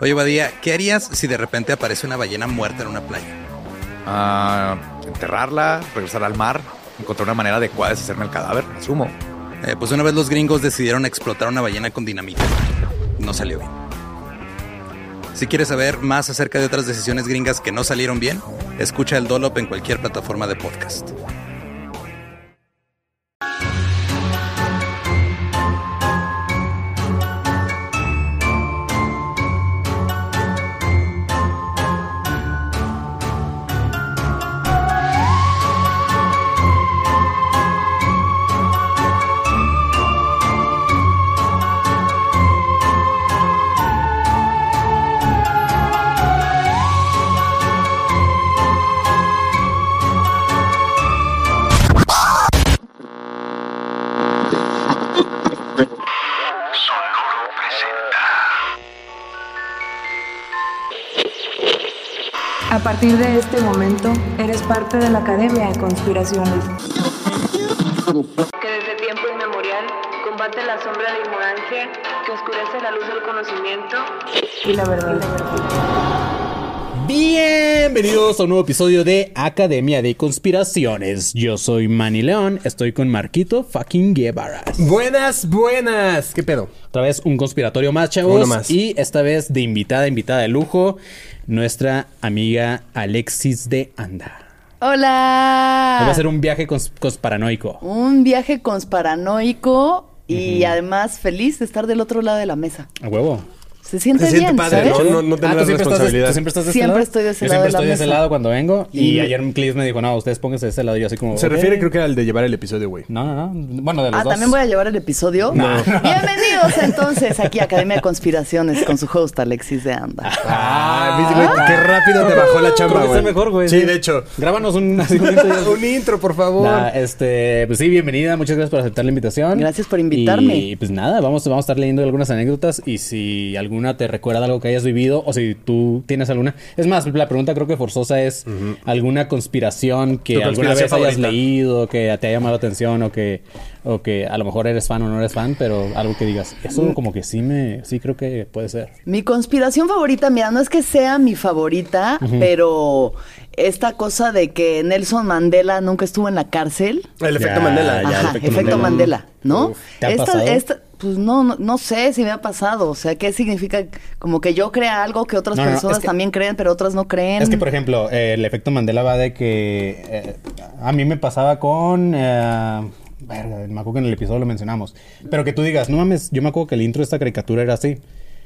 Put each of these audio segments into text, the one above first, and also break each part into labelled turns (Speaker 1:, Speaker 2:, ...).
Speaker 1: Oye, Badía, ¿qué harías si de repente aparece una ballena muerta en una playa?
Speaker 2: Ah, enterrarla, regresar al mar, encontrar una manera adecuada de deshacerme el cadáver, asumo.
Speaker 1: Eh, pues una vez los gringos decidieron explotar una ballena con dinamita. No salió bien. Si quieres saber más acerca de otras decisiones gringas que no salieron bien, escucha el Dolop en cualquier plataforma de podcast.
Speaker 3: A partir de este momento, eres parte de la Academia de Conspiraciones. Que desde tiempo inmemorial combate la sombra de la ignorancia que oscurece la luz del conocimiento y la verdad.
Speaker 4: Bienvenidos a un nuevo episodio de Academia de Conspiraciones. Yo soy Manny León, estoy con Marquito fucking Guevara.
Speaker 5: Buenas, buenas. ¿Qué pedo?
Speaker 4: Otra vez un conspiratorio más, chavos.
Speaker 5: Uno más.
Speaker 4: Y esta vez de invitada, invitada de lujo, nuestra amiga Alexis de Anda.
Speaker 6: Hola.
Speaker 4: Va a ser un viaje cons- consparanoico.
Speaker 6: Un viaje consparanoico y además feliz de estar del otro lado de la mesa.
Speaker 4: A huevo.
Speaker 6: Se siente,
Speaker 5: Se siente
Speaker 6: bien,
Speaker 5: padre,
Speaker 6: ¿sabes?
Speaker 5: ¿no? No-
Speaker 4: Ah,
Speaker 5: no tener la
Speaker 4: ¿tú siempre estás de-
Speaker 5: responsabilidad.
Speaker 4: tú siempre estás de este
Speaker 6: Siempre
Speaker 4: lado?
Speaker 6: estoy de ese
Speaker 4: Yo
Speaker 6: lado
Speaker 4: siempre
Speaker 6: de la
Speaker 4: estoy de ese
Speaker 6: mesa.
Speaker 4: lado cuando vengo. Y,
Speaker 6: Y-
Speaker 4: ayer un clip me dijo, no, ustedes pónganse de ese lado. Y yo así como...
Speaker 5: Se
Speaker 4: "Ok".
Speaker 5: refiere creo que al de llevar el episodio, güey.
Speaker 4: No, no, no. Bueno, de los
Speaker 6: Ah,
Speaker 4: dos.
Speaker 6: también voy a llevar el episodio. Bienvenidos entonces aquí a Academia de Conspiraciones con su host Alexis de Anda.
Speaker 5: Ah, viste, güey, qué rápido te bajó la
Speaker 4: Creo
Speaker 5: chamba,
Speaker 4: que
Speaker 5: güey.
Speaker 4: está mejor, güey.
Speaker 5: Sí, de hecho.
Speaker 4: Grábanos un... así un intro y-
Speaker 5: Un intro, por favor.
Speaker 4: Nah, este, pues sí, bienvenida, muchas gracias por aceptar la invitación.
Speaker 6: Gracias por invitarme.
Speaker 4: Y pues nada, vamos, vamos a estar leyendo algunas anécdotas y si alguna te recuerda algo que hayas vivido o si tú tienes alguna. Es más, la pregunta creo que forzosa es alguna conspiración que
Speaker 5: Tu
Speaker 4: alguna vez
Speaker 5: conspiración
Speaker 4: hayas
Speaker 5: favorita.
Speaker 4: leído, que te haya llamado la atención o que, o que a lo mejor eres fan o no eres fan, pero algo que digas,
Speaker 6: Mm.
Speaker 4: eso como que sí me, sí creo que puede ser.
Speaker 6: Mi conspiración favorita, mira, no es que sea mi favorita, pero esta cosa de que Nelson Mandela nunca estuvo en la cárcel.
Speaker 5: El efecto
Speaker 4: Ya,
Speaker 5: Mandela.
Speaker 4: Ah, ya,
Speaker 6: Ajá,
Speaker 4: el
Speaker 6: efecto,
Speaker 4: efecto
Speaker 6: Mandela,
Speaker 4: Mandela.
Speaker 6: ¿no?
Speaker 4: Uf. ¿Te ha pasado?
Speaker 6: pues no, no, no sé si me ha pasado. O sea, ¿qué significa? Como que yo crea algo que otras
Speaker 4: No, no, no,
Speaker 6: personas
Speaker 4: es que-
Speaker 6: también creen, pero otras no creen.
Speaker 4: Es que, por ejemplo, eh, el efecto Mandela va de que eh, a mí me pasaba con... eh, verga, me acuerdo que en el episodio lo mencionamos. Pero que tú digas, no mames, yo me acuerdo que el intro de esta caricatura era así.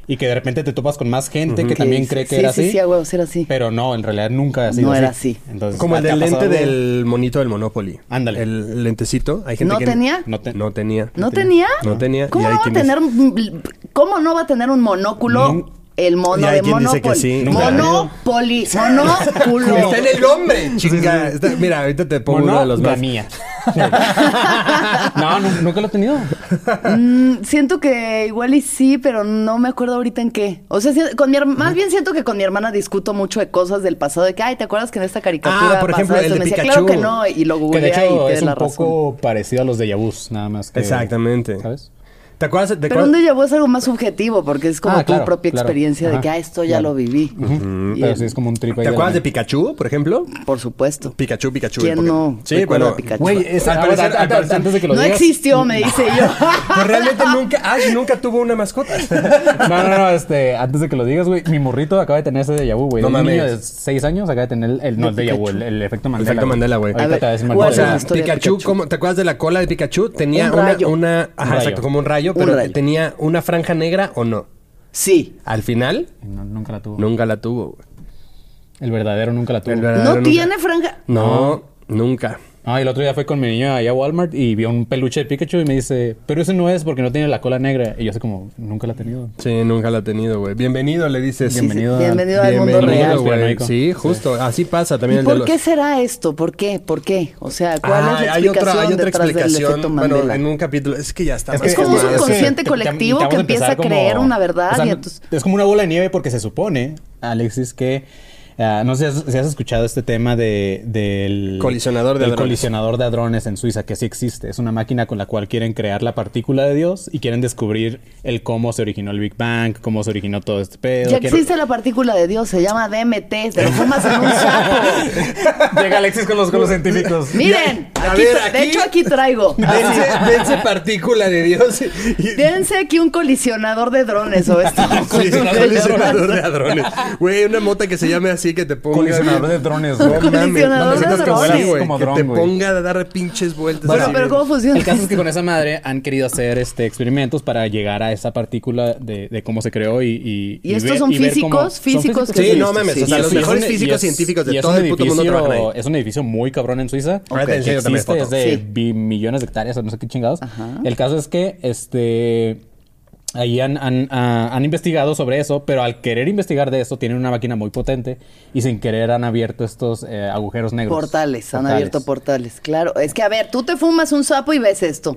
Speaker 4: Y que de repente te topas con más gente que también cree que
Speaker 6: sí,
Speaker 4: era
Speaker 6: sí,
Speaker 4: así.
Speaker 6: Sí, a huevo, sí era así.
Speaker 4: Pero no, en realidad nunca ha sido
Speaker 6: No
Speaker 4: así.
Speaker 6: era así.
Speaker 4: Entonces,
Speaker 5: Como el
Speaker 4: ¿te ha
Speaker 5: del
Speaker 4: pasado
Speaker 5: lente
Speaker 4: algo?
Speaker 5: del monito del Monopoly.
Speaker 4: Ándale.
Speaker 5: El lentecito. Hay gente
Speaker 6: ¿No
Speaker 5: que
Speaker 6: tenía?
Speaker 4: No te-
Speaker 5: No tenía.
Speaker 6: ¿No tenía?
Speaker 5: No tenía.
Speaker 6: ¿Cómo
Speaker 5: Y hay
Speaker 6: no va a
Speaker 5: quienes-
Speaker 6: tener un- cómo no va a tener un monóculo?
Speaker 4: Nun-
Speaker 6: El mono
Speaker 5: Y hay
Speaker 6: de
Speaker 5: quien dice que
Speaker 6: Monopoly.
Speaker 5: sí. Nunca.
Speaker 6: Monopoly. Monóculo.
Speaker 5: Está en el hombre, chinga. Está- Mira, ahorita te pongo uno de los más.
Speaker 4: Monogamía. no, nu- nunca lo he tenido.
Speaker 6: Mm, siento que igual y sí, pero no me acuerdo ahorita en qué. O sea, si- con mi herma- más bien siento que con mi hermana discuto mucho de cosas del pasado, de que, ay, ¿te acuerdas que en esta caricatura
Speaker 5: Ah, por ejemplo, el
Speaker 6: pasaba esto?
Speaker 5: de
Speaker 6: Me decía,
Speaker 5: Pikachu.
Speaker 6: claro que no, y lo
Speaker 4: que de
Speaker 6: googleé
Speaker 4: hecho
Speaker 6: y
Speaker 4: es
Speaker 6: tiene
Speaker 4: un
Speaker 6: la razón.
Speaker 4: poco parecido a los de Yabús, nada más que...
Speaker 5: Exactamente.
Speaker 4: ¿Sabes?
Speaker 5: ¿Te acuerdas? ¿Te
Speaker 6: Pero un
Speaker 5: acuerdas?
Speaker 6: déjà vu es algo más subjetivo, porque es como
Speaker 4: Ah,
Speaker 6: tu
Speaker 4: claro,
Speaker 6: propia
Speaker 4: claro.
Speaker 6: experiencia
Speaker 4: Ajá,
Speaker 6: de que, ah, esto ya
Speaker 4: claro.
Speaker 6: lo viví. Y
Speaker 4: Pero
Speaker 6: el-
Speaker 4: sí es como un trip ahí
Speaker 5: Mm, eh,
Speaker 4: la
Speaker 5: ¿Te acuerdas de
Speaker 4: mente.
Speaker 5: Pikachu, por ejemplo?
Speaker 6: Por supuesto.
Speaker 5: Pikachu, Pikachu.
Speaker 6: ¿Quién
Speaker 5: el Pokémon.
Speaker 6: no
Speaker 5: Sí,
Speaker 6: recuerda
Speaker 5: bueno.
Speaker 6: a Pikachu?
Speaker 4: Güey, es-
Speaker 5: Al parecer-
Speaker 4: ahorita-
Speaker 5: al parecer-
Speaker 4: antes de que lo
Speaker 6: No
Speaker 4: digas.
Speaker 6: existió, me dice yo.
Speaker 5: Pues realmente nunca, Ash nunca tuvo una mascota.
Speaker 4: No, no, no, este, antes de que lo digas, güey, mi morrito acaba de tener ese déjà vu, güey.
Speaker 5: No
Speaker 4: un
Speaker 5: mames.
Speaker 4: niño de 6 años acaba de tener el, el- no, el déjà vu, el, el efecto Mandela.
Speaker 5: efecto Mandela, güey.
Speaker 4: Ahorita
Speaker 6: A ver,
Speaker 4: te voy a decir más
Speaker 6: ¿cuál
Speaker 5: O
Speaker 4: cosas.
Speaker 6: es
Speaker 5: sea,
Speaker 6: la historia de
Speaker 5: Pikachu,
Speaker 6: Pikachu?
Speaker 5: como, ¿te acuerdas de la cola de Pikachu? Tenía
Speaker 6: Un
Speaker 5: una,
Speaker 6: rayo.
Speaker 5: una- ajá,
Speaker 4: rayo.
Speaker 5: exacto, como un rayo,
Speaker 6: Un
Speaker 5: pero
Speaker 6: rayo.
Speaker 5: tenía una franja negra o no.
Speaker 6: Sí.
Speaker 5: Al final,
Speaker 4: No, nunca la tuvo.
Speaker 5: nunca la tuvo. güey.
Speaker 4: El verdadero nunca la tuvo.
Speaker 5: El verdadero
Speaker 6: No
Speaker 5: nunca.
Speaker 6: tiene franja.
Speaker 5: No, nunca.
Speaker 4: Ah, y el otro día fue con mi niño allá a Walmart y vio un peluche de Pikachu y me dice, pero ese no es porque no tiene la cola negra. Y yo así como, nunca la he tenido.
Speaker 5: Sí, nunca la ha tenido, güey. Bienvenido, le dices.
Speaker 6: Sí, sí.
Speaker 4: Bienvenido a-
Speaker 6: Bienvenido al mundo
Speaker 4: Bienvenido,
Speaker 6: real.
Speaker 5: güey.
Speaker 4: Conspiranoico.
Speaker 5: Sí, justo. Así pasa
Speaker 6: ¿Y
Speaker 5: también el de
Speaker 6: por
Speaker 5: los-
Speaker 6: qué será esto? ¿Por qué? ¿Por qué? O sea, ¿cuál
Speaker 5: Ah,
Speaker 6: es la
Speaker 5: hay otra,
Speaker 6: explicación
Speaker 5: hay otra
Speaker 6: detrás del efecto
Speaker 5: explicación.
Speaker 6: Mandela?
Speaker 5: Bueno, en un capítulo. Es que ya está.
Speaker 6: que-
Speaker 5: más
Speaker 6: Es como un
Speaker 4: que-
Speaker 5: quemado.
Speaker 4: que-
Speaker 6: subconsciente
Speaker 4: te- te-
Speaker 6: colectivo
Speaker 4: te vamos
Speaker 6: que empieza
Speaker 4: empezar
Speaker 6: a creer una verdad y entonces-
Speaker 4: Es como una bola de nieve porque se supone, Alexis, que Ah, no sé si has, si has escuchado este tema de, del
Speaker 5: Colisionador de
Speaker 4: del
Speaker 5: hadrones.
Speaker 4: colisionador de hadrones en Suiza, que sí existe. Es una máquina con la cual quieren crear la partícula de Dios y quieren descubrir el cómo se originó el Big Bang, cómo se originó todo este pedo.
Speaker 6: Ya
Speaker 4: Quieren-
Speaker 6: existe la partícula de Dios, se llama DMT, te lo fumas en un sapo.
Speaker 4: Llega Alexis con los, con los científicos.
Speaker 6: Miren,
Speaker 5: Ya, a
Speaker 6: aquí
Speaker 5: ver,
Speaker 6: tra- de
Speaker 5: aquí-
Speaker 6: hecho aquí traigo.
Speaker 5: Dense, dense partícula de Dios. y-
Speaker 6: Dense aquí un colisionador de drones o esto.
Speaker 5: Colisionador de hadrones. Güey, una mota que se llame así que te ponga.
Speaker 4: Colisionador de drones. ¿no?
Speaker 5: No mames,
Speaker 6: Colisionador
Speaker 5: no
Speaker 6: de
Speaker 5: sientas
Speaker 6: drones.
Speaker 5: como así, güey,
Speaker 4: Como
Speaker 5: Que
Speaker 4: dron,
Speaker 5: te
Speaker 4: güey.
Speaker 5: ponga a dar pinches vueltas.
Speaker 6: Bueno,
Speaker 5: así,
Speaker 6: pero
Speaker 5: güey.
Speaker 6: ¿cómo funciona?
Speaker 4: El caso es que con esa madre han querido hacer este experimentos para llegar a esa partícula de, de cómo se creó y... ¿Y,
Speaker 6: ¿Y estos son físicos? ¿Físicos
Speaker 5: Sí, no mames, o sea, los mejores físicos científicos de todo el puto mundo trabajan ahí.
Speaker 4: Es un edificio muy cabrón en Suiza.
Speaker 6: Ok.
Speaker 4: que
Speaker 5: Ahorita enseño también
Speaker 4: existe, es
Speaker 5: fotos.
Speaker 4: de
Speaker 6: Sí.
Speaker 4: bi- millones de hectáreas, no sé qué chingados.
Speaker 6: Ajá.
Speaker 4: El caso es que este... Ahí han, han, ah, han investigado sobre eso, pero al querer investigar de eso, tienen una máquina muy potente y sin querer han abierto estos eh, agujeros negros.
Speaker 6: Portales, han abierto portales, claro. Es que, a ver, tú te fumas un sapo y ves esto.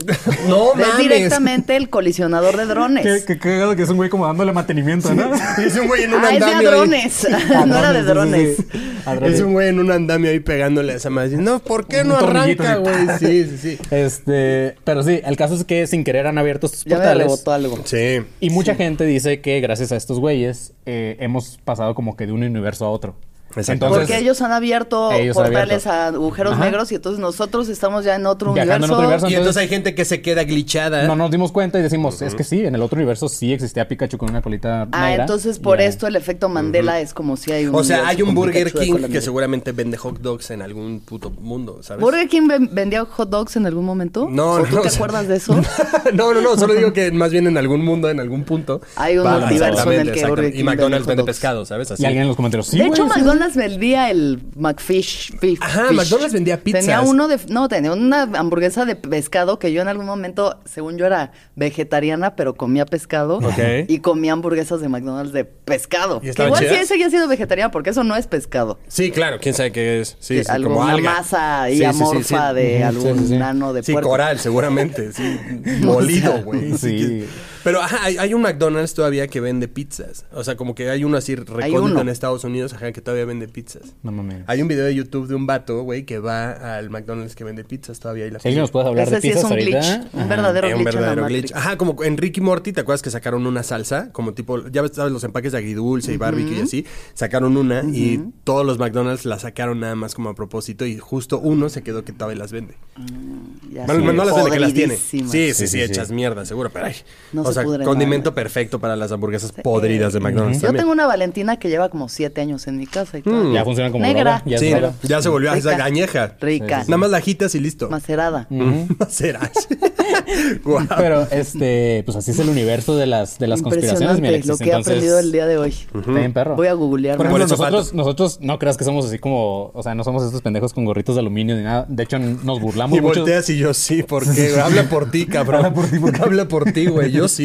Speaker 5: No
Speaker 6: Ves
Speaker 5: mames.
Speaker 6: directamente el colisionador de drones.
Speaker 4: cagado que es un güey como dándole mantenimiento, ¿no?
Speaker 5: Es un güey en un
Speaker 6: Ah, es de
Speaker 5: andamio. ahí.
Speaker 6: hadrones. no era de drones.
Speaker 5: Es un güey en un andamio ahí pegándole a esa madre. No, ¿por qué no
Speaker 4: Un tornillito
Speaker 5: arranca,
Speaker 4: así.
Speaker 5: güey? Sí, sí, sí.
Speaker 4: Este, pero sí, el caso es que sin querer han abierto estos
Speaker 6: Ya me
Speaker 4: portales.
Speaker 6: rebotó algo.
Speaker 5: Sí.
Speaker 4: Y mucha gente dice que gracias a estos güeyes eh, hemos pasado como que de un universo a otro.
Speaker 5: Exacto.
Speaker 4: Entonces,
Speaker 6: Porque ellos han abierto
Speaker 4: Ellos han
Speaker 6: portales
Speaker 4: abierto.
Speaker 6: a agujeros
Speaker 4: Ajá.
Speaker 6: negros y entonces nosotros estamos ya en otro
Speaker 4: Viajando en
Speaker 6: universo.
Speaker 4: otro universo.
Speaker 5: Y
Speaker 4: Entonces-
Speaker 5: entonces hay gente que se queda glitchada.
Speaker 4: no nos dimos cuenta y decimos, es que sí, en el otro universo sí existía Pikachu con una colita
Speaker 6: Ah,
Speaker 4: negra.
Speaker 6: entonces por
Speaker 4: Y, eh,
Speaker 6: esto el efecto Mandela es como si hay un.
Speaker 5: O sea,
Speaker 6: universo
Speaker 5: hay un
Speaker 6: con
Speaker 5: Burger
Speaker 6: Pikachu de
Speaker 5: King
Speaker 6: cola
Speaker 5: que
Speaker 6: negra.
Speaker 5: seguramente vende hot dogs en algún puto mundo, ¿sabes?
Speaker 6: ¿Burger King ven- vendía hot dogs en algún momento?
Speaker 5: No,
Speaker 6: ¿O
Speaker 5: no.
Speaker 6: ¿Tú
Speaker 5: o
Speaker 6: te
Speaker 5: sea-
Speaker 6: acuerdas de eso?
Speaker 5: no, no, no. Solo digo que más bien en algún mundo, en algún punto.
Speaker 6: Hay un
Speaker 5: va-
Speaker 6: multiverso en el
Speaker 5: exactamente,
Speaker 6: que
Speaker 5: exactamente.
Speaker 6: Burger King
Speaker 5: Y McDonald's
Speaker 6: vende hot
Speaker 5: vende
Speaker 6: dogs.
Speaker 5: pescado, ¿sabes? Así.
Speaker 4: Y alguien en los comentarios, sí,
Speaker 6: de hecho,
Speaker 4: güey, sí.
Speaker 6: McDonald's vendía el McFish. fi-
Speaker 5: Ajá, McDonald's vendía pizzas.
Speaker 6: Tenía uno de. No, tenía una hamburguesa de pescado que yo en algún momento, según yo, era vegetariana, pero comía pescado.
Speaker 5: Ok.
Speaker 6: Y comía hamburguesas de McDonald's de pescado.
Speaker 5: ¿Y
Speaker 6: Que
Speaker 5: estaban
Speaker 6: igual sí
Speaker 5: chidas?
Speaker 6: seguía siendo vegetariana porque eso no es pescado.
Speaker 5: Sí, claro. ¿Quién sabe qué es? Sí,
Speaker 6: Que
Speaker 5: sí,
Speaker 6: alguna
Speaker 5: como alga.
Speaker 6: masa ahí
Speaker 5: Sí, sí, sí,
Speaker 6: amorfa
Speaker 5: sí.
Speaker 6: de
Speaker 4: Ujú,
Speaker 6: algún
Speaker 4: sí, sí, sí.
Speaker 6: nano de
Speaker 5: Sí,
Speaker 6: puerco.
Speaker 5: coral, seguramente. Sí, molido, güey.
Speaker 4: sí.
Speaker 5: Pero ajá, hay, hay un McDonald's todavía que vende pizzas. O sea, como que hay uno así recóndito
Speaker 6: uno.
Speaker 5: en Estados Unidos, ajá, que todavía vende pizzas.
Speaker 4: No mames.
Speaker 5: Hay un video de YouTube de un vato, güey, que va al McDonald's que vende pizzas todavía y las
Speaker 4: ¿Alguien nos puede hablar
Speaker 6: Ese
Speaker 4: de
Speaker 6: sí
Speaker 4: pizzas
Speaker 6: es un glitch.
Speaker 4: ahorita?
Speaker 6: Un
Speaker 4: Ajá.
Speaker 6: verdadero
Speaker 5: Es
Speaker 6: glitch.
Speaker 5: un
Speaker 6: en la
Speaker 5: verdadero
Speaker 6: Matrix.
Speaker 5: glitch. Ajá, como en Ricky Morty, ¿te acuerdas que sacaron una salsa? Como tipo, ya ves, sabes, los empaques de agridulce y barbecue y así. Sacaron una y todos los McDonald's la sacaron nada más como a propósito y justo uno se quedó que todavía las vende.
Speaker 6: Ya
Speaker 5: Bueno,
Speaker 6: sé.
Speaker 5: no las vende, que las tiene. Sí,
Speaker 6: Podridísimas.
Speaker 5: sí, sí,
Speaker 4: Sí, sí,
Speaker 5: hechas
Speaker 4: sí.
Speaker 5: mierda, seguro, pero ay.
Speaker 6: No
Speaker 5: o
Speaker 6: se
Speaker 5: sea,
Speaker 6: pudren,
Speaker 5: condimento
Speaker 6: nada.
Speaker 5: perfecto para las hamburguesas podridas de McDonald's
Speaker 6: Yo
Speaker 5: también. Mm.
Speaker 6: tengo una Valentina que lleva como siete años en mi casa y todo.
Speaker 4: Ya funcionan como
Speaker 6: Negra.
Speaker 4: droga, ya es
Speaker 5: Sí,
Speaker 4: droga.
Speaker 5: ya se volvió a esa
Speaker 6: Rica.
Speaker 5: añeja.
Speaker 6: Rica.
Speaker 5: Nada más la agitas y listo.
Speaker 6: Macerada.
Speaker 5: Maceras. Guau.
Speaker 4: Pero este, pues así es el universo de las de las conspiraciones, mi
Speaker 6: Impresionante
Speaker 4: Alexis.
Speaker 6: lo que he
Speaker 4: Entonces,
Speaker 6: aprendido el día de hoy.
Speaker 4: Está bien, perro.
Speaker 6: Voy a googlear.
Speaker 4: Por
Speaker 5: Por
Speaker 4: ejemplo,
Speaker 5: eso falta.
Speaker 4: nosotros, nosotros no creas que somos así como, o sea, no somos estos pendejos con gorritos de aluminio ni nada. De hecho, n- nos burlamos
Speaker 5: Y
Speaker 4: mucho.
Speaker 5: volteas y yo sí, porque habla por ti, cabrón. Habla por ti, habla por ti, güey. Yo sí.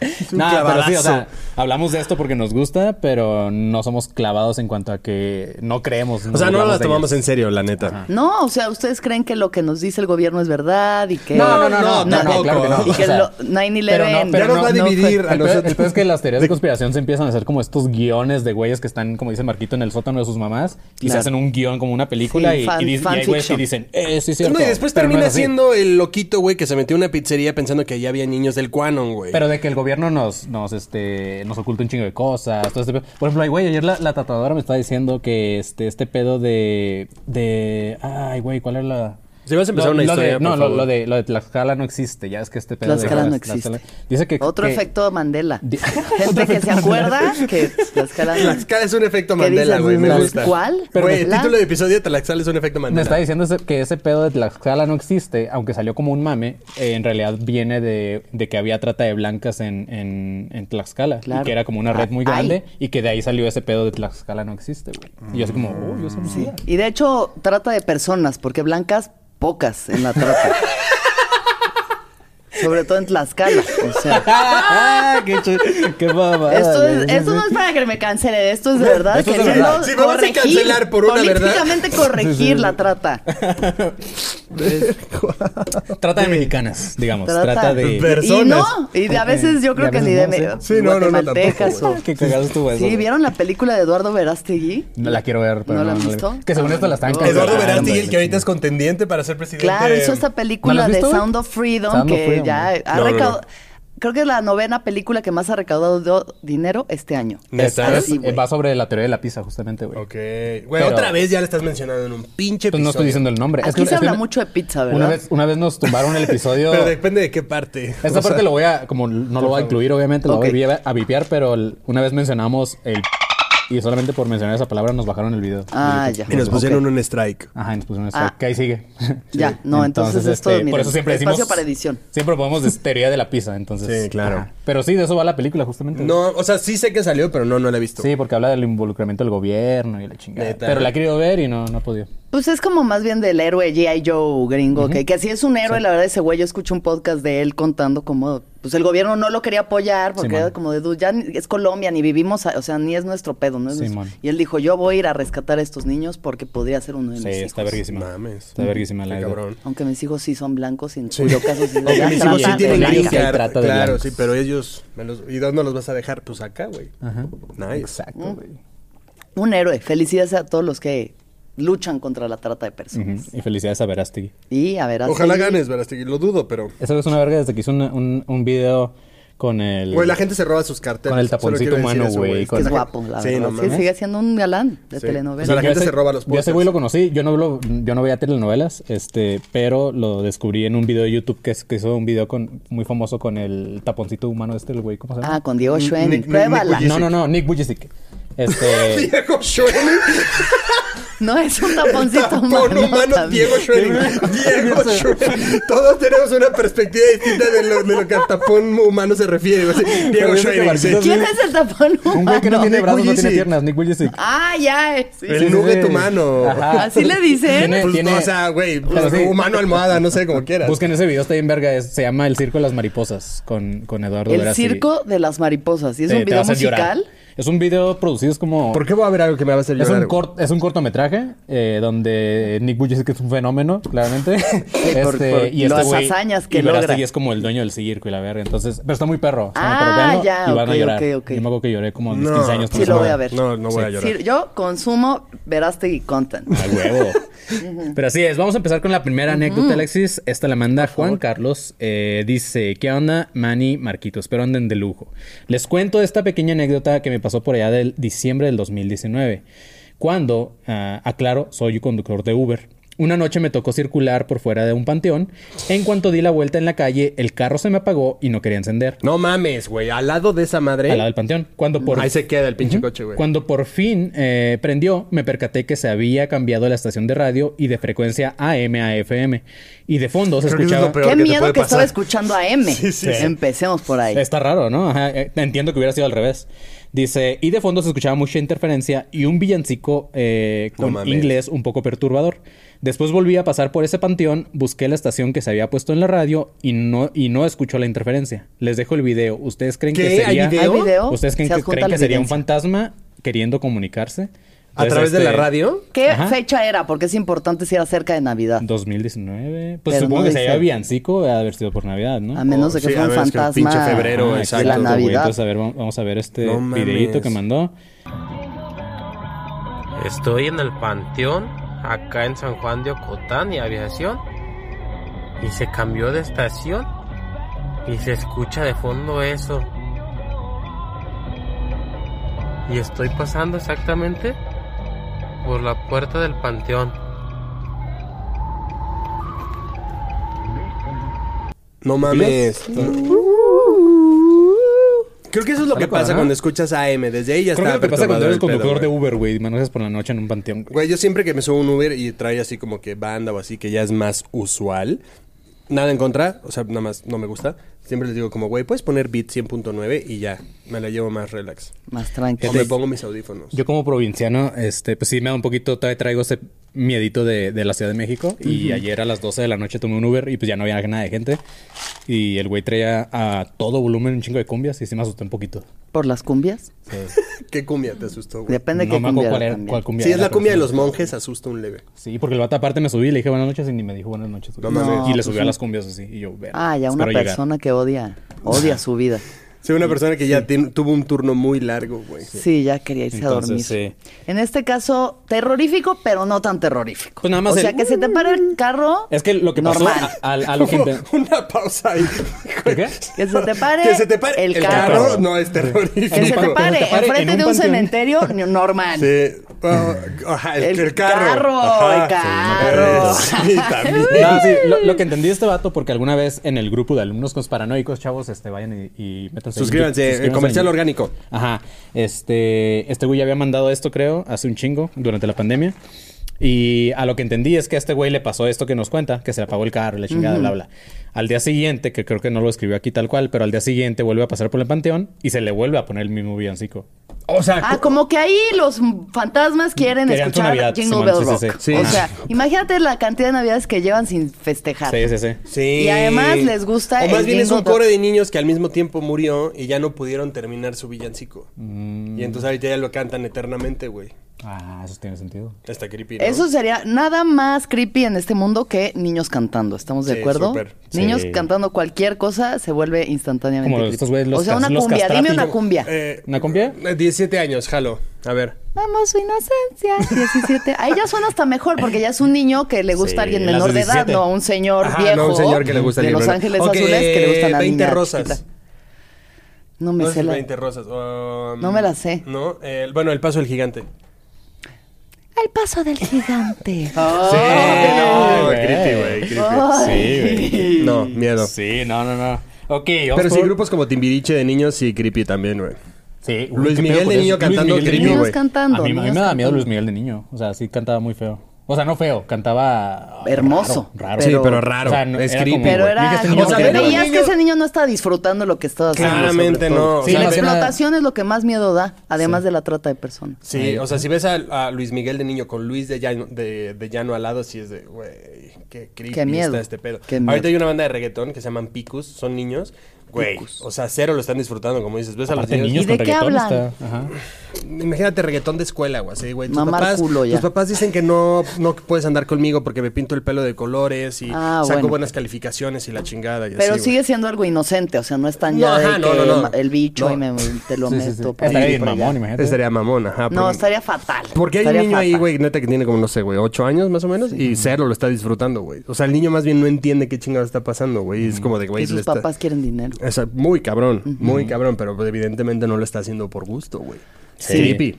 Speaker 5: Es un
Speaker 4: No, pero sí, o
Speaker 5: clavadazo.
Speaker 4: sea, hablamos de esto porque nos gusta, pero no somos clavados en cuanto a que no creemos.
Speaker 5: O sea, no la tomamos en serio, la neta.
Speaker 6: No, o sea, ustedes creen que lo que nos dice el gobierno es verdad y que.
Speaker 4: No, no, no, no, no,
Speaker 5: tampoco.
Speaker 4: claro que no.
Speaker 6: Y que
Speaker 4: O sea,
Speaker 6: lo- 9-11.
Speaker 4: pero no, pero
Speaker 5: Ya nos
Speaker 4: no,
Speaker 5: va a
Speaker 4: no,
Speaker 5: dividir
Speaker 4: fue-
Speaker 5: a
Speaker 4: el peor-
Speaker 5: nosotros.
Speaker 4: El peor es que las teorías de conspiración se empiezan a hacer como estos guiones de güeyes que están, como dice Marquito, en el sótano de sus mamás y se
Speaker 6: Claro.
Speaker 4: hacen un guión como una película
Speaker 6: Sí,
Speaker 4: y,
Speaker 6: fan-
Speaker 4: y dic- y hay güeyes que
Speaker 6: fanfiction.
Speaker 4: dicen, eh, sí, es cierto.
Speaker 5: No, y después
Speaker 4: pero no
Speaker 5: termina
Speaker 4: es así.
Speaker 5: siendo el loquito, güey, que se metió a una pizzería pensando que allá había niños del Quanon, güey.
Speaker 4: Pero de que el gobierno nos, nos, este, nos oculta un chingo de cosas. Todo este pedo. Por ejemplo, ay, güey, ayer la, la tatuadora me estaba diciendo que este, este pedo de, de. Ay, güey, ¿cuál era la.
Speaker 5: Si vas a empezar
Speaker 4: lo,
Speaker 5: una
Speaker 4: lo
Speaker 5: historia,
Speaker 4: de-
Speaker 5: por
Speaker 4: no, lo,
Speaker 5: favor.
Speaker 4: lo de, lo de Tlaxcala no existe. Ya es que este pedo. de-
Speaker 6: Tlaxcala no existe.
Speaker 4: Dice que.
Speaker 6: Otro
Speaker 4: que-
Speaker 6: efecto Mandela.
Speaker 4: Di-
Speaker 6: Gente que se acuerda que Tlaxcala.
Speaker 5: Tlaxcala es un efecto
Speaker 6: ¿Qué
Speaker 5: Mandela,
Speaker 6: dices?
Speaker 5: güey. Me
Speaker 6: ¿Las
Speaker 5: gusta.
Speaker 6: cuál?
Speaker 5: Pero güey, el
Speaker 6: ¿Tlaxcala?
Speaker 5: título del episodio de Tlaxcala es un efecto
Speaker 4: Me
Speaker 5: Mandela.
Speaker 4: está diciendo ese- que ese pedo de Tlaxcala no existe, aunque salió como un mame, eh, en realidad viene de, de que había trata de blancas en, en, en Tlaxcala,
Speaker 6: Claro. Ah,
Speaker 4: y que era como una red muy
Speaker 6: Ay.
Speaker 4: grande, y que de ahí salió ese pedo de Tlaxcala no existe, güey. Y yo así como, oh, yo eso no sabía.
Speaker 6: Y de hecho, trata de personas, porque blancas, pocas en la trata. sobre todo en Tlaxcala. O sea,
Speaker 4: ¡Ah! ¡Qué, ch... qué mamada,
Speaker 6: esto, es-
Speaker 4: güey.
Speaker 6: esto no es para que me cancelen, esto es de verdad.
Speaker 4: Esto es de
Speaker 6: queriendo
Speaker 4: verdad.
Speaker 5: Sí, vamos a cancelar por una verdad.
Speaker 6: Políticamente corregir la trata.
Speaker 4: Pues Trata de mexicanas, digamos. Trata,
Speaker 6: Trata
Speaker 4: de.
Speaker 5: Ver-
Speaker 6: Y no,
Speaker 5: Personas.
Speaker 6: y de a veces yo
Speaker 4: Y a
Speaker 6: creo que
Speaker 4: veces
Speaker 6: ni de
Speaker 4: no, sí.
Speaker 6: me-
Speaker 5: Sí, no, no, no, tampoco,
Speaker 6: guatemaltecas o-
Speaker 4: Qué cagado estuvo eso.
Speaker 6: Sí, ¿vieron la película de Eduardo Verástegui?
Speaker 4: No la quiero ver, pero.
Speaker 6: ¿No la has
Speaker 4: vi.
Speaker 6: visto?
Speaker 4: Que según esto la estaban
Speaker 6: No.
Speaker 5: Eduardo
Speaker 4: cancelando,
Speaker 5: Verástegui,
Speaker 4: güey.
Speaker 5: el que ahorita es contendiente para ser presidente.
Speaker 6: Claro, hizo esta
Speaker 4: ¿No la
Speaker 6: película
Speaker 4: has
Speaker 6: de
Speaker 4: visto, güey?
Speaker 6: Sound of Freedom
Speaker 4: Sound of
Speaker 6: que
Speaker 4: Freedom,
Speaker 6: ya
Speaker 4: güey.
Speaker 6: ha
Speaker 5: No, no, no.
Speaker 6: recaudado. Creo que es la novena película que más ha recaudado dinero este año.
Speaker 5: ¿Neta?
Speaker 4: Es-
Speaker 6: Así, güey.
Speaker 4: va sobre la teoría de la pizza, justamente, güey.
Speaker 5: Ok. Güey,
Speaker 4: Pero-
Speaker 5: otra vez ya le estás mencionando en un pinche episodio.
Speaker 4: Pues no estoy diciendo el nombre.
Speaker 6: Aquí se habla mucho de pizza, ¿verdad?
Speaker 4: Una vez, una vez nos tumbaron el episodio.
Speaker 5: Pero depende de qué parte.
Speaker 4: Esta
Speaker 5: O sea,
Speaker 4: parte lo voy a, como no lo voy a incluir, obviamente, lo voy a vi- a vipear, pero el- una vez mencionamos el y solamente por mencionar esa palabra nos bajaron el video.
Speaker 6: Ah,
Speaker 4: de YouTube.
Speaker 6: ya.
Speaker 5: Y nos pusieron un strike.
Speaker 4: Ajá, y nos pusieron eso.
Speaker 6: Ah.
Speaker 4: Que ahí sigue.
Speaker 6: Ya, no, entonces esto,
Speaker 4: este,
Speaker 6: miren,
Speaker 4: por eso siempre decimos.
Speaker 6: espacio para edición.
Speaker 4: Siempre podemos decir teoría de la pizza, entonces.
Speaker 5: Sí, claro.
Speaker 4: Pero sí, de eso va la película, justamente.
Speaker 5: No, o sea, sí sé que salió, pero no, no la he visto.
Speaker 4: Sí, porque habla del involucramiento del gobierno y la chingada.
Speaker 5: Neta.
Speaker 4: Pero la he querido ver y no, no ha podido.
Speaker 6: Pues es como más bien del héroe G.I. Joe gringo, que, que así es un héroe, la verdad, ese güey, yo escuché un podcast de él contando cómo, pues el gobierno no lo quería apoyar, porque
Speaker 4: Simón.
Speaker 6: era como de, "Dude, ya ni- es Colombia, ni vivimos, a- o sea, ni es nuestro pedo, ¿no? Es nuestro".
Speaker 4: Simón.
Speaker 6: Y él dijo, yo voy a ir a rescatar a estos niños porque podría ser uno de
Speaker 4: Sí,
Speaker 6: mis
Speaker 4: está
Speaker 6: hijos.
Speaker 4: verguísima.
Speaker 5: Mames.
Speaker 4: Está verguísima la
Speaker 5: Qué
Speaker 4: idea.
Speaker 5: cabrón.
Speaker 6: Aunque mis hijos sí son blancos, y en cuyo caso sí,
Speaker 5: Aunque
Speaker 6: ya
Speaker 5: mis
Speaker 6: trata
Speaker 5: hijos sí
Speaker 6: de
Speaker 5: tienen
Speaker 4: blanca
Speaker 5: green
Speaker 6: blancos.
Speaker 4: y
Speaker 5: card,
Speaker 4: trata de
Speaker 5: Claro,
Speaker 4: blancos.
Speaker 5: sí, pero ellos... me los- ¿Y dónde los vas a dejar? Pues acá, güey.
Speaker 4: Ajá.
Speaker 5: Nice.
Speaker 4: Ah. Exacto, güey.
Speaker 6: Un héroe. Felicidades a todos los que luchan contra la trata de personas.
Speaker 4: Ujú. Y felicidades a Verástegui.
Speaker 6: Y a ver, así-
Speaker 5: Ojalá ganes, Verástegui. Lo dudo, pero...
Speaker 4: Esa es una verga desde que hizo un, un, un video con el.
Speaker 5: Güey, la gente se roba sus carteles.
Speaker 4: Con el
Speaker 5: Solo
Speaker 4: taponcito
Speaker 5: quiero decir
Speaker 4: humano,
Speaker 5: eso,
Speaker 4: güey,
Speaker 6: Que
Speaker 4: con-
Speaker 6: es guapo, la
Speaker 5: Sí,
Speaker 6: verdad.
Speaker 5: no
Speaker 6: sí,
Speaker 5: mames.
Speaker 6: sigue siendo un galán de
Speaker 5: Sí.
Speaker 6: telenovela.
Speaker 5: O sea, la
Speaker 4: Yo
Speaker 5: gente
Speaker 4: ese-
Speaker 5: se roba los
Speaker 4: Yo ese
Speaker 5: pósters.
Speaker 4: güey lo conocí, yo no, lo, yo no veía telenovelas, este, pero lo descubrí en un video de YouTube que, es- que hizo un video con, muy famoso con el taponcito humano este, el güey, ¿cómo se llama? Ah,
Speaker 6: Ah, con Diego Schwen.
Speaker 5: Nick- Nick-
Speaker 6: Pruébala.
Speaker 5: Nick
Speaker 4: no, no, no, Nick Bujicic. Este,
Speaker 5: Diego Schwenning.
Speaker 6: no, es un taponcito
Speaker 5: Tapón
Speaker 6: humano.
Speaker 5: humano
Speaker 6: también.
Speaker 5: Diego Schwenning. Diego Schwenning. Todos tenemos una perspectiva distinta de lo, de lo que al tapón humano se refiere. O sea, Diego
Speaker 4: Pero yo creo que
Speaker 5: Schwenning. sí.
Speaker 4: Marquitos-
Speaker 6: ¿Quién es el tapón humano?
Speaker 4: un güey que no tiene
Speaker 5: Nick
Speaker 4: brazos, no tiene
Speaker 5: Bujicic.
Speaker 4: piernas, Nick Bujicic.
Speaker 6: Ah, ya. eh, sí.
Speaker 5: El nugget humano.
Speaker 4: Ajá.
Speaker 6: ¿Así le dicen?
Speaker 4: Tiene-
Speaker 5: Pues,
Speaker 4: tiene-
Speaker 5: O sea, güey, pues,
Speaker 4: Pero sí.
Speaker 5: humano almohada, no sé, como quieras.
Speaker 4: Busquen ese video, está bien verga, es- se llama El Circo de las Mariposas con, con Eduardo
Speaker 6: El
Speaker 4: Verástegui.
Speaker 6: circo de las mariposas. ¿Y es
Speaker 4: Te-
Speaker 6: un
Speaker 4: te va a
Speaker 6: video
Speaker 4: hacer llorar.
Speaker 6: musical?
Speaker 4: Es un video producido, es como...
Speaker 5: ¿Por qué voy a ver algo que me va a hacer
Speaker 4: Es
Speaker 5: llorar?
Speaker 4: un,
Speaker 5: güey?
Speaker 4: cort- es un cortometraje eh, donde Nick Bujicic es un fenómeno, claramente.
Speaker 6: por-
Speaker 4: Este,
Speaker 6: por
Speaker 4: y este
Speaker 6: las
Speaker 4: güey-
Speaker 6: hazañas que
Speaker 4: y Verástegui
Speaker 6: logra.
Speaker 4: es como el dueño del circo y la verga. Entonces, pero está muy perro. está muy
Speaker 6: Ah,
Speaker 4: perro. Véanlo
Speaker 6: ya,
Speaker 4: y van
Speaker 6: ok,
Speaker 4: a llorar.
Speaker 6: ok, ok.
Speaker 4: Yo me acuerdo que lloré como a mis
Speaker 5: No.
Speaker 4: 15 años.
Speaker 5: Sí,
Speaker 4: con esa
Speaker 6: lo voy a
Speaker 4: madora.
Speaker 6: ver.
Speaker 5: No, no voy a llorar.
Speaker 6: Sí, yo consumo Verástegui Content.
Speaker 4: A huevo. Pero así es, vamos a empezar con la primera anécdota, Alexis. Esta la manda Juan Carlos. Eh, dice, ¿qué onda, Manny Marquito? Espero anden de lujo. Les cuento esta pequeña anécdota que me pasó por allá del diciembre del 2019. Cuando, ah, aclaro, soy conductor de Uber. Una noche me tocó circular por fuera de un panteón. En cuanto di la vuelta en la calle, el carro se me apagó y no quería encender.
Speaker 5: No mames, güey. Al lado de esa madre.
Speaker 4: Al lado del panteón. Cuando por
Speaker 5: Ahí se queda el pinche coche, güey.
Speaker 4: cuando por fin eh, prendió, me percaté que se había cambiado la estación de radio y de frecuencia AM a FM. Y de fondo se
Speaker 5: Creo que eso es
Speaker 4: escuchaba...
Speaker 5: lo peor
Speaker 6: Qué
Speaker 5: que te
Speaker 6: miedo
Speaker 5: puede
Speaker 6: que estaba
Speaker 5: pasar.
Speaker 6: escuchando a M.
Speaker 5: Sí, sí, Este, sí.
Speaker 6: Empecemos por ahí.
Speaker 4: Está raro, ¿no? Ajá, eh, entiendo que hubiera sido al revés. Dice, y de fondo se escuchaba mucha interferencia y un villancico eh,
Speaker 5: No
Speaker 4: con
Speaker 5: mames.
Speaker 4: inglés un poco perturbador. Después volví a pasar por ese panteón, busqué la estación que se había puesto en la radio y no, y no escuchó la interferencia. Les dejo el video. ¿Ustedes creen
Speaker 5: ¿Qué?
Speaker 4: que sería...
Speaker 5: ¿Hay video?
Speaker 6: ¿Hay video?
Speaker 4: ¿Ustedes creen
Speaker 6: Se
Speaker 4: que,
Speaker 6: adjunta
Speaker 4: creen
Speaker 6: la
Speaker 4: que sería un
Speaker 6: evidencia.
Speaker 4: fantasma queriendo comunicarse?
Speaker 5: ¿A
Speaker 4: Entonces,
Speaker 5: través de la
Speaker 4: este,
Speaker 5: radio?
Speaker 6: ¿Qué
Speaker 4: Ajá.
Speaker 6: fecha era? Porque es importante si era cerca de Navidad.
Speaker 4: 2019. Pues
Speaker 6: Pero
Speaker 4: supongo
Speaker 6: no
Speaker 4: que se
Speaker 6: dice.
Speaker 4: haya villancico de haber sido por Navidad, ¿no? Ah,
Speaker 6: A menos de que
Speaker 5: Sí,
Speaker 6: fuera
Speaker 5: a
Speaker 6: un
Speaker 5: menos que un
Speaker 6: fantasma
Speaker 5: pinche febrero,
Speaker 6: de
Speaker 5: exacto,
Speaker 6: la
Speaker 5: güey.
Speaker 4: güey.
Speaker 6: Navidad.
Speaker 4: Entonces, a ver, vamos- vamos a ver este
Speaker 5: No mames.
Speaker 4: videíto que mandó.
Speaker 7: Estoy en el Panteón, acá en San Juan de Ocotán y Aviación. Y se cambió de estación y se escucha de fondo eso. Y estoy pasando exactamente por la puerta del Panteón.
Speaker 5: No mames. Creo que eso es lo que
Speaker 4: loco,
Speaker 5: pasa
Speaker 4: ¿no?
Speaker 5: cuando escuchas AM. Desde ahí ya
Speaker 4: Creo que
Speaker 5: está.
Speaker 4: lo que pasa cuando
Speaker 5: perturbador
Speaker 4: eres
Speaker 5: el pedo,
Speaker 4: conductor de
Speaker 5: güey.
Speaker 4: Uber, güey, manejas por la noche en un panteón. güey.
Speaker 5: Güey, yo siempre que me subo a un Uber y trae así como que banda o así, que ya es más usual. Nada en contra, o sea, nada más no me gusta. Siempre les digo como, güey, puedes poner beat 100.9 y ya, me la llevo más relax.
Speaker 6: Más
Speaker 5: O
Speaker 6: tranquilo.
Speaker 5: me pongo mis audífonos.
Speaker 4: Yo como provinciano, este, pues sí me da un poquito, todavía traigo ese miedito de, de la Ciudad de México. Y ayer a las 12 de la noche tomé un Uber y pues ya no había nada de gente. Y el güey traía a todo volumen un chingo de cumbias y sí me asusté un poquito.
Speaker 6: ¿Por las cumbias?
Speaker 5: ¿Qué cumbia te asustó, güey?
Speaker 6: Depende
Speaker 4: Pues, no me
Speaker 6: de qué cumbia.
Speaker 4: acuerdo cuál, era-
Speaker 6: también.
Speaker 4: cuál cumbia.
Speaker 5: Sí, es
Speaker 4: era,
Speaker 5: la
Speaker 4: pero
Speaker 5: cumbia
Speaker 4: sí.
Speaker 5: de los monjes, asusta un leve.
Speaker 4: Sí, porque el vato aparte me subí y le dije buenas noches y ni me dijo buenas noches. güey.
Speaker 5: No mames.
Speaker 4: y le
Speaker 6: No,
Speaker 4: subí
Speaker 6: pues
Speaker 4: a
Speaker 6: sí.
Speaker 4: las cumbias así. Y yo, ver,
Speaker 6: Ah, ya una persona que odia, odia su vida.
Speaker 5: Soy una persona que ya tiene- tuvo un turno muy largo, güey.
Speaker 6: Sí, ya quería irse
Speaker 4: Entonces,
Speaker 6: a dormir. En este caso, terrorífico, pero no tan terrorífico.
Speaker 4: Pues nada más
Speaker 6: O
Speaker 4: el-
Speaker 6: sea, que se te para el carro.
Speaker 4: Es que lo que pasó
Speaker 6: normal.
Speaker 4: a, a- a lo que...
Speaker 5: Hubo
Speaker 4: inten-
Speaker 5: Una pausa ahí.
Speaker 4: ¿Qué? qué?
Speaker 6: Que se te pare,
Speaker 5: Que se te pare
Speaker 6: el, carro.
Speaker 5: No, es terrorífico.
Speaker 6: Que se te
Speaker 4: panteón,
Speaker 6: pare
Speaker 4: que te pare
Speaker 6: enfrente
Speaker 4: en
Speaker 6: de
Speaker 4: un panteón.
Speaker 6: un cementerio ni- normal.
Speaker 5: Sí. Ah, ajá, el,
Speaker 6: El
Speaker 5: el carro.
Speaker 6: carro, el carro.
Speaker 5: Sí, también.
Speaker 4: No, sí, lo, lo que entendí de este vato, porque alguna vez en el grupo de alumnos con paranoicos, chavos, este, vayan y, y métanse. en YouTube,
Speaker 5: Suscríbanse, eh, comercial
Speaker 4: en-
Speaker 5: orgánico.
Speaker 4: Ajá. Este, este güey ya había mandado esto, creo, hace un chingo, durante la pandemia. Y a lo que entendí es que a este güey le pasó esto que nos cuenta, que se le apagó el carro, y la chingada, bla, bla. Al día siguiente, que creo que no lo escribió aquí tal cual, pero al día siguiente vuelve a pasar por el panteón y se le vuelve a poner el mismo villancico. O sea,
Speaker 6: Ah, como que ahí los fantasmas quieren
Speaker 4: Querían su
Speaker 6: escuchar
Speaker 4: Navidad,
Speaker 6: Jingle
Speaker 4: Simón,
Speaker 6: Bell
Speaker 4: sí,
Speaker 6: Rock.
Speaker 4: sí, sí.
Speaker 6: O
Speaker 4: Sí.
Speaker 6: sea, imagínate la cantidad de navidades que llevan sin festejar.
Speaker 4: sí, sí, sí.
Speaker 5: Sí.
Speaker 6: Y además les gusta
Speaker 5: O más
Speaker 6: el
Speaker 5: bien es
Speaker 6: Jingle
Speaker 5: un coro
Speaker 6: Bell.
Speaker 5: de niños que al mismo tiempo murió y ya no pudieron terminar su villancico. Y entonces ahorita ya lo cantan eternamente, güey.
Speaker 4: Ah, eso tiene sentido.
Speaker 5: Está creepy. ¿no?
Speaker 6: Eso sería nada más creepy en este mundo que niños cantando, ¿estamos de
Speaker 5: Sí,
Speaker 6: acuerdo?
Speaker 5: súper.
Speaker 6: Niños
Speaker 4: Sí.
Speaker 6: cantando cualquier cosa se vuelve instantáneamente
Speaker 4: Como
Speaker 6: creepy.
Speaker 4: estos güeyes, los
Speaker 6: o sea,
Speaker 4: cas-
Speaker 6: una
Speaker 4: los
Speaker 6: cumbia,
Speaker 4: castrati.
Speaker 6: dime una cumbia.
Speaker 5: Eh,
Speaker 4: ¿Una cumbia?
Speaker 5: eh, 17 años, jalo. A ver.
Speaker 6: Vamos, su inocencia, 17. Ahí ya suena hasta mejor porque ya es un niño que le gusta a alguien
Speaker 4: las
Speaker 6: menor de edad,
Speaker 4: 17.
Speaker 6: no a un señor
Speaker 5: Ajá,
Speaker 6: viejo
Speaker 5: no, un señor que le gusta
Speaker 6: de
Speaker 5: alguien
Speaker 6: Los
Speaker 5: menor.
Speaker 6: Ángeles
Speaker 5: Ok,
Speaker 6: Azules que le gusta a la
Speaker 5: 20
Speaker 6: niña
Speaker 5: rosas.
Speaker 6: chiquita. No me
Speaker 5: No
Speaker 6: sé
Speaker 5: es
Speaker 6: la...
Speaker 5: 20 rosas. um,
Speaker 6: No me la sé.
Speaker 5: No, el- bueno, el paso del gigante.
Speaker 6: El paso del gigante.
Speaker 5: no,
Speaker 4: güey.
Speaker 5: creepy, güey. creepy.
Speaker 4: Sí, güey.
Speaker 5: No, miedo.
Speaker 4: Sí, no, no, no. Ok,
Speaker 5: Pero sí, grupos como Timbiriche de niños, sí, creepy también, güey.
Speaker 4: Sí,
Speaker 5: Luis Miguel de niño cantando creepy,
Speaker 6: niños
Speaker 5: güey.
Speaker 6: cantando.
Speaker 4: A mí, a mí
Speaker 6: niños
Speaker 4: me daba miedo
Speaker 6: cantando.
Speaker 4: Luis Miguel de niño. O sea, sí cantaba muy feo. O sea, no feo, cantaba.
Speaker 6: Hermoso.
Speaker 4: Raro.
Speaker 5: Sí,
Speaker 4: raro.
Speaker 5: pero raro. Es creepy,
Speaker 4: como,
Speaker 6: Pero
Speaker 4: güey,
Speaker 6: era...
Speaker 4: dije, este niño
Speaker 6: como
Speaker 5: O sea,
Speaker 6: que
Speaker 4: no
Speaker 5: era un
Speaker 6: veías
Speaker 5: niño-
Speaker 6: que ese niño no está disfrutando lo que estaba haciendo. sobre
Speaker 5: Claramente
Speaker 6: todo.
Speaker 5: no. O
Speaker 4: Sí,
Speaker 5: sea,
Speaker 6: la
Speaker 5: ves-
Speaker 4: escena-
Speaker 6: explotación es lo que más miedo da, además de la trata de personas.
Speaker 5: Sí, o sea, si ves a, a Luis Miguel de niño con Luis de Llano, de, de Llano al lado, sí es de, güey, qué creepy
Speaker 6: Qué miedo,
Speaker 5: está este pedo.
Speaker 6: qué miedo.
Speaker 5: Ahorita hay una banda de reggaetón que se llaman Picus, son niños. Güey, o sea, cero lo están disfrutando, como dices. Ves a los
Speaker 4: Aparte, niños
Speaker 5: niños.
Speaker 6: ¿Y de
Speaker 4: con
Speaker 6: qué
Speaker 4: reggaetón
Speaker 6: hablan?
Speaker 4: está- ajá.
Speaker 5: Imagínate reggaetón de escuela, güey. así, güey, tus,
Speaker 6: Mamar
Speaker 5: papás,
Speaker 6: culo ya.
Speaker 5: tus papás dicen que no, no puedes andar conmigo porque me pinto el pelo de colores y
Speaker 6: Ah,
Speaker 5: saco
Speaker 6: bueno.
Speaker 5: buenas calificaciones y la chingada. Y
Speaker 6: Pero
Speaker 5: así,
Speaker 6: sigue
Speaker 5: güey.
Speaker 6: siendo algo inocente, o sea, no es tan
Speaker 5: No,
Speaker 6: ya de
Speaker 5: ajá, no,
Speaker 6: que
Speaker 5: no, no.
Speaker 6: ma- el bicho
Speaker 5: No.
Speaker 6: y me, te lo
Speaker 4: Sí, sí, sí.
Speaker 6: meto. por
Speaker 4: Estaría
Speaker 6: aquí,
Speaker 4: bien
Speaker 6: por allá.
Speaker 4: mamón, imagínate.
Speaker 5: Estaría mamón, ajá.
Speaker 6: No,
Speaker 5: porque-
Speaker 6: estaría fatal.
Speaker 5: Porque hay un
Speaker 6: Estaría
Speaker 5: niño ahí,
Speaker 6: fatal.
Speaker 5: güey, neta que tiene como, no sé, güey, ocho años más o menos, y cero lo está disfrutando, güey. O sea, el niño más bien no entiende qué chingado está pasando, güey. y Es como de, güey,
Speaker 6: Y sus
Speaker 5: le está-
Speaker 6: papás quieren dinero.
Speaker 5: O sea, muy cabrón, muy cabrón, pero pues, evidentemente no lo está haciendo por gusto, güey.
Speaker 4: Sí.
Speaker 5: Creepy.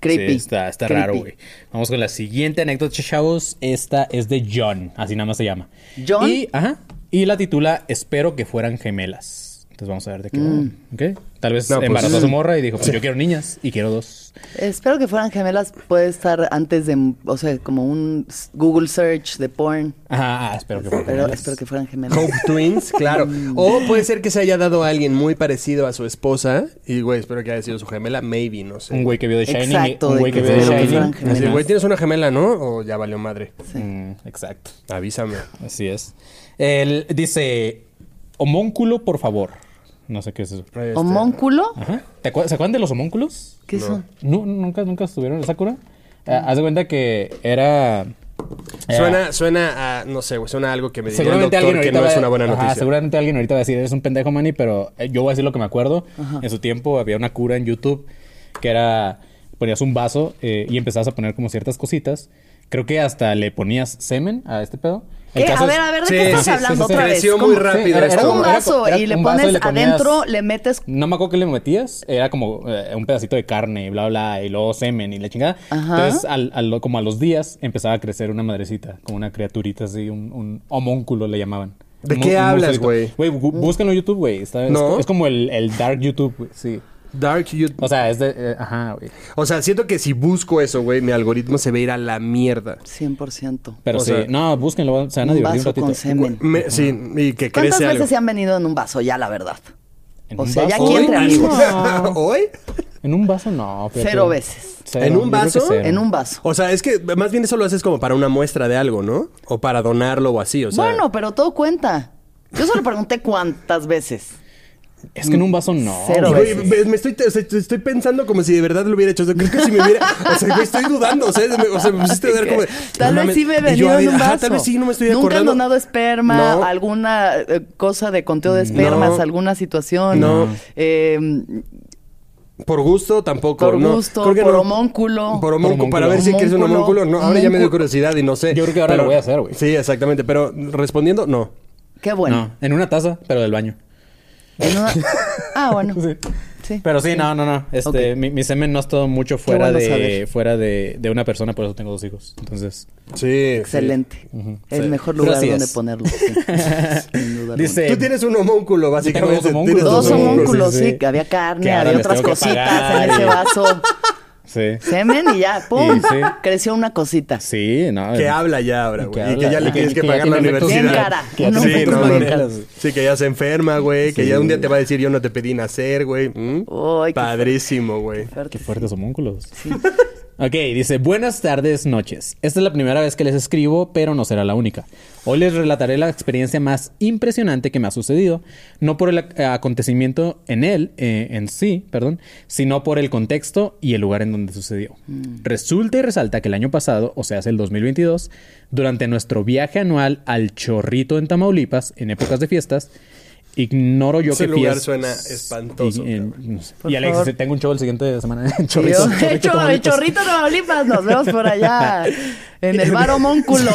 Speaker 6: Creepy.
Speaker 4: Sí, está, está
Speaker 6: Creepy.
Speaker 4: raro, güey. Vamos con la siguiente anécdota, chavos. Esta es de John, así nada más se llama.
Speaker 6: ¿John?
Speaker 4: Y, ajá, y la titula Espero que fueran gemelas. Entonces vamos a ver de qué
Speaker 6: Mm.
Speaker 4: va. ¿ok? Tal vez
Speaker 5: No, pues,
Speaker 4: embarazó a
Speaker 5: sí.
Speaker 4: su morra y dijo, pues yo quiero niñas y quiero dos.
Speaker 6: Espero que fueran gemelas. Puede estar antes de, o sea, como un s- Google search de porn.
Speaker 4: Ajá, ah, espero que fueran
Speaker 6: Pero
Speaker 4: gemelas.
Speaker 6: espero que fueran gemelas.
Speaker 5: Hope Twins, claro. O puede ser que se haya dado a alguien muy parecido a su esposa, y güey, espero que haya sido su gemela, maybe, no sé.
Speaker 4: Este, Un güey que vio de Shining.
Speaker 6: Exacto,
Speaker 4: un
Speaker 6: de
Speaker 4: güey que
Speaker 6: que
Speaker 4: vio de
Speaker 6: espero que
Speaker 4: Shining.
Speaker 6: fueran gemelas.
Speaker 5: Así, güey, ¿tienes una gemela, no? O ya valió madre.
Speaker 4: Mm, exacto.
Speaker 5: Avísame.
Speaker 4: Así es. Él dice, homónculo, por favor. No sé qué es eso.
Speaker 5: Este,
Speaker 6: ¿Homónculo?
Speaker 4: Ajá. ¿Te acuer- ¿Se acuerdan de los homónculos?
Speaker 6: ¿Qué son?
Speaker 4: No, nunca, nunca estuvieron en Sakura. Ah, haz de cuenta que era... era-
Speaker 5: Suena, suena a, no sé, güey, suena a algo que me diría el
Speaker 4: Eh. Seguramente
Speaker 5: doctor
Speaker 4: alguien ahorita
Speaker 5: que no
Speaker 4: va-
Speaker 5: es una buena
Speaker 4: Ajá,
Speaker 5: noticia.
Speaker 4: seguramente alguien ahorita va a decir, eres un pendejo, Manny, pero eh, yo voy a decir lo que me acuerdo. En su tiempo había una cura en YouTube que era, ponías un vaso eh, y empezabas a poner como ciertas cositas. Creo que hasta le ponías semen a este pedo. El
Speaker 6: ¿Qué?
Speaker 4: caso
Speaker 6: A
Speaker 4: es-
Speaker 6: ver, a ver, ¿de
Speaker 5: Sí,
Speaker 6: qué estás
Speaker 5: sí, sí,
Speaker 6: hablando
Speaker 4: sí,
Speaker 6: otra
Speaker 4: sí.
Speaker 6: vez?
Speaker 5: Creció
Speaker 6: ¿Cómo?
Speaker 5: muy rápido
Speaker 4: era-
Speaker 5: esto,
Speaker 4: era
Speaker 5: güey.
Speaker 6: un
Speaker 4: era
Speaker 6: vaso
Speaker 4: era
Speaker 6: y le
Speaker 4: un vaso
Speaker 6: pones
Speaker 4: ponías-
Speaker 6: adentro, le metes-
Speaker 4: No me acuerdo qué le metías. Era como eh, un pedacito de carne, bla, bla, y luego semen y la chingada.
Speaker 6: Ajá.
Speaker 4: Entonces, al- al- como a los días, empezaba a crecer una madrecita, como una criaturita así, un, un homúnculo le llamaban.
Speaker 5: ¿De
Speaker 4: Un-
Speaker 5: qué
Speaker 4: un
Speaker 5: hablas,
Speaker 4: monstruito.
Speaker 5: güey?
Speaker 4: Güey, bú- búscalo en YouTube, güey. está- es-
Speaker 5: ¿No?
Speaker 4: Es, como el, el dark YouTube, güey. Sí.
Speaker 5: Dark YouTube.
Speaker 4: O sea, es de. eh, ajá, güey.
Speaker 5: O sea, siento que si busco eso, güey, mi algoritmo se va a ir a la mierda.
Speaker 6: 100%.
Speaker 4: Pero
Speaker 5: O
Speaker 4: sí,
Speaker 5: sea,
Speaker 4: no, búsquenlo, se van a
Speaker 6: un
Speaker 4: divertir un
Speaker 6: vaso
Speaker 4: ratito.
Speaker 6: con semen.
Speaker 5: Me- sí, y que
Speaker 6: ¿Cuántas
Speaker 5: crece
Speaker 6: veces
Speaker 5: algo.
Speaker 6: se han venido en un vaso ya, la verdad?
Speaker 4: ¿En
Speaker 6: O
Speaker 4: un
Speaker 6: sea, ya
Speaker 4: vaso?
Speaker 6: aquí entre
Speaker 4: Ay,
Speaker 6: amigos.
Speaker 4: no.
Speaker 5: ¿Hoy?
Speaker 4: En un vaso no. fíjate.
Speaker 6: Cero veces.
Speaker 4: Cero,
Speaker 5: ¿En un
Speaker 4: yo creo que
Speaker 5: vaso?
Speaker 4: cero.
Speaker 6: En un vaso.
Speaker 5: O sea, es que más bien eso lo haces como para una muestra de algo, ¿no? O para donarlo o así, o sea.
Speaker 6: bueno, pero todo cuenta. Yo solo pregunté cuántas veces.
Speaker 4: Es que en un vaso no.
Speaker 6: Cero
Speaker 5: Y,
Speaker 4: güey.
Speaker 5: güey, me- me estoy, o sea, estoy pensando como si de verdad lo hubiera hecho. O sea, creo que si me hubiera. O sea, güey, estoy dudando. O sea, me, o sea, me pusiste a ver como. de,
Speaker 6: Tal
Speaker 5: no
Speaker 6: vez
Speaker 5: mames.
Speaker 6: sí me he
Speaker 5: Y yo, a
Speaker 6: venido en
Speaker 5: ver,
Speaker 6: un vaso.
Speaker 5: ajá, tal vez sí, no me estoy
Speaker 6: Nunca han
Speaker 5: acordando.
Speaker 6: donado esperma,
Speaker 5: No.
Speaker 6: alguna eh, cosa de conteo de espermas,
Speaker 5: No.
Speaker 6: alguna situación.
Speaker 5: No.
Speaker 6: Eh,
Speaker 5: Por gusto tampoco.
Speaker 6: Por
Speaker 5: no.
Speaker 6: gusto,
Speaker 5: Creo que
Speaker 6: por homónculo.
Speaker 5: Por homónculo,
Speaker 4: Homónculo.
Speaker 5: para ver si quieres un
Speaker 6: Homónculo.
Speaker 5: homónculo. No, ahora ya me dio
Speaker 6: Homónculo.
Speaker 5: curiosidad y no sé.
Speaker 4: Yo creo que ahora lo voy a hacer, güey.
Speaker 5: Sí, exactamente. Pero respondiendo, no.
Speaker 6: qué bueno.
Speaker 4: No, en una taza, pero del baño.
Speaker 6: En una- Ah, bueno. Sí.
Speaker 4: Pero sí, no, no, no. Este,
Speaker 6: Ok.
Speaker 4: mi, mi semen no ha estado mucho fuera
Speaker 6: bueno
Speaker 4: de
Speaker 6: saber.
Speaker 4: fuera de, de una persona, por eso tengo dos hijos. Entonces.
Speaker 5: Sí.
Speaker 6: Excelente. El
Speaker 4: Sí.
Speaker 6: mejor lugar
Speaker 4: Gracias.
Speaker 6: donde ponerlo. sí. Sin duda alguna.
Speaker 4: Dice-
Speaker 5: Tú tienes un homónculo, básicamente.
Speaker 4: Tengo dos homónculos.
Speaker 5: Tienes
Speaker 6: Dos
Speaker 4: Sí,
Speaker 6: homúnculos,
Speaker 4: sí,
Speaker 6: sí,
Speaker 4: sí.
Speaker 6: que había carne,
Speaker 4: Que ahora
Speaker 6: había
Speaker 4: les
Speaker 6: otras
Speaker 4: tengo que
Speaker 6: cositas
Speaker 4: pagar
Speaker 6: en ese
Speaker 4: y-
Speaker 6: vaso.
Speaker 4: Sí.
Speaker 6: Semen y ya, ¡pum!
Speaker 4: Y sí.
Speaker 6: Creció una cosita.
Speaker 4: Sí, no.
Speaker 5: Que
Speaker 4: eh,
Speaker 5: habla ya ahora,
Speaker 4: Que
Speaker 5: güey. Y
Speaker 4: habla,
Speaker 5: que ya le
Speaker 4: ajá.
Speaker 5: tienes que
Speaker 4: Que ya
Speaker 5: pagar la
Speaker 4: tiene efectos
Speaker 5: universidad.
Speaker 6: Bien cara.
Speaker 4: Que ya
Speaker 6: No,
Speaker 4: tiene
Speaker 5: Sí,
Speaker 6: efectos
Speaker 5: no,
Speaker 4: efectos
Speaker 6: bien
Speaker 5: mames.
Speaker 4: maneras.
Speaker 6: caros.
Speaker 5: Sí, que ya se enferma, güey. Que
Speaker 4: Sí.
Speaker 5: ya un día te va a decir, yo no te pedí nacer, güey. ¿Mm?
Speaker 6: Ay, qué
Speaker 5: Padrísimo, güey.
Speaker 4: Qué fuertes homúnculos. Ok, dice, buenas tardes, noches. Esta es la primera vez que les escribo, pero no será la única. Hoy les relataré la experiencia más impresionante que me ha sucedido, no por el ac- acontecimiento en él, eh, en sí, perdón, sino por el contexto y el lugar en donde sucedió. Resulta y resalta que el año pasado, o sea, es el 2022, durante nuestro viaje anual al Chorrito en Tamaulipas, en épocas de fiestas, ignoro yo
Speaker 5: Ese
Speaker 4: que
Speaker 5: lugar
Speaker 4: fies-
Speaker 5: suena espantoso,
Speaker 4: Y, en- no sé. Y Alex,
Speaker 6: favor.
Speaker 4: dice, tengo un show el siguiente semana. en
Speaker 6: Yo,
Speaker 4: Chorrito, Chorrito,
Speaker 6: el chorro, el
Speaker 4: Tamaulipas".
Speaker 6: chorrito de Tamaulipas, nos vemos por allá. En el bar homúnculo.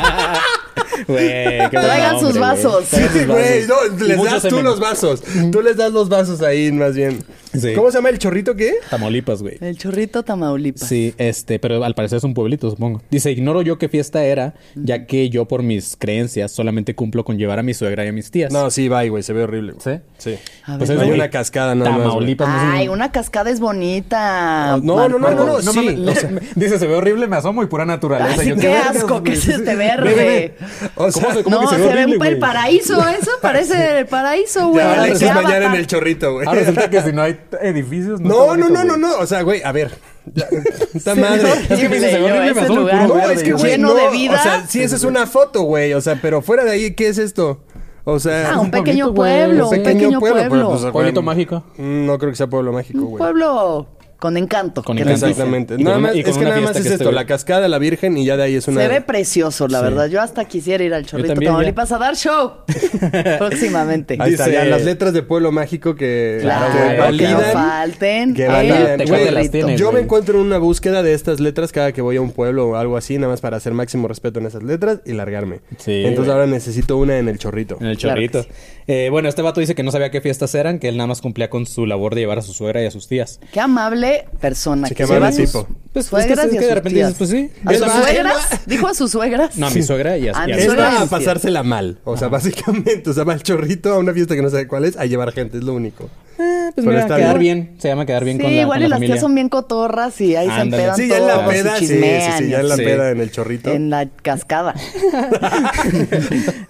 Speaker 4: Güey, qué buen
Speaker 6: Traigan sus
Speaker 4: nombre, güey.
Speaker 6: vasos.
Speaker 4: Traigan sus
Speaker 5: Güey, no,
Speaker 4: vasos. Y
Speaker 5: les
Speaker 4: mucho
Speaker 5: das tú
Speaker 4: semen.
Speaker 5: los vasos. Tú les das los vasos ahí, más bien.
Speaker 4: Sí.
Speaker 5: ¿Cómo se llama el chorrito qué?
Speaker 4: Tamaulipas, güey.
Speaker 6: El chorrito Tamaulipas.
Speaker 4: Sí, este, pero al parecer es un pueblito, supongo. Dice, ignoro yo qué fiesta era, ya que yo por mis creencias solamente cumplo con llevar a mi suegra y a mis tías.
Speaker 5: No, sí, va, güey. Se ve horrible. güey.
Speaker 4: ¿Sí?
Speaker 5: Sí.
Speaker 6: A
Speaker 4: Pues
Speaker 6: ver,
Speaker 4: es
Speaker 5: Hay
Speaker 4: de-
Speaker 5: una cascada nada más, güey.
Speaker 4: Tamaulipas no es un-
Speaker 6: Ay, una cascada es bonita.
Speaker 5: No, no, no,
Speaker 6: Marco.
Speaker 5: no, no,
Speaker 4: No
Speaker 5: sí.
Speaker 4: mames, le-
Speaker 5: o sea-
Speaker 4: me- dice, se ve horrible, me asomo y pura naturaleza.
Speaker 6: Ay, sí,
Speaker 4: Yo,
Speaker 6: qué
Speaker 4: verga,
Speaker 6: asco,
Speaker 4: güey?
Speaker 6: que es este verde.
Speaker 4: Ve, ve, ve.
Speaker 5: O sea,
Speaker 4: ¿Cómo se- cómo
Speaker 6: No,
Speaker 4: que
Speaker 6: se,
Speaker 4: se ve horrible,
Speaker 6: ve el
Speaker 4: güey?
Speaker 6: paraíso, eso parece el paraíso, güey.
Speaker 5: Ya,
Speaker 6: ¿De
Speaker 5: Alex
Speaker 6: qué
Speaker 5: es bañar en
Speaker 6: avatar?
Speaker 5: el chorrito, güey.
Speaker 4: Ahora resulta que si no hay edificios... está
Speaker 5: No, no, no,
Speaker 4: bonito,
Speaker 5: no,
Speaker 4: güey.
Speaker 5: no. O sea, güey, a ver. Ya, Está
Speaker 6: Sí,
Speaker 5: madre.
Speaker 6: no,
Speaker 4: Es que me dice,
Speaker 6: horrible,
Speaker 4: se ve horrible,
Speaker 6: yo,
Speaker 4: me
Speaker 6: ese
Speaker 4: asomo y
Speaker 6: lugar.
Speaker 4: puro
Speaker 5: No, es que, güey,
Speaker 6: lleno
Speaker 5: no,
Speaker 6: de vida.
Speaker 5: O sea, sí, esa es una foto, güey. O sea, pero fuera de ahí, ¿qué es esto? O sea,
Speaker 6: Ah, un
Speaker 4: pueblito,
Speaker 6: pequeño
Speaker 4: güey, un
Speaker 6: pueblo, un
Speaker 5: pequeño
Speaker 6: pequeño
Speaker 5: pueblo, pero,
Speaker 6: pueblo.
Speaker 5: pues, güey,
Speaker 4: Pueblito mágico.
Speaker 5: no creo que sea pueblo mágico,
Speaker 6: Un
Speaker 5: güey.
Speaker 6: pueblo con encanto.
Speaker 4: Con
Speaker 6: que
Speaker 4: encanto.
Speaker 6: les dicen.
Speaker 5: Exactamente.
Speaker 4: Y con
Speaker 5: Nada
Speaker 4: una-
Speaker 5: más,
Speaker 4: y con
Speaker 5: es que
Speaker 4: una
Speaker 5: nada más
Speaker 4: fiesta
Speaker 5: es
Speaker 4: que
Speaker 5: esto,
Speaker 4: estoy-
Speaker 5: la cascada, la virgen y ya de ahí es una.
Speaker 6: Se ve precioso, la
Speaker 4: Sí.
Speaker 6: verdad. Yo hasta quisiera ir al Chorrito
Speaker 4: también, ya.
Speaker 6: Tamaulipas a dar show próximamente.
Speaker 5: Ahí está,
Speaker 4: Dice-
Speaker 5: ya, las letras de pueblo mágico que,
Speaker 6: Claro,
Speaker 5: que
Speaker 4: que no
Speaker 5: validan.
Speaker 6: falten.
Speaker 5: Que
Speaker 6: Eh,
Speaker 5: validan.
Speaker 4: Tecate
Speaker 5: Güey,
Speaker 4: las tiene,
Speaker 5: yo me
Speaker 4: güey.
Speaker 5: encuentro en una búsqueda de estas letras cada que voy a un pueblo o algo así, nada más para hacer máximo respeto en esas letras y largarme.
Speaker 4: Sí,
Speaker 5: Entonces
Speaker 4: güey.
Speaker 5: ahora necesito una en el chorrito.
Speaker 4: En el
Speaker 6: Claro que
Speaker 4: chorrito. Eh, bueno, este vato dice que no sabía qué fiestas eran, que él nada más cumplía con su labor de llevar a su suegra y a sus tías.
Speaker 6: Qué amable persona.
Speaker 5: Sí,
Speaker 6: que
Speaker 5: qué amable
Speaker 6: lleva a sus
Speaker 5: tipo.
Speaker 4: Pues,
Speaker 6: suegras
Speaker 4: es que- es
Speaker 6: y
Speaker 4: que
Speaker 6: a
Speaker 4: de
Speaker 6: sus
Speaker 4: repente dices,
Speaker 6: tías.
Speaker 4: pues, sí.
Speaker 6: ¿A
Speaker 5: Él
Speaker 6: sus
Speaker 5: va- él
Speaker 6: suegras? ¿Dijo a sus suegras?
Speaker 4: No, a mi suegra y a, y
Speaker 6: Ah,
Speaker 4: a
Speaker 6: mi
Speaker 4: mis
Speaker 5: Es
Speaker 6: suegra.
Speaker 4: tías.
Speaker 5: va a
Speaker 6: es
Speaker 5: pasársela mal. O sea, básicamente, o sea, va al chorrito a una fiesta que no sabe cuál es, a llevar gente, es lo único.
Speaker 4: Eh, pues
Speaker 5: Pero
Speaker 4: mira,
Speaker 5: está
Speaker 4: quedar bien. Se llama quedar bien
Speaker 6: Sí,
Speaker 4: con la,
Speaker 6: igual
Speaker 4: con la
Speaker 6: y las
Speaker 4: familia.
Speaker 6: tías son bien cotorras y ahí se
Speaker 4: Ándale.
Speaker 6: empedan
Speaker 5: Sí, ya en la
Speaker 6: todos y
Speaker 5: peda, sí, sí,
Speaker 6: chismean
Speaker 5: sí,
Speaker 6: y
Speaker 5: ya en la
Speaker 6: así.
Speaker 4: Sí.
Speaker 5: peda, en el chorrito.
Speaker 6: En la cascada.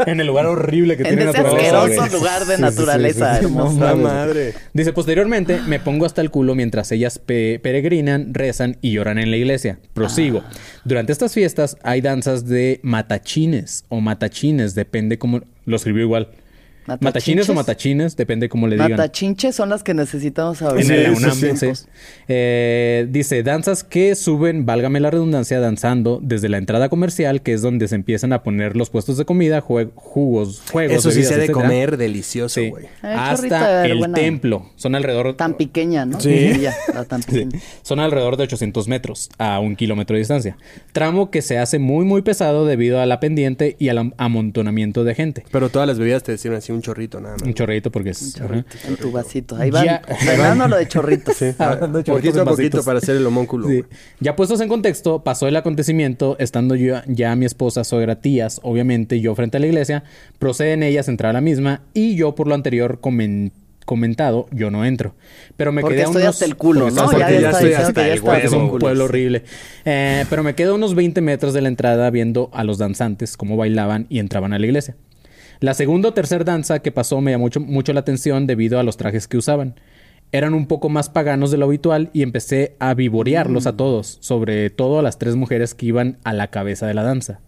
Speaker 4: en el lugar horrible que
Speaker 6: en
Speaker 4: tiene
Speaker 6: ese
Speaker 4: naturaleza. güey.
Speaker 6: asqueroso lugar de naturaleza hermosa.
Speaker 5: La madre.
Speaker 4: Dice, posteriormente me pongo hasta el culo mientras ellas pe- peregrinan, rezan y lloran en la iglesia. Prosigo.
Speaker 6: Ah.
Speaker 4: Durante estas fiestas hay danzas de matachines o matachines, depende cómo... Lo escribió igual.
Speaker 6: ¿Matachinches?
Speaker 4: Matachines o matachines, depende cómo le digan.
Speaker 6: Matachinches son las que necesitamos
Speaker 4: En
Speaker 6: ahorita.
Speaker 4: el
Speaker 5: Sí, sí,
Speaker 4: UNAM,
Speaker 5: sí.
Speaker 4: sí. Eh, dice, danzas que suben, válgame la redundancia, danzando desde la entrada comercial, que es donde se empiezan a poner los puestos de comida, jue- jugos, juegos,
Speaker 5: Eso sí
Speaker 4: bebidas,
Speaker 5: se ha de
Speaker 4: etcétera.
Speaker 5: comer delicioso,
Speaker 4: Sí.
Speaker 5: güey.
Speaker 6: El chorrito
Speaker 4: Hasta
Speaker 6: de
Speaker 4: el
Speaker 6: buena-
Speaker 4: templo. Son alrededor...
Speaker 6: Tan pequeña, ¿no?
Speaker 5: Sí.
Speaker 6: Ella, la tan
Speaker 4: Sí.
Speaker 6: pequeña.
Speaker 4: Son alrededor de 800 metros a un kilómetro de distancia. Tramo que se hace muy, muy pesado debido a la pendiente y al am- amontonamiento de gente.
Speaker 5: Pero todas las bebidas te decían así un chorrito nada
Speaker 4: Un
Speaker 5: más.
Speaker 4: chorrito porque es... ajá.
Speaker 6: En tu vasito. Ahí van.
Speaker 4: Ya.
Speaker 6: Frenándolo de chorritos.
Speaker 4: Hablando de chorritos
Speaker 5: Ah, Poquito a
Speaker 4: en
Speaker 5: poquito
Speaker 4: vasitos.
Speaker 5: para hacer el homónculo.
Speaker 4: Sí.
Speaker 5: güey.
Speaker 4: Ya puestos en contexto, pasó el acontecimiento, estando yo ya mi esposa, suegra, tías, obviamente yo frente a la iglesia, proceden ellas a entrar a la misma y yo por lo anterior comen- comentado, yo no entro. Pero me
Speaker 6: Porque
Speaker 4: quedé a
Speaker 6: estoy
Speaker 4: unos-
Speaker 6: hasta el culo,
Speaker 4: porque
Speaker 6: ¿no?
Speaker 4: estoy-
Speaker 6: Ya,
Speaker 4: porque
Speaker 5: ya estoy
Speaker 4: diciendo
Speaker 5: hasta
Speaker 4: que
Speaker 5: el
Speaker 4: está, porque es un
Speaker 5: huevo.
Speaker 4: pueblo horrible. Eh, pero me quedé a unos 20 metros de la entrada viendo a los danzantes cómo bailaban y entraban a la iglesia. La segunda o tercera danza que pasó me llamó mucho, mucho la atención debido a los trajes que usaban. Eran un poco más paganos de lo habitual y empecé a vivorearlos
Speaker 5: Mm.
Speaker 4: a todos, sobre todo a las tres mujeres que iban a la cabeza de la danza.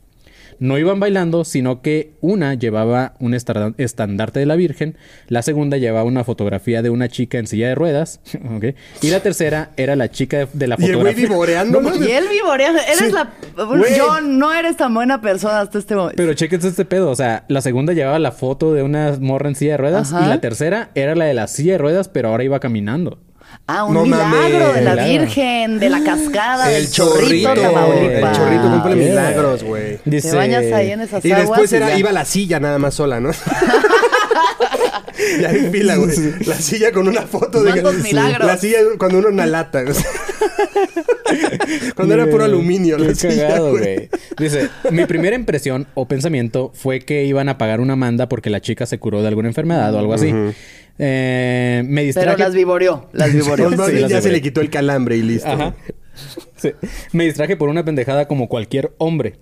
Speaker 4: No iban bailando, sino que una llevaba un estar- estandarte de la Virgen, la segunda llevaba una fotografía de una chica en silla de ruedas, ok, y la tercera era la chica de, de la
Speaker 5: Y el güey
Speaker 4: fotografía.
Speaker 5: vivoreando. ¿no?
Speaker 6: Y él vivorea. Eres
Speaker 5: Sí.
Speaker 6: la.
Speaker 5: Güey.
Speaker 6: Yo no eres tan buena persona hasta este momento.
Speaker 4: Pero chequense este pedo, o sea, la segunda llevaba la foto de una morra en silla de ruedas
Speaker 6: Ajá.
Speaker 4: y la tercera era la de la silla de ruedas, pero ahora iba caminando.
Speaker 6: ah, un
Speaker 5: No
Speaker 6: milagro
Speaker 5: mames. Ah,
Speaker 6: de la
Speaker 4: Milagro.
Speaker 6: Virgen, de la cascada,
Speaker 5: El
Speaker 6: del chorrito,
Speaker 5: chorrito,
Speaker 6: Tamaulipas. Ah,
Speaker 5: el chorrito cumple
Speaker 4: Yeah.
Speaker 5: milagros, güey.
Speaker 4: Dice,
Speaker 6: Te bañas ahí en esas
Speaker 5: Y
Speaker 6: aguas.
Speaker 5: después era,
Speaker 6: ya.
Speaker 5: iba la silla nada más sola, ¿no? ya en fila, güey. La silla con una foto de.
Speaker 6: ¿Cuántos milagros?
Speaker 5: La silla cuando uno una lata. güey. cuando era puro
Speaker 4: Güey,
Speaker 5: aluminio, la
Speaker 4: qué
Speaker 5: silla,
Speaker 4: cagado,
Speaker 5: güey.
Speaker 4: güey. Dice, mi primera impresión o pensamiento fue que iban a pagar una manda porque la chica se curó de alguna enfermedad o algo así. Eh, me distraje.
Speaker 6: Pero las vivoreó. Las vivoreó.
Speaker 5: Pues más
Speaker 4: Sí,
Speaker 5: bien
Speaker 4: las
Speaker 5: ya
Speaker 4: de
Speaker 5: se
Speaker 4: güey.
Speaker 5: le quitó el calambre y listo.
Speaker 4: Ajá. Sí. Me distraje por una pendejada como cualquier hombre.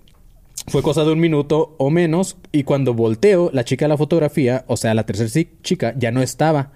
Speaker 4: Fue cosa de un minuto o menos y cuando volteo, la chica de la fotografía, o sea, la tercera sí- chica, ya no estaba.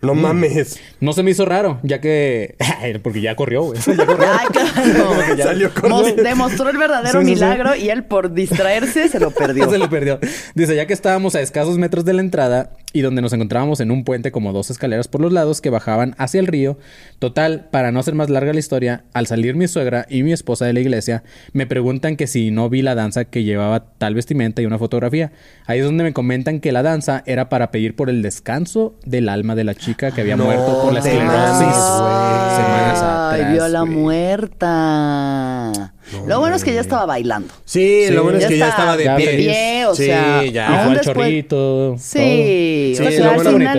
Speaker 5: No mames.
Speaker 4: No se me hizo raro, ya que... Porque ya corrió, güey. Ya corrió.
Speaker 6: Ay, claro.
Speaker 5: Salió con-
Speaker 6: Mos- demostró el verdadero
Speaker 4: Sí, sí, sí.
Speaker 6: milagro y él por distraerse se lo perdió.
Speaker 4: Se lo perdió. Dice, ya que estábamos a escasos metros de la entrada y donde nos encontrábamos en un puente como dos escaleras por los lados que bajaban hacia el río, total, para no hacer más larga la historia, al salir mi suegra y mi esposa de la iglesia, me preguntan que si no vi la danza que llevaba tal vestimenta y una fotografía. Ahí es donde me comentan que la danza era para pedir por el descanso del alma de la chica que había
Speaker 5: No
Speaker 4: muerto por la
Speaker 5: te
Speaker 4: esclerosis.
Speaker 5: mames, güey.
Speaker 4: Semanas
Speaker 6: Ay,
Speaker 4: atrás,
Speaker 6: vio a la
Speaker 4: güey.
Speaker 6: muerta. lo bueno es que ya estaba bailando.
Speaker 5: Sí,
Speaker 4: Sí,
Speaker 5: lo bueno es
Speaker 4: ya
Speaker 5: que ya
Speaker 6: está-
Speaker 5: estaba de
Speaker 4: ya
Speaker 5: pie.
Speaker 4: de
Speaker 6: pie, o
Speaker 5: sí,
Speaker 6: sea,
Speaker 5: ya.
Speaker 4: Y fue al
Speaker 6: aún Ah, después-
Speaker 4: chorrito.
Speaker 6: Sí,
Speaker 5: Sí,
Speaker 6: o
Speaker 5: lo
Speaker 6: sea, al
Speaker 5: bueno-
Speaker 6: final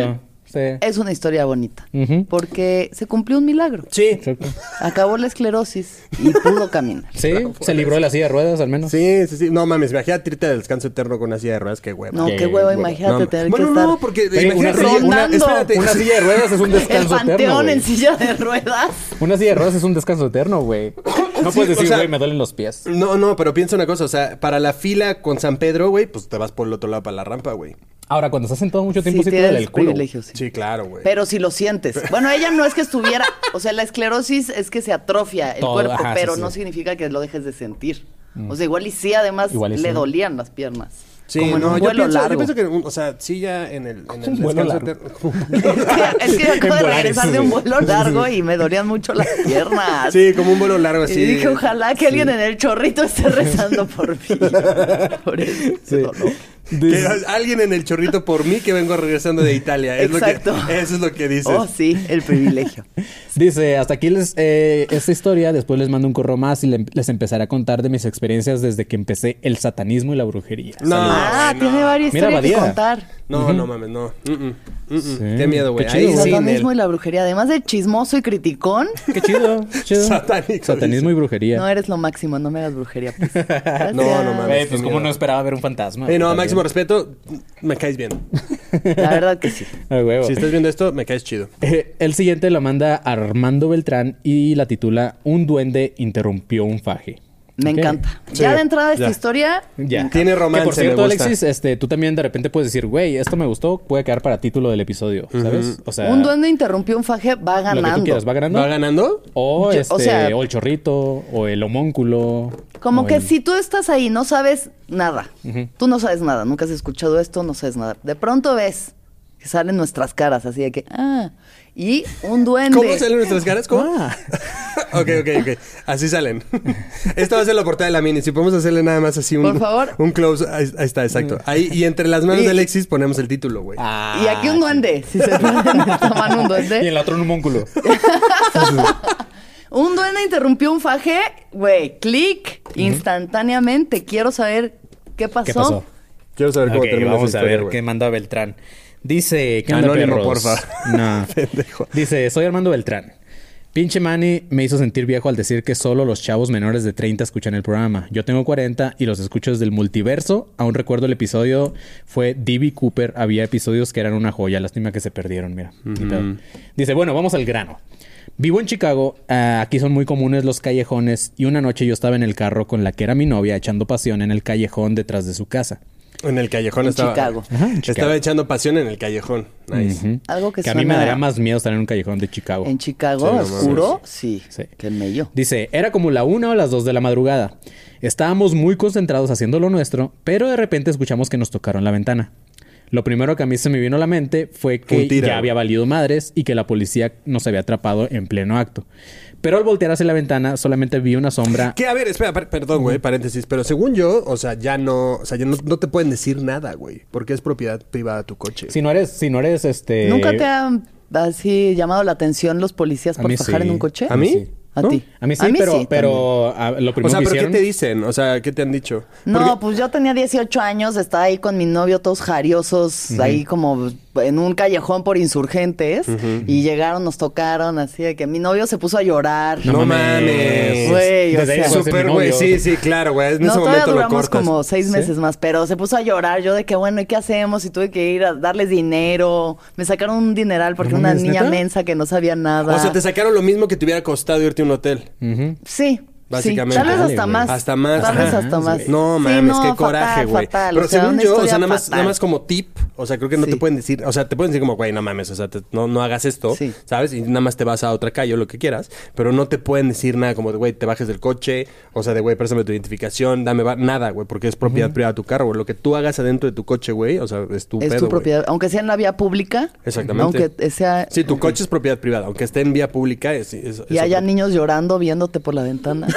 Speaker 6: Eh,
Speaker 4: Bonito, sí.
Speaker 6: es una historia bonita.
Speaker 4: Ujú.
Speaker 6: Porque se cumplió un milagro.
Speaker 5: Sí.
Speaker 4: Exacto.
Speaker 6: Acabó la esclerosis y pudo caminar.
Speaker 4: Sí, se libró de la silla de ruedas al menos.
Speaker 5: Sí, sí, sí. No mames, imagínate irte del descanso eterno con una silla de ruedas, qué hueva.
Speaker 6: No,
Speaker 4: Qué
Speaker 6: qué huevo,
Speaker 4: huevo.
Speaker 6: imagínate
Speaker 5: No,
Speaker 6: tener
Speaker 5: bueno,
Speaker 6: que estar.
Speaker 5: no, porque
Speaker 4: Ey, una
Speaker 5: imagínate,
Speaker 4: silla-
Speaker 5: una-
Speaker 6: rondando.
Speaker 5: espérate,
Speaker 4: Una silla de ruedas es un
Speaker 6: El
Speaker 4: descanso
Speaker 6: panteón
Speaker 4: eterno. güey.
Speaker 6: en silla de ruedas.
Speaker 4: Una silla de ruedas es un descanso eterno, güey. No
Speaker 5: Sí, o
Speaker 4: puedes decir,
Speaker 5: sea-
Speaker 4: güey, me duelen los pies.
Speaker 5: No, no, pero piensa una cosa, o sea, para la fila con San Pedro, güey, pues te vas por el otro lado para la rampa, güey.
Speaker 4: Ahora, cuando estás sentado mucho tiempo,
Speaker 6: Sí,
Speaker 4: sí, te duele
Speaker 6: tienes
Speaker 4: el culo. güey.
Speaker 6: privilegios. sí.
Speaker 5: Sí, claro, güey.
Speaker 6: Pero si lo sientes. Bueno, ella no es que estuviera. O sea, la esclerosis es que se atrofia el
Speaker 4: Todo,
Speaker 6: cuerpo,
Speaker 4: ajá, sí,
Speaker 6: pero
Speaker 4: sí. Mm.
Speaker 6: no significa que lo dejes de sentir. O sea, igual y sí, además
Speaker 4: Igual y
Speaker 6: le
Speaker 4: sí.
Speaker 6: dolían las piernas.
Speaker 5: Sí,
Speaker 6: como en
Speaker 5: no,
Speaker 6: un
Speaker 5: yo
Speaker 6: vuelo
Speaker 5: pienso,
Speaker 6: largo.
Speaker 5: yo pienso que, en un- o sea, sí ya en el, en el
Speaker 4: Un vuelo
Speaker 5: descanso
Speaker 4: largo.
Speaker 5: eterno- como un
Speaker 6: es que acabo de
Speaker 4: En
Speaker 6: regresar de un vuelo largo y me dolían mucho las piernas.
Speaker 5: Sí, como un vuelo largo así.
Speaker 6: Y dije, ojalá que alguien en el chorrito esté rezando por mí. Por ese dolor.
Speaker 5: Que
Speaker 4: Dice-
Speaker 5: alguien en el chorrito por mí que vengo regresando de Italia. Es
Speaker 6: Exacto.
Speaker 5: Lo que, eso es lo que dices.
Speaker 6: Oh, sí, el privilegio.
Speaker 4: Dice, hasta aquí les, eh, esta historia, después les mando un correo más y le- les empezaré a contar de mis experiencias desde que empecé el satanismo y la brujería.
Speaker 5: No,
Speaker 6: ah,
Speaker 5: güey, no.
Speaker 6: tiene varias
Speaker 4: Mira,
Speaker 6: historias que
Speaker 4: Badía.
Speaker 6: contar.
Speaker 5: No, no mames, no. Mm, mm, mm, mm.
Speaker 4: Sí.
Speaker 5: Qué miedo, güey.
Speaker 4: Qué
Speaker 5: Ahí
Speaker 4: chido.
Speaker 5: sí, en
Speaker 6: Satanismo y
Speaker 5: el-
Speaker 6: la brujería, además de chismoso y criticón,
Speaker 4: Qué chido, chido.
Speaker 5: Satánico,
Speaker 4: Satanismo y brujería.
Speaker 6: no eres lo máximo, no me hagas brujería. pues.
Speaker 5: No, no
Speaker 4: Güey,
Speaker 5: mames.
Speaker 4: pues
Speaker 5: qué
Speaker 4: como
Speaker 5: miedo.
Speaker 4: no esperaba ver un fantasma.
Speaker 5: Eh, no,
Speaker 4: También.
Speaker 5: máximo respeto, me caes bien.
Speaker 6: La verdad que sí.
Speaker 4: Ah, huevo.
Speaker 5: Si estás viendo esto, me caes chido.
Speaker 4: Eh, el siguiente la manda Armando Beltrán y la titula Un duende interrumpió un faje.
Speaker 6: Me
Speaker 4: Ok.
Speaker 6: encanta.
Speaker 5: Sí,
Speaker 6: ya de entrada esta
Speaker 5: ya.
Speaker 6: historia,
Speaker 4: Ya.
Speaker 5: Tiene romance,
Speaker 4: Que por cierto,
Speaker 5: me gusta.
Speaker 4: Alexis, este, tú también de repente puedes decir, güey, esto me gustó, puede quedar para título del episodio, ¿sabes? O sea,
Speaker 6: un duende interrumpió un faje, va
Speaker 4: lo que
Speaker 6: ganando.
Speaker 4: tú quieras, va ganando.
Speaker 5: ¿Va ganando?
Speaker 4: O,
Speaker 6: Yo- o
Speaker 4: este,
Speaker 6: sea-
Speaker 4: o el chorrito, o el homúnculo.
Speaker 6: Como
Speaker 4: o
Speaker 6: que
Speaker 4: el-
Speaker 6: si tú estás ahí, no sabes nada. Tú no sabes nada, nunca has escuchado esto, no sabes nada. De pronto ves que salen nuestras caras, así de que, ah, y un duende.
Speaker 5: ¿Cómo salen nuestras caras? ¿Cómo?
Speaker 4: Ah.
Speaker 5: ok, ok, ok. Así salen. Esta va a ser la portada de la mini. Si podemos hacerle nada más así un,
Speaker 6: Por favor.
Speaker 5: un close. Ahí, ahí está, exacto. Ahí, y entre las manos de Alexis ponemos el título, güey.
Speaker 6: Y aquí un duende, si se puede, en esta mano un
Speaker 4: Ah. Y
Speaker 6: duende.
Speaker 4: en la otra un homúnculo.
Speaker 6: Un duende interrumpió un faje, güey, clic, instantáneamente. Quiero saber qué pasó.
Speaker 4: ¿Qué pasó?
Speaker 5: Quiero saber cómo
Speaker 4: Ok,
Speaker 5: termina
Speaker 4: vamos
Speaker 5: esa
Speaker 4: a
Speaker 5: historia,
Speaker 4: ver
Speaker 5: güey.
Speaker 4: qué manda Beltrán. Dice, ¿qué onda,
Speaker 5: Anónimo,
Speaker 4: perros?
Speaker 5: porfa.
Speaker 4: No.
Speaker 5: Pendejo.
Speaker 4: Dice, soy Armando Beltrán. Pinche Manny me hizo sentir viejo al decir que solo los chavos menores de 30 escuchan el programa. Yo tengo 40 y los escucho desde el multiverso. Aún recuerdo el episodio, fue D.B. Cooper. Había episodios que eran una joya. Lástima que se perdieron, mira. Ni pedo. Dice, bueno, vamos al grano. Vivo en Chicago, ah, aquí son muy comunes los callejones y una noche yo estaba en el carro con la que era mi novia echando pasión en el callejón detrás de su casa.
Speaker 5: En el callejón
Speaker 6: En
Speaker 5: estaba.
Speaker 6: Chicago.
Speaker 4: Ajá, en Chicago.
Speaker 5: Estaba echando pasión en el callejón. Nice.
Speaker 6: Algo que,
Speaker 4: Que a mí me
Speaker 6: suena-
Speaker 4: daría más miedo estar en un callejón de Chicago.
Speaker 6: En Chicago,
Speaker 5: Sí, no
Speaker 6: oscuro, sí.
Speaker 4: Sí.
Speaker 6: Qué mello.
Speaker 4: Dice, era como la una o las dos de la madrugada. Estábamos muy concentrados haciendo lo nuestro, pero de repente escuchamos que nos tocaron la ventana. Lo primero que a mí se me vino a la mente fue que
Speaker 5: Un tiro.
Speaker 4: ya había valido madres y que la policía nos había atrapado en pleno acto. Pero al voltear hacia la ventana solamente vi una sombra.
Speaker 5: Que a ver, espera, per- perdón, güey, paréntesis, pero según yo, o sea, ya no, o sea, ya no, no te pueden decir nada, güey, porque es propiedad privada tu coche.
Speaker 4: Si no eres, si no eres este.
Speaker 6: ¿Nunca te han así llamado la atención los policías
Speaker 4: A
Speaker 6: por
Speaker 4: mí
Speaker 6: fajar
Speaker 4: sí.
Speaker 6: en un coche?
Speaker 5: ¿A mí?
Speaker 4: Sí.
Speaker 6: ¿A
Speaker 5: ¿No?
Speaker 6: ti?
Speaker 4: A mí sí, pero, pero ah, lo primero
Speaker 5: o sea,
Speaker 4: que
Speaker 5: pero
Speaker 4: hicieron.
Speaker 5: ¿qué te dicen? O sea, ¿qué te han dicho?
Speaker 6: No,
Speaker 5: Porque-
Speaker 6: pues yo tenía 18 años, estaba ahí con mi novio, todos jariosos, ahí como en un callejón por insurgentes, y llegaron, nos tocaron, así de que mi novio se puso a llorar.
Speaker 5: No, mames.
Speaker 6: Güey,
Speaker 4: Desde
Speaker 6: o
Speaker 4: ahí dejó de
Speaker 6: sea.
Speaker 4: ser mi
Speaker 5: Súper, güey,
Speaker 4: novio.
Speaker 5: sí, sí, claro, güey, en
Speaker 6: pues, no,
Speaker 5: ese
Speaker 6: todavía
Speaker 5: momento lo
Speaker 6: duramos
Speaker 5: cortas.
Speaker 6: como seis meses más, pero se puso a llorar yo de que, bueno, ¿y qué hacemos? Y tuve que ir a darles dinero. Me sacaron un dineral porque
Speaker 4: No
Speaker 6: una
Speaker 4: mames,
Speaker 6: niña
Speaker 4: ¿neta?
Speaker 6: mensa que no sabía nada.
Speaker 5: O sea, te sacaron lo mismo que te hubiera costado irte a un hotel.
Speaker 6: Sí.
Speaker 5: Básicamente.
Speaker 6: Sí. Tal vez
Speaker 5: Dale,
Speaker 6: hasta
Speaker 4: güey.
Speaker 6: más.
Speaker 5: Hasta más.
Speaker 6: Tal vez
Speaker 5: ajá.
Speaker 6: hasta más.
Speaker 5: No
Speaker 6: Sí,
Speaker 5: mames,
Speaker 6: no,
Speaker 5: qué
Speaker 6: fatal,
Speaker 5: coraje, güey.
Speaker 6: fatal,
Speaker 5: Pero
Speaker 6: o sea,
Speaker 5: según
Speaker 6: una
Speaker 5: yo, o
Speaker 6: historia
Speaker 5: sea, nada más,
Speaker 6: fatal.
Speaker 5: nada más como tip, o sea, creo que no te
Speaker 6: Sí.
Speaker 5: pueden decir, o sea, te pueden decir como, güey, no mames, o sea, te- no, no hagas esto,
Speaker 6: Sí.
Speaker 5: ¿sabes? Y nada más te vas a otra calle o lo que quieras, pero no te pueden decir nada como de, güey, te bajes del coche, o sea, de, güey, préstame tu identificación, dame, va- nada, güey, porque es propiedad privada de tu carro, güey. Lo que tú hagas adentro de tu coche, güey, o sea, es tu
Speaker 6: Es
Speaker 5: pedo,
Speaker 6: tu
Speaker 5: güey.
Speaker 6: propiedad, aunque sea en la vía pública.
Speaker 5: Exactamente.
Speaker 6: Aunque sea.
Speaker 5: Sí, tu coche es propiedad privada, aunque esté en vía pública, es... es-
Speaker 6: Y
Speaker 5: es
Speaker 6: haya
Speaker 5: otra-
Speaker 6: niños llorando viéndote por la ventana.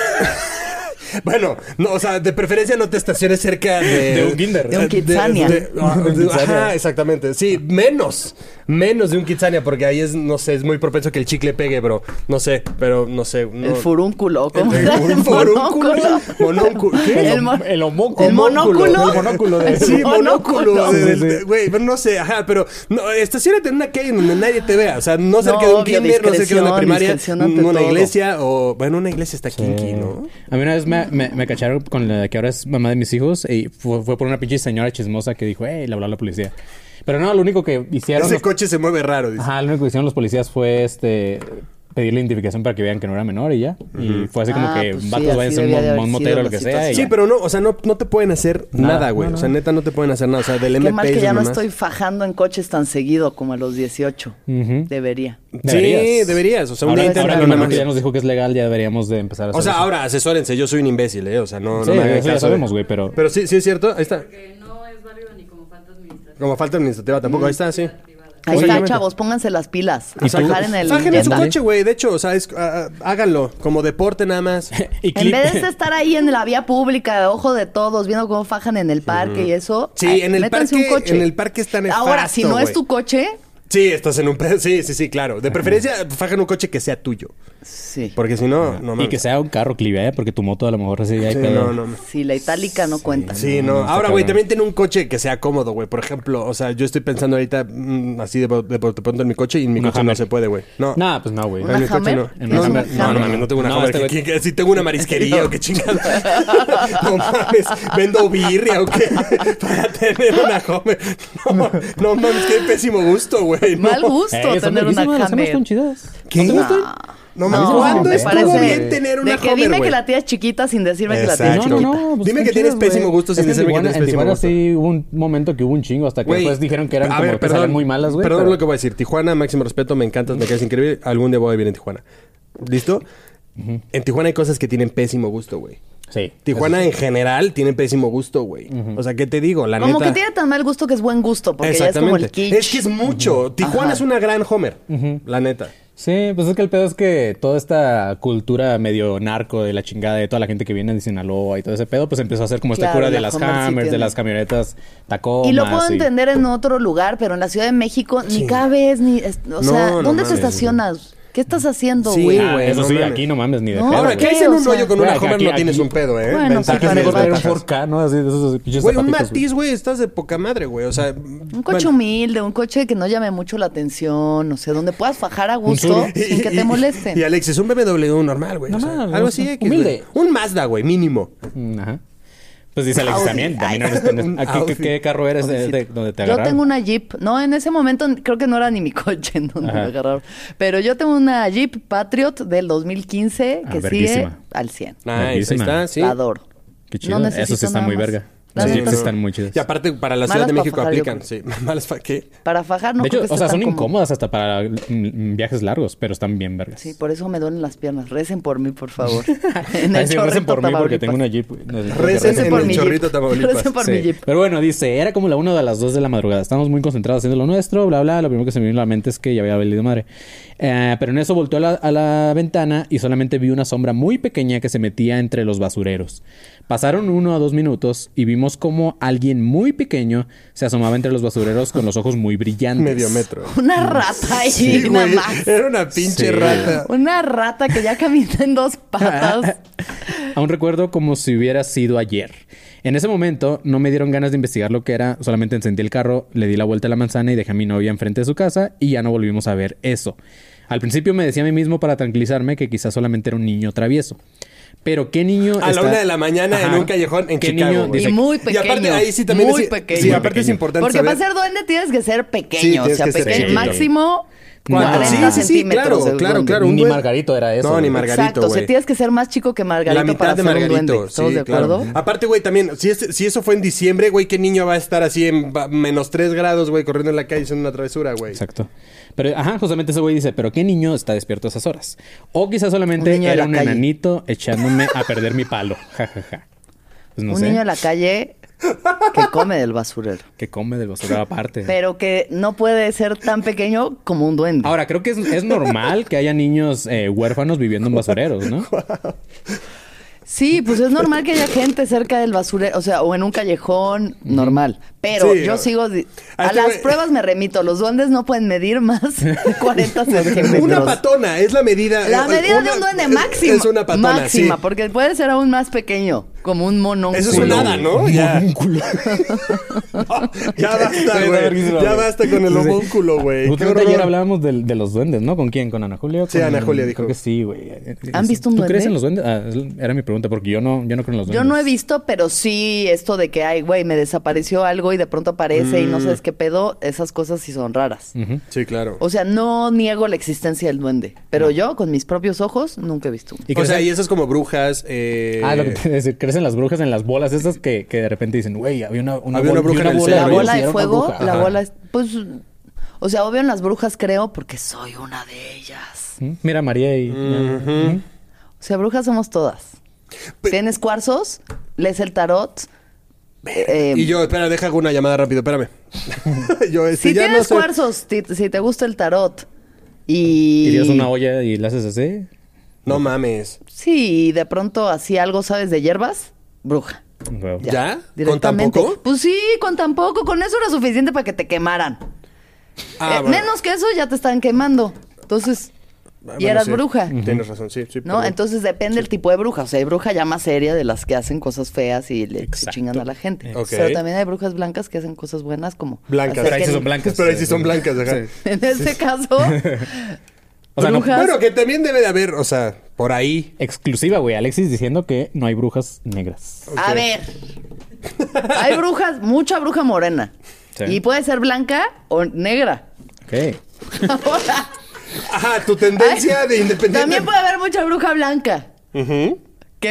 Speaker 5: Bueno, no, o sea, de preferencia no te estaciones cerca de...
Speaker 4: De un kinder.
Speaker 6: De un Kitsania.
Speaker 5: de- ah, de- ajá, exactamente. Sí, menos. Menos de un Kitsania, porque ahí es, no sé, es muy propenso que el chicle pegue, bro. No sé, pero no sé. no-
Speaker 6: El furúnculo. ¿cómo
Speaker 5: El-
Speaker 6: se
Speaker 5: el
Speaker 6: llama?
Speaker 5: furúnculo. Monónculo. ¿Qué?
Speaker 6: El, mo-
Speaker 4: El homónculo.
Speaker 6: El monóculo.
Speaker 4: El monóculo de-
Speaker 6: El
Speaker 5: Sí, monóculo.
Speaker 6: monóculo.
Speaker 5: de- de- Güey, pero no sé, ajá, pero no, estacionate en una calle donde nadie te vea. O sea, no cerca de un
Speaker 6: obvio,
Speaker 5: kinder, no cerca de una
Speaker 6: discreción,
Speaker 5: primaria,
Speaker 6: discreción ante
Speaker 5: una
Speaker 6: todo.
Speaker 5: iglesia o. Bueno, una iglesia está kinky, ¿no?
Speaker 4: A mí una vez me, me- me cacharon con la que ahora es mamá de mis hijos y fue, fue por una pinche señora chismosa que dijo, hey, le habló a la policía. Pero no, lo único que hicieron...
Speaker 5: Ese
Speaker 4: los-
Speaker 5: coche se mueve raro, dice.
Speaker 4: Ajá, lo único que hicieron los policías fue este pedirle identificación para que vean que no era menor y ya. Y fue así como
Speaker 6: Ah,
Speaker 4: que
Speaker 6: pues sí,
Speaker 4: vatos
Speaker 6: así
Speaker 4: vayan a un,
Speaker 6: debía de
Speaker 4: mo-
Speaker 6: haber
Speaker 4: un
Speaker 6: sido
Speaker 4: motero o
Speaker 6: la
Speaker 4: lo que
Speaker 6: situación.
Speaker 4: sea. y
Speaker 5: Sí,
Speaker 4: ya.
Speaker 5: pero no, o sea, no, no te pueden hacer nada, güey. O sea, neta, no te pueden hacer nada. O sea, del
Speaker 6: Qué
Speaker 5: MP
Speaker 6: mal que
Speaker 5: es
Speaker 6: ya no
Speaker 5: mamá.
Speaker 6: estoy fajando en coches tan seguido como a los 18. Debería.
Speaker 5: Sí, deberías. O sea, un
Speaker 4: ahora,
Speaker 5: día
Speaker 4: ahora
Speaker 5: inténtalo
Speaker 4: que
Speaker 5: nada
Speaker 4: Manuel
Speaker 5: más.
Speaker 4: ya nos dijo que es legal, ya deberíamos de empezar a hacer
Speaker 5: O sea,
Speaker 4: eso.
Speaker 5: ahora asesórense, yo soy un imbécil, ¿eh? O sea, no,
Speaker 4: Sí,
Speaker 5: no me hagan
Speaker 4: eso ya
Speaker 5: caso, eh.
Speaker 4: sabemos, güey, pero-
Speaker 5: Pero sí, sí es cierto, ahí está.
Speaker 8: Que no es válido ni como falta administrativa.
Speaker 5: Como falta administrativa tampoco, ahí está, sí.
Speaker 6: Ahí
Speaker 5: Oye,
Speaker 6: está,
Speaker 5: yo me-
Speaker 6: chavos, pónganse las pilas.
Speaker 4: ¿Y tú?
Speaker 6: Fajar en el.
Speaker 5: Fajen en su
Speaker 6: neta.
Speaker 5: coche, güey. De hecho, o sea, es- ah, ah, háganlo como deporte nada más.
Speaker 4: Y
Speaker 6: En
Speaker 4: clip-
Speaker 6: vez de estar ahí en la vía pública, ojo de todos, viendo cómo fajan en el parque y eso.
Speaker 5: Sí,
Speaker 6: ay,
Speaker 5: en el
Speaker 6: métanse
Speaker 5: parque- en el parque está nefasto,
Speaker 6: Ahora, si no es
Speaker 5: güey.
Speaker 6: tu coche,
Speaker 5: Sí, estás en un pedo. Sí, sí, sí, claro. De preferencia, fajan un coche que sea tuyo.
Speaker 6: sí.
Speaker 5: Porque si no, no
Speaker 4: y que
Speaker 5: mames.
Speaker 4: sea un carro clive, ¿eh? porque tu moto a lo mejor así ya hay
Speaker 5: Sí,
Speaker 4: pedo.
Speaker 5: no, no.
Speaker 6: Si la itálica no cuenta.
Speaker 5: Sí, no.
Speaker 4: no, está
Speaker 5: Ahora, güey,
Speaker 4: cabrón.
Speaker 5: también tiene un coche que sea cómodo, güey. Por ejemplo, o sea, yo estoy pensando ahorita mm, así de, bo- de, bo- de pronto en mi coche y en mi
Speaker 4: Una
Speaker 5: coche no
Speaker 4: Hummer.
Speaker 5: se puede, güey. No.
Speaker 4: Nah, pues no, güey.
Speaker 6: ¿Una
Speaker 5: en mi coche
Speaker 6: Hummer?
Speaker 5: no.
Speaker 6: ¿En
Speaker 5: No,
Speaker 6: una
Speaker 5: no,
Speaker 6: Hummer?
Speaker 5: no, no, mames, no tengo una
Speaker 4: No,
Speaker 5: Hummer.
Speaker 4: este
Speaker 5: que-
Speaker 4: güey-
Speaker 5: que- que- si tengo una marisquería o qué chingadas. no mames, vendo birria o qué. Para tener una Hummer. No, no mames, qué pésimo gusto, güey. No.
Speaker 6: Mal gusto
Speaker 4: Eh, son
Speaker 6: tener una
Speaker 4: bellísimas, las hemos
Speaker 6: Hummer.
Speaker 4: tan chidas.
Speaker 5: ¿Qué?
Speaker 4: ¿No te gustan?
Speaker 5: No,
Speaker 6: No,
Speaker 5: mames, ¿cuándo
Speaker 6: me
Speaker 5: estuvo
Speaker 6: parece-
Speaker 5: bien tener una
Speaker 6: De que
Speaker 5: Hummer,
Speaker 6: dime
Speaker 5: güey?
Speaker 6: que la tía es chiquita sin decirme que la tía es
Speaker 5: Exacto.
Speaker 6: chiquita.
Speaker 5: No,
Speaker 4: pues
Speaker 5: no, Dime que tienes pésimo gusto sin
Speaker 4: Es que en
Speaker 5: decirme que
Speaker 4: Tijuana-
Speaker 5: tienes pésimo
Speaker 4: En
Speaker 5: gusto.
Speaker 4: Tijuana sí hubo un momento que hubo un chingo hasta que
Speaker 5: Güey,
Speaker 4: después dijeron que eran
Speaker 5: a
Speaker 4: como
Speaker 5: ver,
Speaker 4: que salían muy malas, güey.
Speaker 5: Perdón
Speaker 4: pero-
Speaker 5: lo que voy a decir. Tijuana, máximo respeto, me encantas, me caes increíble. Algún día voy a vivir en Tijuana. ¿Listo? En Tijuana hay cosas que tienen pésimo gusto, güey.
Speaker 4: Sí.
Speaker 5: Tijuana en general tiene pésimo gusto, güey. O sea, ¿qué te digo? La
Speaker 6: Como
Speaker 5: neta.
Speaker 6: que tiene tan mal gusto que es buen gusto, porque ya es como el kitsch.
Speaker 5: Es que es mucho. Tijuana
Speaker 6: Ajá.
Speaker 5: es una gran Homer, la neta.
Speaker 4: Sí, pues es que el pedo es que toda esta cultura medio narco de la chingada de toda la gente que viene de Sinaloa y todo ese pedo, pues empezó a hacer como esta
Speaker 6: Claro,
Speaker 4: cura de
Speaker 6: la
Speaker 4: las
Speaker 6: Hummer sí
Speaker 4: Hammers, de
Speaker 6: tiene.
Speaker 4: las camionetas Tacomas.
Speaker 6: Y lo puedo entender en otro lugar, pero en la Ciudad de México ni cabes, ni... es- O sea,
Speaker 5: no
Speaker 6: ¿dónde te
Speaker 5: mames.
Speaker 6: estacionas? ¿Qué estás haciendo,
Speaker 5: Sí,
Speaker 6: güey?
Speaker 5: güey.
Speaker 4: Ah, eso
Speaker 5: no
Speaker 4: sí,
Speaker 5: mames.
Speaker 4: aquí no mames ni de
Speaker 6: No,
Speaker 4: pedo,
Speaker 5: Ahora,
Speaker 4: güey.
Speaker 5: ¿qué
Speaker 6: ¿qué?
Speaker 5: es en
Speaker 6: O
Speaker 5: un
Speaker 6: sea,
Speaker 5: hoyo con
Speaker 4: bueno,
Speaker 5: una
Speaker 4: aquí-
Speaker 5: joven? No
Speaker 4: aquí-
Speaker 5: tienes un pedo, ¿eh?
Speaker 6: Bueno,
Speaker 5: Ven,
Speaker 6: sí,
Speaker 5: saca-
Speaker 4: Aquí es
Speaker 6: Para
Speaker 4: mejor
Speaker 6: las
Speaker 4: traer un
Speaker 6: vacas.
Speaker 4: 4K, ¿no? Así de esos pinches
Speaker 5: Güey, un
Speaker 4: zapatitos, güey.
Speaker 5: matiz, güey, estás de poca madre, güey. O sea,
Speaker 6: Un coche humilde, un coche que no llame mucho la atención, o sea, donde puedas fajar a gusto
Speaker 4: Zoom.
Speaker 6: sin que te
Speaker 5: Y,
Speaker 6: molesten.
Speaker 5: Alexis, un BMW normal, güey. o sea,
Speaker 4: Normal,
Speaker 5: algo
Speaker 4: o
Speaker 5: así.
Speaker 4: sea,
Speaker 5: X, güey.
Speaker 4: humilde.
Speaker 5: Un Mazda, güey, mínimo.
Speaker 4: Mm, Ajá. Pues dice Alex
Speaker 6: Audi.
Speaker 4: también. también
Speaker 6: Ay.
Speaker 4: eres pendejo.
Speaker 5: Un
Speaker 4: ¿A qué-
Speaker 5: Audi.
Speaker 4: qué, qué carro eres de, de donde te
Speaker 6: Yo
Speaker 4: agarraron?
Speaker 6: tengo una Jeep. No, en ese momento creo que no era ni mi coche en donde
Speaker 4: Ajá.
Speaker 6: me agarraron. Pero yo tengo una Jeep Patriot del 2015
Speaker 4: Ah,
Speaker 6: que sigue
Speaker 4: verguísima.
Speaker 6: al 100.
Speaker 5: Nice, ahí
Speaker 4: Verguísima.
Speaker 5: está, sí.
Speaker 6: La adoro.
Speaker 4: Qué
Speaker 6: No
Speaker 4: chido.
Speaker 6: necesito
Speaker 4: Esos sí están
Speaker 6: nada
Speaker 4: muy
Speaker 6: más.
Speaker 4: verga.
Speaker 6: La
Speaker 4: Las
Speaker 6: neta,
Speaker 4: Jeeps
Speaker 6: no.
Speaker 4: están muy chidas.
Speaker 5: Y aparte, para la
Speaker 6: Malas
Speaker 5: Ciudad de
Speaker 6: pa'
Speaker 5: México
Speaker 6: fajar, yo
Speaker 5: aplican, sí. Malas para qué.
Speaker 6: Para fajar no
Speaker 4: de
Speaker 6: creo
Speaker 4: hecho,
Speaker 6: que
Speaker 4: o sea,
Speaker 6: esté
Speaker 4: son
Speaker 6: tan cómodo.
Speaker 4: incómodas hasta para mm, viajes largos, pero están bien vergas.
Speaker 6: Sí, por eso me duelen las piernas. Recen por mí, por favor. en
Speaker 4: Ay, sí, recen
Speaker 6: chorrito,
Speaker 4: por mí porque
Speaker 6: Tamaulipas.
Speaker 4: tengo una Jeep. güey. Necesito que
Speaker 5: Recen
Speaker 4: recen
Speaker 5: en
Speaker 6: por
Speaker 5: el
Speaker 6: mi
Speaker 5: Chorrito,
Speaker 6: Jeep.
Speaker 5: Tamaulipas.
Speaker 6: Recen por
Speaker 4: Sí.
Speaker 6: mi Jeep.
Speaker 4: Pero bueno, dice, era como la 1 de las 2 de la madrugada. Estábamos muy concentrados haciendo lo nuestro, bla, bla. Lo primero que se me vino a la mente es que ya había valido madre. Eh, pero en eso volteó a la, a la ventana y solamente vi una sombra muy pequeña que se metía entre los basureros. Pasaron uno a dos minutos y vimos como alguien muy pequeño se asomaba entre los basureros con los ojos muy brillantes.
Speaker 5: Medio metro.
Speaker 6: Una rata ahí,
Speaker 5: Sí,
Speaker 6: nada
Speaker 5: güey,
Speaker 6: más.
Speaker 5: Era una pinche
Speaker 4: Sí.
Speaker 5: rata.
Speaker 6: Una rata que ya camina en dos patas.
Speaker 4: Aún recuerdo como si hubiera sido ayer. En ese momento no me dieron ganas de investigar lo que era, solamente encendí el carro, le di la vuelta a la manzana y dejé a mi novia enfrente de su casa y ya no volvimos a ver eso. Al principio me decía a mí mismo para tranquilizarme que quizás solamente era un niño travieso. Pero qué niño...
Speaker 5: A la
Speaker 4: está-
Speaker 5: una de la mañana en
Speaker 4: Ajá.
Speaker 5: un callejón en
Speaker 4: ¿Qué
Speaker 5: Chicago.
Speaker 4: niño
Speaker 5: güey.
Speaker 4: dice-
Speaker 6: y muy
Speaker 5: Y
Speaker 6: pequeño.
Speaker 5: aparte, ahí sí también
Speaker 6: muy
Speaker 5: es-
Speaker 6: pequeño.
Speaker 5: Sí, aparte es importante
Speaker 6: Porque
Speaker 5: saber.
Speaker 6: para ser duende tienes que ser
Speaker 5: Sí,
Speaker 6: pequeño.
Speaker 5: tienes
Speaker 6: o sea,
Speaker 5: que ser
Speaker 6: pequeño.
Speaker 4: chiquito.
Speaker 6: Máximo
Speaker 4: Cuatro.
Speaker 6: 40
Speaker 4: Sí, sí,
Speaker 5: sí,
Speaker 6: centímetros.
Speaker 5: claro,
Speaker 6: del
Speaker 5: claro,
Speaker 6: duende.
Speaker 5: claro. un
Speaker 4: Ni
Speaker 5: buen-
Speaker 4: Margarito era eso.
Speaker 5: No, ni
Speaker 4: güey.
Speaker 5: Margarito.
Speaker 6: Exacto, o sea,
Speaker 5: güey.
Speaker 6: tienes que ser más chico que Margarito
Speaker 5: La mitad
Speaker 6: para
Speaker 5: de
Speaker 6: ser un duende.
Speaker 5: Margarito.
Speaker 6: ¿Estamos
Speaker 5: sí,
Speaker 6: de
Speaker 5: claro. Ah,
Speaker 6: acuerdo?
Speaker 5: Aparte, güey, también, si, este- si eso fue en diciembre, güey, ¿qué niño va a estar así en ba- menos 3 grados, güey, corriendo en la calle haciendo una travesura, güey?
Speaker 4: Exacto. Pero, ajá, justamente ese güey dice, pero ¿qué niño está despierto a esas horas? O quizás solamente
Speaker 6: Un niño de
Speaker 4: era
Speaker 6: la
Speaker 4: un
Speaker 6: calle.
Speaker 4: enanito echándome a perder mi palo. Ja, ja, ja. Pues no
Speaker 6: un
Speaker 4: sé.
Speaker 6: niño en la calle que come del basurero.
Speaker 4: Que come del basurero aparte.
Speaker 6: Pero que no puede ser tan pequeño como un duende.
Speaker 4: Ahora, creo que es, es normal que haya niños eh, huérfanos viviendo en basureros, ¿no?
Speaker 6: Sí, pues es normal que haya gente cerca del basurero, o sea, o en un callejón normal. Pero
Speaker 5: Sí,
Speaker 6: yo
Speaker 5: a-
Speaker 6: sigo. di-
Speaker 5: a
Speaker 6: A
Speaker 5: este
Speaker 6: las
Speaker 5: güey-
Speaker 6: pruebas me remito. Los duendes no pueden medir más de 40 centímetros.
Speaker 5: Una patona es la medida.
Speaker 6: La
Speaker 5: eh,
Speaker 6: medida
Speaker 5: una-
Speaker 6: de un duende
Speaker 5: es-
Speaker 6: máxima.
Speaker 5: Es una patona.
Speaker 6: Máxima,
Speaker 5: sí.
Speaker 6: porque puede ser aún más pequeño, como un mono.
Speaker 5: Eso es un hada, ¿no? Ya. ya basta, güey. Ya basta con el homúnculo, güey. Qué
Speaker 4: Justamente ayer
Speaker 5: horror.
Speaker 4: hablábamos del- de, los duendes, ¿no? ¿Con quién? ¿Con Ana Julia?
Speaker 5: Sí,
Speaker 4: Con-
Speaker 5: Ana Julia dijo.
Speaker 4: Creo que sí, güey.
Speaker 6: ¿Han visto un
Speaker 4: ¿Tú
Speaker 6: duende?
Speaker 4: crees en los duendes? Ah, es- era mi pregunta, porque yo no, yo no creo en los
Speaker 6: Yo
Speaker 4: duendes.
Speaker 6: no he visto, pero sí esto de que, ay, güey, me desapareció algo y de pronto aparece y no
Speaker 5: Mm.
Speaker 6: sabes qué pedo, esas cosas sí son raras.
Speaker 5: Sí, claro.
Speaker 6: O sea, no niego la existencia del duende, pero yo con mis propios ojos nunca he visto uno.
Speaker 4: ¿Y
Speaker 5: o
Speaker 4: crees
Speaker 5: sea,
Speaker 4: en-
Speaker 5: y eso es como brujas. Eh,
Speaker 4: Ah, lo que te iba a decir, crecen las brujas en las bolas esas que, que de repente dicen, güey, había una, una,
Speaker 5: Había una
Speaker 4: bol- vi
Speaker 5: bruja en el
Speaker 4: bola
Speaker 5: cerro".
Speaker 6: La
Speaker 5: Pero
Speaker 6: bola
Speaker 4: y
Speaker 6: de
Speaker 4: era una
Speaker 6: fuego,
Speaker 4: bruja.
Speaker 6: la
Speaker 4: Ajá.
Speaker 6: bola, es- pues, o sea, obvio en las brujas creo porque soy una de ellas.
Speaker 4: ¿Mm? Mira, María y... Ujú.
Speaker 6: O sea, brujas somos todas. Tienes cuarzos, lees el tarot. eh,
Speaker 5: Y yo, espera, deja una llamada rápido, espérame. yo, este,
Speaker 6: si
Speaker 5: ya
Speaker 6: tienes
Speaker 5: no sé.
Speaker 6: cuarzos, ti- si te gusta el tarot y...
Speaker 4: Y Dios una olla y la haces así.
Speaker 5: No mames.
Speaker 6: Sí, y de pronto así algo sabes de hierbas, bruja.
Speaker 4: Huevo.
Speaker 5: ¿Ya? ¿Con
Speaker 6: Directamente.
Speaker 5: tampoco?
Speaker 6: Pues sí, con tampoco. Con eso era suficiente para que te quemaran.
Speaker 5: Ah,
Speaker 6: Eh, Menos que eso ya te están quemando. Entonces, y eras bruja.
Speaker 5: Tienes razón, sí, sí.
Speaker 6: ¿No?
Speaker 5: perdón.
Speaker 6: Entonces depende el tipo de bruja. O sea, hay bruja ya más seria de las que hacen cosas feas y le
Speaker 4: Exacto.
Speaker 6: chingan a la gente.
Speaker 5: Ok.
Speaker 6: Pero también hay brujas blancas que hacen cosas buenas como.
Speaker 5: Blancas.
Speaker 6: hacer
Speaker 4: Pero ahí sí
Speaker 6: que-
Speaker 4: son blancas.
Speaker 5: Pero ahí sí son blancas, ajá.
Speaker 6: En este caso,
Speaker 4: O sea, no-
Speaker 6: brujas.
Speaker 5: Bueno, que también debe de haber, o sea, por ahí.
Speaker 4: Exclusiva, güey. Alexis diciendo que no hay brujas negras.
Speaker 6: A ver. Hay brujas, mucha bruja morena.
Speaker 4: Sí.
Speaker 6: Y puede ser blanca o negra.
Speaker 4: Ok.
Speaker 6: Ahora.
Speaker 5: Ajá, tu tendencia de independiente.
Speaker 6: También puede haber mucha bruja blanca. Que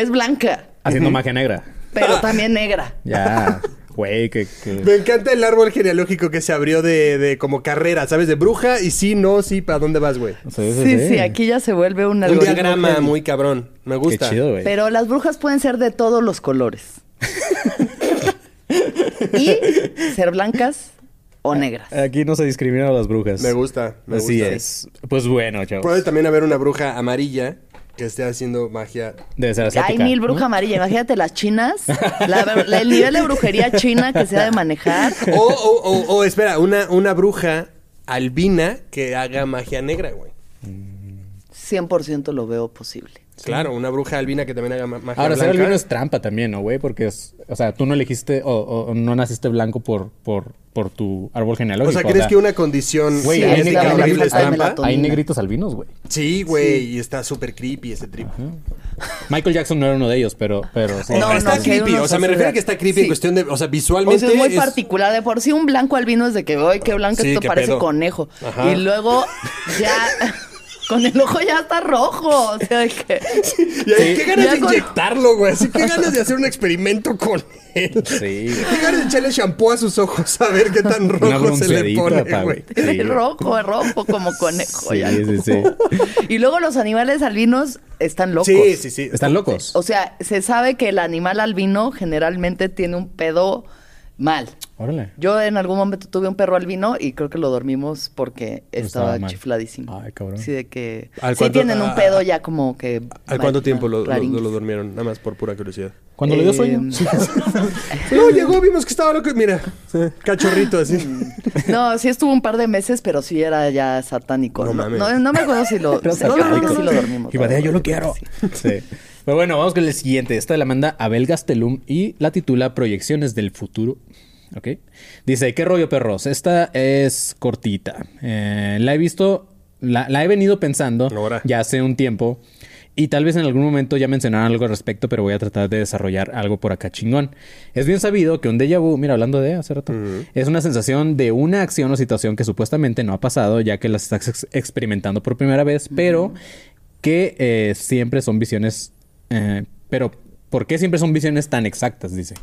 Speaker 6: es blanca,
Speaker 4: Haciendo magia negra.
Speaker 5: Ah.
Speaker 6: pero también negra.
Speaker 4: Ya. Güey, que... que-
Speaker 5: Me encanta el árbol genealógico que se abrió de, de como carrera, ¿sabes? De bruja y sí, no, sí, ¿para dónde vas, güey?
Speaker 6: Sí, sí, aquí ya se vuelve un
Speaker 5: Un
Speaker 6: algoritmo
Speaker 5: diagrama
Speaker 6: heavy.
Speaker 5: muy cabrón. Me
Speaker 4: Qué
Speaker 5: gusta.
Speaker 4: chido, güey.
Speaker 6: Pero las brujas pueden ser de todos los colores. y ser blancas o negras.
Speaker 4: Aquí no se discriminan a las brujas.
Speaker 5: Me gusta, me
Speaker 4: Así
Speaker 5: gusta.
Speaker 4: es. Pues bueno, chavos.
Speaker 5: Puede también haber una bruja amarilla que esté haciendo magia.
Speaker 4: Debe ser asiática.
Speaker 6: Hay mil bruja
Speaker 4: ¿no?
Speaker 6: amarilla. Imagínate las chinas. la- la- el nivel de brujería china que se ha de manejar.
Speaker 5: O, o, o, o, espera, una, una bruja albina que haga magia negra, güey.
Speaker 6: 100% lo veo posible.
Speaker 5: Claro, una bruja albina que también haga ma- magia
Speaker 4: Ahora, ser
Speaker 5: blanca.
Speaker 4: albino es trampa también, ¿no, güey? Porque es, o sea, tú no elegiste o, o- o no naciste blanco por, por, por tu árbol
Speaker 5: O
Speaker 4: genealógico.
Speaker 5: sea, ¿crees que una condición
Speaker 4: Güey,
Speaker 6: Sí,
Speaker 4: hay,
Speaker 6: es
Speaker 5: genética
Speaker 6: la
Speaker 4: negritos,
Speaker 5: horrible es
Speaker 6: hay
Speaker 5: trampa?
Speaker 6: melatonina.
Speaker 4: hay negritos albinos, güey.
Speaker 5: Sí, güey, y está súper creepy ese trip.
Speaker 4: Michael Jackson no era uno de ellos, pero, pero sí.
Speaker 6: No,
Speaker 5: está
Speaker 6: no, sí, hay
Speaker 5: creepy,
Speaker 6: unos
Speaker 5: o sea, me
Speaker 6: así
Speaker 5: refiero
Speaker 6: de-
Speaker 5: a que está creepy en
Speaker 6: Sí.
Speaker 5: cuestión de, o sea,
Speaker 6: O
Speaker 5: visualmente
Speaker 6: sea, es muy particular. De por sí, un blanco albino es de que, ¡ay, qué blanco!
Speaker 5: Sí,
Speaker 6: esto
Speaker 5: qué
Speaker 6: parece
Speaker 5: pedo.
Speaker 6: conejo.
Speaker 5: Ajá.
Speaker 6: Y luego ya. Con el ojo ya está rojo. O sea, de que.
Speaker 5: Y ahí, qué ganas
Speaker 6: Ya
Speaker 5: de
Speaker 6: con-
Speaker 5: inyectarlo, güey. Así qué ganas de hacer un experimento con él.
Speaker 4: Sí, güey.
Speaker 5: Qué ganas de echarle shampoo a sus ojos a ver qué tan rojo se le
Speaker 4: bronceadita,
Speaker 5: pone,
Speaker 4: pa,
Speaker 5: güey.
Speaker 4: Sí, güey.
Speaker 6: rojo, rojo como conejo.
Speaker 4: Sí,
Speaker 6: ya.
Speaker 4: sí, sí.
Speaker 6: Y luego los animales albinos están locos.
Speaker 5: Sí, sí, sí.
Speaker 4: ¿Están locos?
Speaker 6: O sea, se sabe que el animal albino generalmente tiene un pedo mal.
Speaker 4: Órale.
Speaker 6: Yo en algún momento tuve un perro albino y creo que lo dormimos porque estaba,
Speaker 4: mal.
Speaker 6: chifladísimo.
Speaker 4: Ay, cabrón.
Speaker 6: Sí, de que...
Speaker 5: ¿Al
Speaker 6: sí
Speaker 5: cuánto-
Speaker 6: tienen un
Speaker 5: a-
Speaker 6: pedo ya como que...
Speaker 5: ¿Al cuánto tiempo lo, lo-
Speaker 6: rarín.
Speaker 5: lo dormieron? Nada más por pura curiosidad.
Speaker 4: Cuando le dio
Speaker 6: Eh,
Speaker 4: sueño.
Speaker 5: No, llegó, vimos que estaba loco. y Mira, cachorrito así.
Speaker 6: Mm. No, sí estuvo un par de meses, pero sí era ya satánico.
Speaker 5: No
Speaker 6: No,
Speaker 5: mames.
Speaker 6: no, no me acuerdo si lo...
Speaker 4: Pero
Speaker 6: yo creo que
Speaker 4: satánico.
Speaker 6: sí lo dormimos.
Speaker 4: Y Badea, yo lo quiero.
Speaker 6: Sí.
Speaker 4: Sí. Pero bueno, vamos con el siguiente. Esta la manda Abel Gastelum y la titula Proyecciones del futuro. ¿Ok? Dice, ¿qué rollo, perros? Esta es cortita. Eh, la he visto, la, la he venido pensando
Speaker 5: Ahora.
Speaker 4: ya hace un tiempo. Y tal vez en algún momento ya mencionaron algo al respecto, pero voy a tratar de desarrollar algo por acá chingón. Es bien sabido que un déjà vu, mira, hablando de hace rato, es una sensación de una acción o situación que supuestamente no ha pasado, ya que las estás ex- experimentando por primera vez, pero que eh, siempre son visiones. eh, pero, ¿por qué siempre son visiones tan exactas? Dice.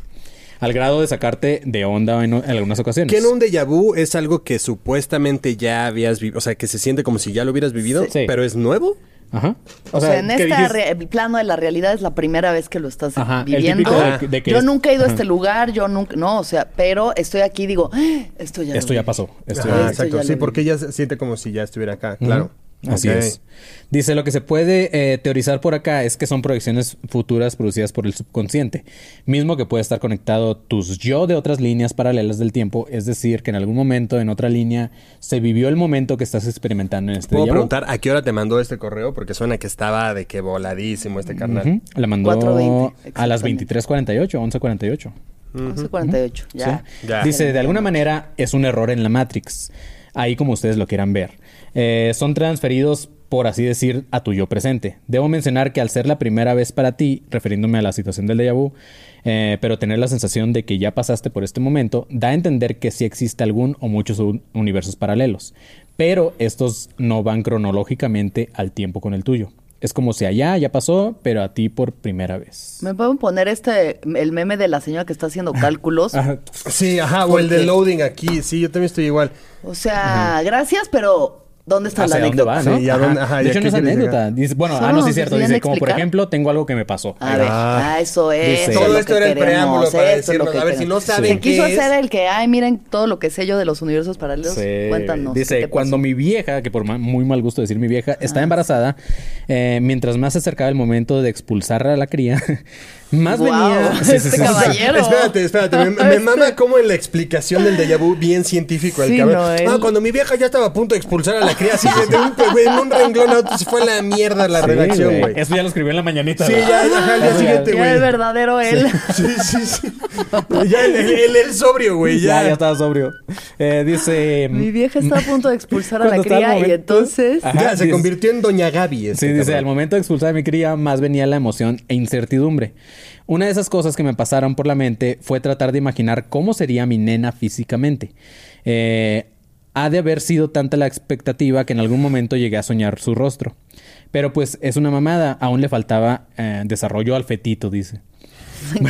Speaker 4: Al grado de sacarte de onda en, o- en algunas ocasiones.
Speaker 5: Que en un déjà vu es algo que supuestamente ya habías vivido. O sea, que se siente como si ya lo hubieras vivido,
Speaker 4: Sí.
Speaker 5: pero es nuevo.
Speaker 4: Ajá.
Speaker 6: O sea, en
Speaker 4: ¿qué
Speaker 6: este
Speaker 4: dijiste?
Speaker 6: re- el plano de la realidad es la primera vez que lo estás
Speaker 4: Ajá, el
Speaker 6: viviendo.
Speaker 4: típico de que- de que
Speaker 6: yo
Speaker 4: es-
Speaker 6: nunca he ido
Speaker 4: ajá.
Speaker 6: a este lugar, yo nunca, no, o sea, pero estoy aquí y digo, "Ah, esto ya lo
Speaker 4: Esto ya
Speaker 6: viví".
Speaker 4: pasó. Esto
Speaker 5: Ajá,
Speaker 4: ya-
Speaker 6: Esto ya
Speaker 5: exacto.
Speaker 6: lo
Speaker 5: Sí,
Speaker 6: vi.
Speaker 5: porque ya se siente como si ya estuviera acá,
Speaker 4: Ujú.
Speaker 5: claro.
Speaker 4: Así
Speaker 5: Ok.
Speaker 4: es. Dice, lo que se puede eh, teorizar por acá es que son proyecciones futuras producidas por el subconsciente, mismo que puede estar conectado tus yo de otras líneas paralelas del tiempo, es decir, que en algún momento en otra línea se vivió el momento que estás experimentando en este
Speaker 5: Puedo
Speaker 4: déjà vu.
Speaker 5: preguntar a qué hora te mandó este correo, porque suena que estaba de que voladísimo este carnal.
Speaker 4: Ujú. La mandó
Speaker 6: 4:20,
Speaker 4: a las
Speaker 6: exactamente.
Speaker 4: 23.48, 11.48.
Speaker 6: 11.48, ya.
Speaker 4: ¿Sí?
Speaker 5: Ya.
Speaker 4: Dice, de alguna manera es un error en la Matrix. Ahí como ustedes lo quieran ver. Eh, son transferidos, por así decir, a tu yo presente. Debo mencionar que al ser la primera vez para ti, refiriéndome a la situación del déjà vu, eh, pero tener la sensación de que ya pasaste por este momento, da a entender que sí existe algún o muchos un- universos paralelos. Pero estos no van cronológicamente al tiempo con el tuyo. Es como si allá ya pasó, pero a ti por primera vez.
Speaker 6: Me pueden poner este, el meme de la señora que está haciendo cálculos.
Speaker 4: Ajá.
Speaker 5: Sí, ajá, o el de loading aquí. Sí, yo también estoy igual.
Speaker 6: O sea, gracias, pero ¿dónde está la
Speaker 4: Ah, ¿Hacia dónde
Speaker 6: anécdota?
Speaker 4: va, no?
Speaker 5: Sí, ¿y a dónde- ajá,
Speaker 4: de
Speaker 5: y a
Speaker 4: hecho,
Speaker 5: qué
Speaker 4: no es
Speaker 5: quieres
Speaker 4: anécdota.
Speaker 5: llegar?
Speaker 4: Dice- bueno, ah,
Speaker 6: Solo
Speaker 4: no, sí
Speaker 6: nos
Speaker 4: es cierto.
Speaker 6: querían
Speaker 4: Dice, como por
Speaker 6: explicar.
Speaker 4: ejemplo, tengo algo que me pasó.
Speaker 6: A ver, ah, eso es.
Speaker 4: Dice-
Speaker 6: es
Speaker 4: Todo
Speaker 6: lo
Speaker 5: esto
Speaker 6: que
Speaker 5: era el
Speaker 6: queremos,
Speaker 5: preámbulo para
Speaker 6: esto es
Speaker 5: decirnos,
Speaker 6: lo que
Speaker 5: a ver, si no
Speaker 6: queremos.
Speaker 5: saben
Speaker 6: Se quiso
Speaker 5: qué es.
Speaker 6: hacer el que, ay, miren todo lo que sé yo de los universos paralelos.
Speaker 4: Sí.
Speaker 6: Cuéntanos. ¿qué
Speaker 4: Dice,
Speaker 6: te
Speaker 4: cuando
Speaker 6: pasó?
Speaker 4: mi vieja, que por ma- muy mal gusto decir mi vieja, está embarazada, eh, mientras más se acercaba el momento de expulsar a la cría, más
Speaker 6: Guau,
Speaker 4: venía... Sí, sí,
Speaker 6: este
Speaker 4: sí, sí.
Speaker 6: caballero.
Speaker 5: Espérate, espérate. Me, me mama como en la explicación del déjà vu bien científico el
Speaker 6: Este Sí,
Speaker 5: cabrón.
Speaker 6: no, él-
Speaker 5: Ah, cuando mi vieja ya estaba a punto de expulsar a la cría así de un, güey, en un renglón a otro se fue a la mierda la
Speaker 4: Sí,
Speaker 5: redacción,
Speaker 4: güey.
Speaker 5: güey.
Speaker 4: Eso ya lo escribió en la mañanita.
Speaker 5: Sí,
Speaker 4: ¿verdad?
Speaker 5: ya, ya, ajá, al día
Speaker 4: Ya,
Speaker 5: siguiente,
Speaker 6: Ya el
Speaker 5: güey.
Speaker 6: verdadero él.
Speaker 5: Sí, sí, sí. Ya él, él, él- él sobrio, güey.
Speaker 4: Ya,
Speaker 5: Ya.
Speaker 4: ya estaba sobrio. Eh, dice...
Speaker 6: Mi vieja está a punto de expulsar a la
Speaker 4: Cuando estaba el
Speaker 6: cría y
Speaker 4: momento-
Speaker 6: entonces.
Speaker 4: Ajá,
Speaker 5: Ya, se
Speaker 4: dice-
Speaker 5: convirtió en Doña Gaby. este
Speaker 4: Sí, dice,
Speaker 5: cabrón.
Speaker 4: al momento de expulsar a mi cría, más venía la emoción e incertidumbre. Una de esas cosas que me pasaron por la mente fue tratar de imaginar cómo sería mi nena físicamente. Eh, ha de haber sido tanta la expectativa que en algún momento llegué a soñar su rostro. Pero pues es una mamada, aún le faltaba eh, desarrollo al fetito, dice.
Speaker 6: Me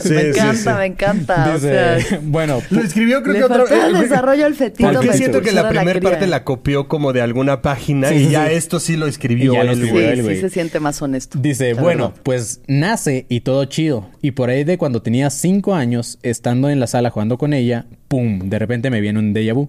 Speaker 5: Sí,
Speaker 6: me
Speaker 5: sí,
Speaker 6: encanta,
Speaker 5: sí.
Speaker 6: me encanta.
Speaker 4: Dice,
Speaker 6: o sea,
Speaker 4: bueno,
Speaker 5: Lo escribió creo
Speaker 6: le
Speaker 5: que otro...
Speaker 6: faltaba
Speaker 5: eh,
Speaker 6: desarrollo al fetito
Speaker 4: ¿Por
Speaker 5: Porque
Speaker 4: para
Speaker 5: siento que la
Speaker 6: expulsar a
Speaker 5: primera
Speaker 6: cría.
Speaker 5: parte la copió como de alguna página
Speaker 4: Sí,
Speaker 5: y
Speaker 4: sí,
Speaker 5: ya
Speaker 4: sí.
Speaker 5: esto sí lo escribió
Speaker 4: Y ya lo
Speaker 5: él,
Speaker 6: Sí,
Speaker 4: escribió
Speaker 5: güey.
Speaker 4: él, güey.
Speaker 6: sí se siente más honesto.
Speaker 4: Dice,
Speaker 6: la
Speaker 4: bueno,
Speaker 6: verdad.
Speaker 4: pues nace y todo chido. Y por ahí de cuando tenía cinco años, estando en la sala jugando con ella, ¡pum! De repente me viene un déjà vu.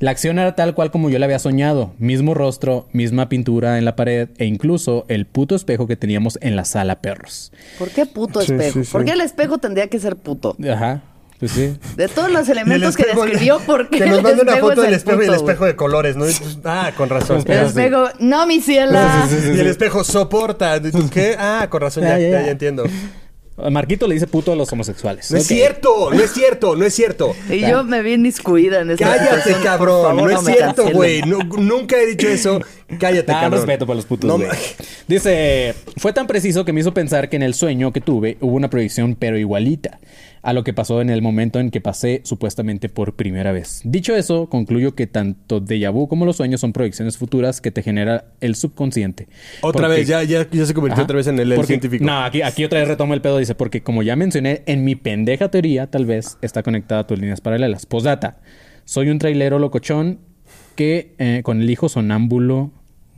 Speaker 4: La acción era tal cual como yo la había soñado. Mismo rostro, misma pintura en la pared e incluso el puto espejo que teníamos en la sala perros.
Speaker 6: ¿Por qué puto espejo? ¿Por qué el espejo tendría que ser puto?
Speaker 4: Ajá. Pues sí.
Speaker 6: De todos los
Speaker 5: Y el
Speaker 6: elementos que
Speaker 5: espejo-
Speaker 6: describió, ¿por qué
Speaker 5: Que nos
Speaker 6: el
Speaker 5: manda una
Speaker 6: espejo
Speaker 5: foto
Speaker 6: es
Speaker 5: del
Speaker 6: el
Speaker 5: espejo y el
Speaker 6: punto, güey?
Speaker 5: espejo de colores, ¿no? Ah, con razón.
Speaker 6: El espejo, no, mi ciela.
Speaker 5: Y el espejo soporta. ¿Qué? Ah, con razón, ya,
Speaker 4: Ya, ya,
Speaker 5: ya,
Speaker 4: ya.
Speaker 5: ya entiendo.
Speaker 4: Marquito le dice puto a los homosexuales.
Speaker 5: No es
Speaker 4: Ok.
Speaker 5: cierto, no es cierto, no es cierto.
Speaker 6: Y yo me vi inmiscuida en esa
Speaker 5: Cállate,
Speaker 6: situación.
Speaker 5: cabrón.
Speaker 6: Por favor,
Speaker 5: no es
Speaker 6: me
Speaker 5: cierto,
Speaker 6: cancelen.
Speaker 5: güey. No- nunca he dicho eso. Cállate,
Speaker 4: Ah,
Speaker 5: cabrón.
Speaker 4: respeto para los putos.
Speaker 5: No
Speaker 4: güey.
Speaker 5: ma-
Speaker 4: Dice, fue tan preciso que me hizo pensar que en el sueño que tuve hubo una proyección pero igualita a lo que pasó en el momento en que pasé supuestamente por primera vez. Dicho eso, concluyo que tanto déjà vu como los sueños son proyecciones futuras que te genera el subconsciente.
Speaker 5: Otra
Speaker 4: Porque-
Speaker 5: vez, ya, ya, ya se convirtió
Speaker 4: Ajá.
Speaker 5: otra vez en el, el
Speaker 4: Porque-
Speaker 5: científico.
Speaker 4: No, aquí, aquí otra vez retomo el pedo. Dice, porque como ya mencioné, en mi pendeja teoría, tal vez está conectada a tus líneas paralelas. Postdata. Soy un trailero locochón que eh, con el hijo sonámbulo.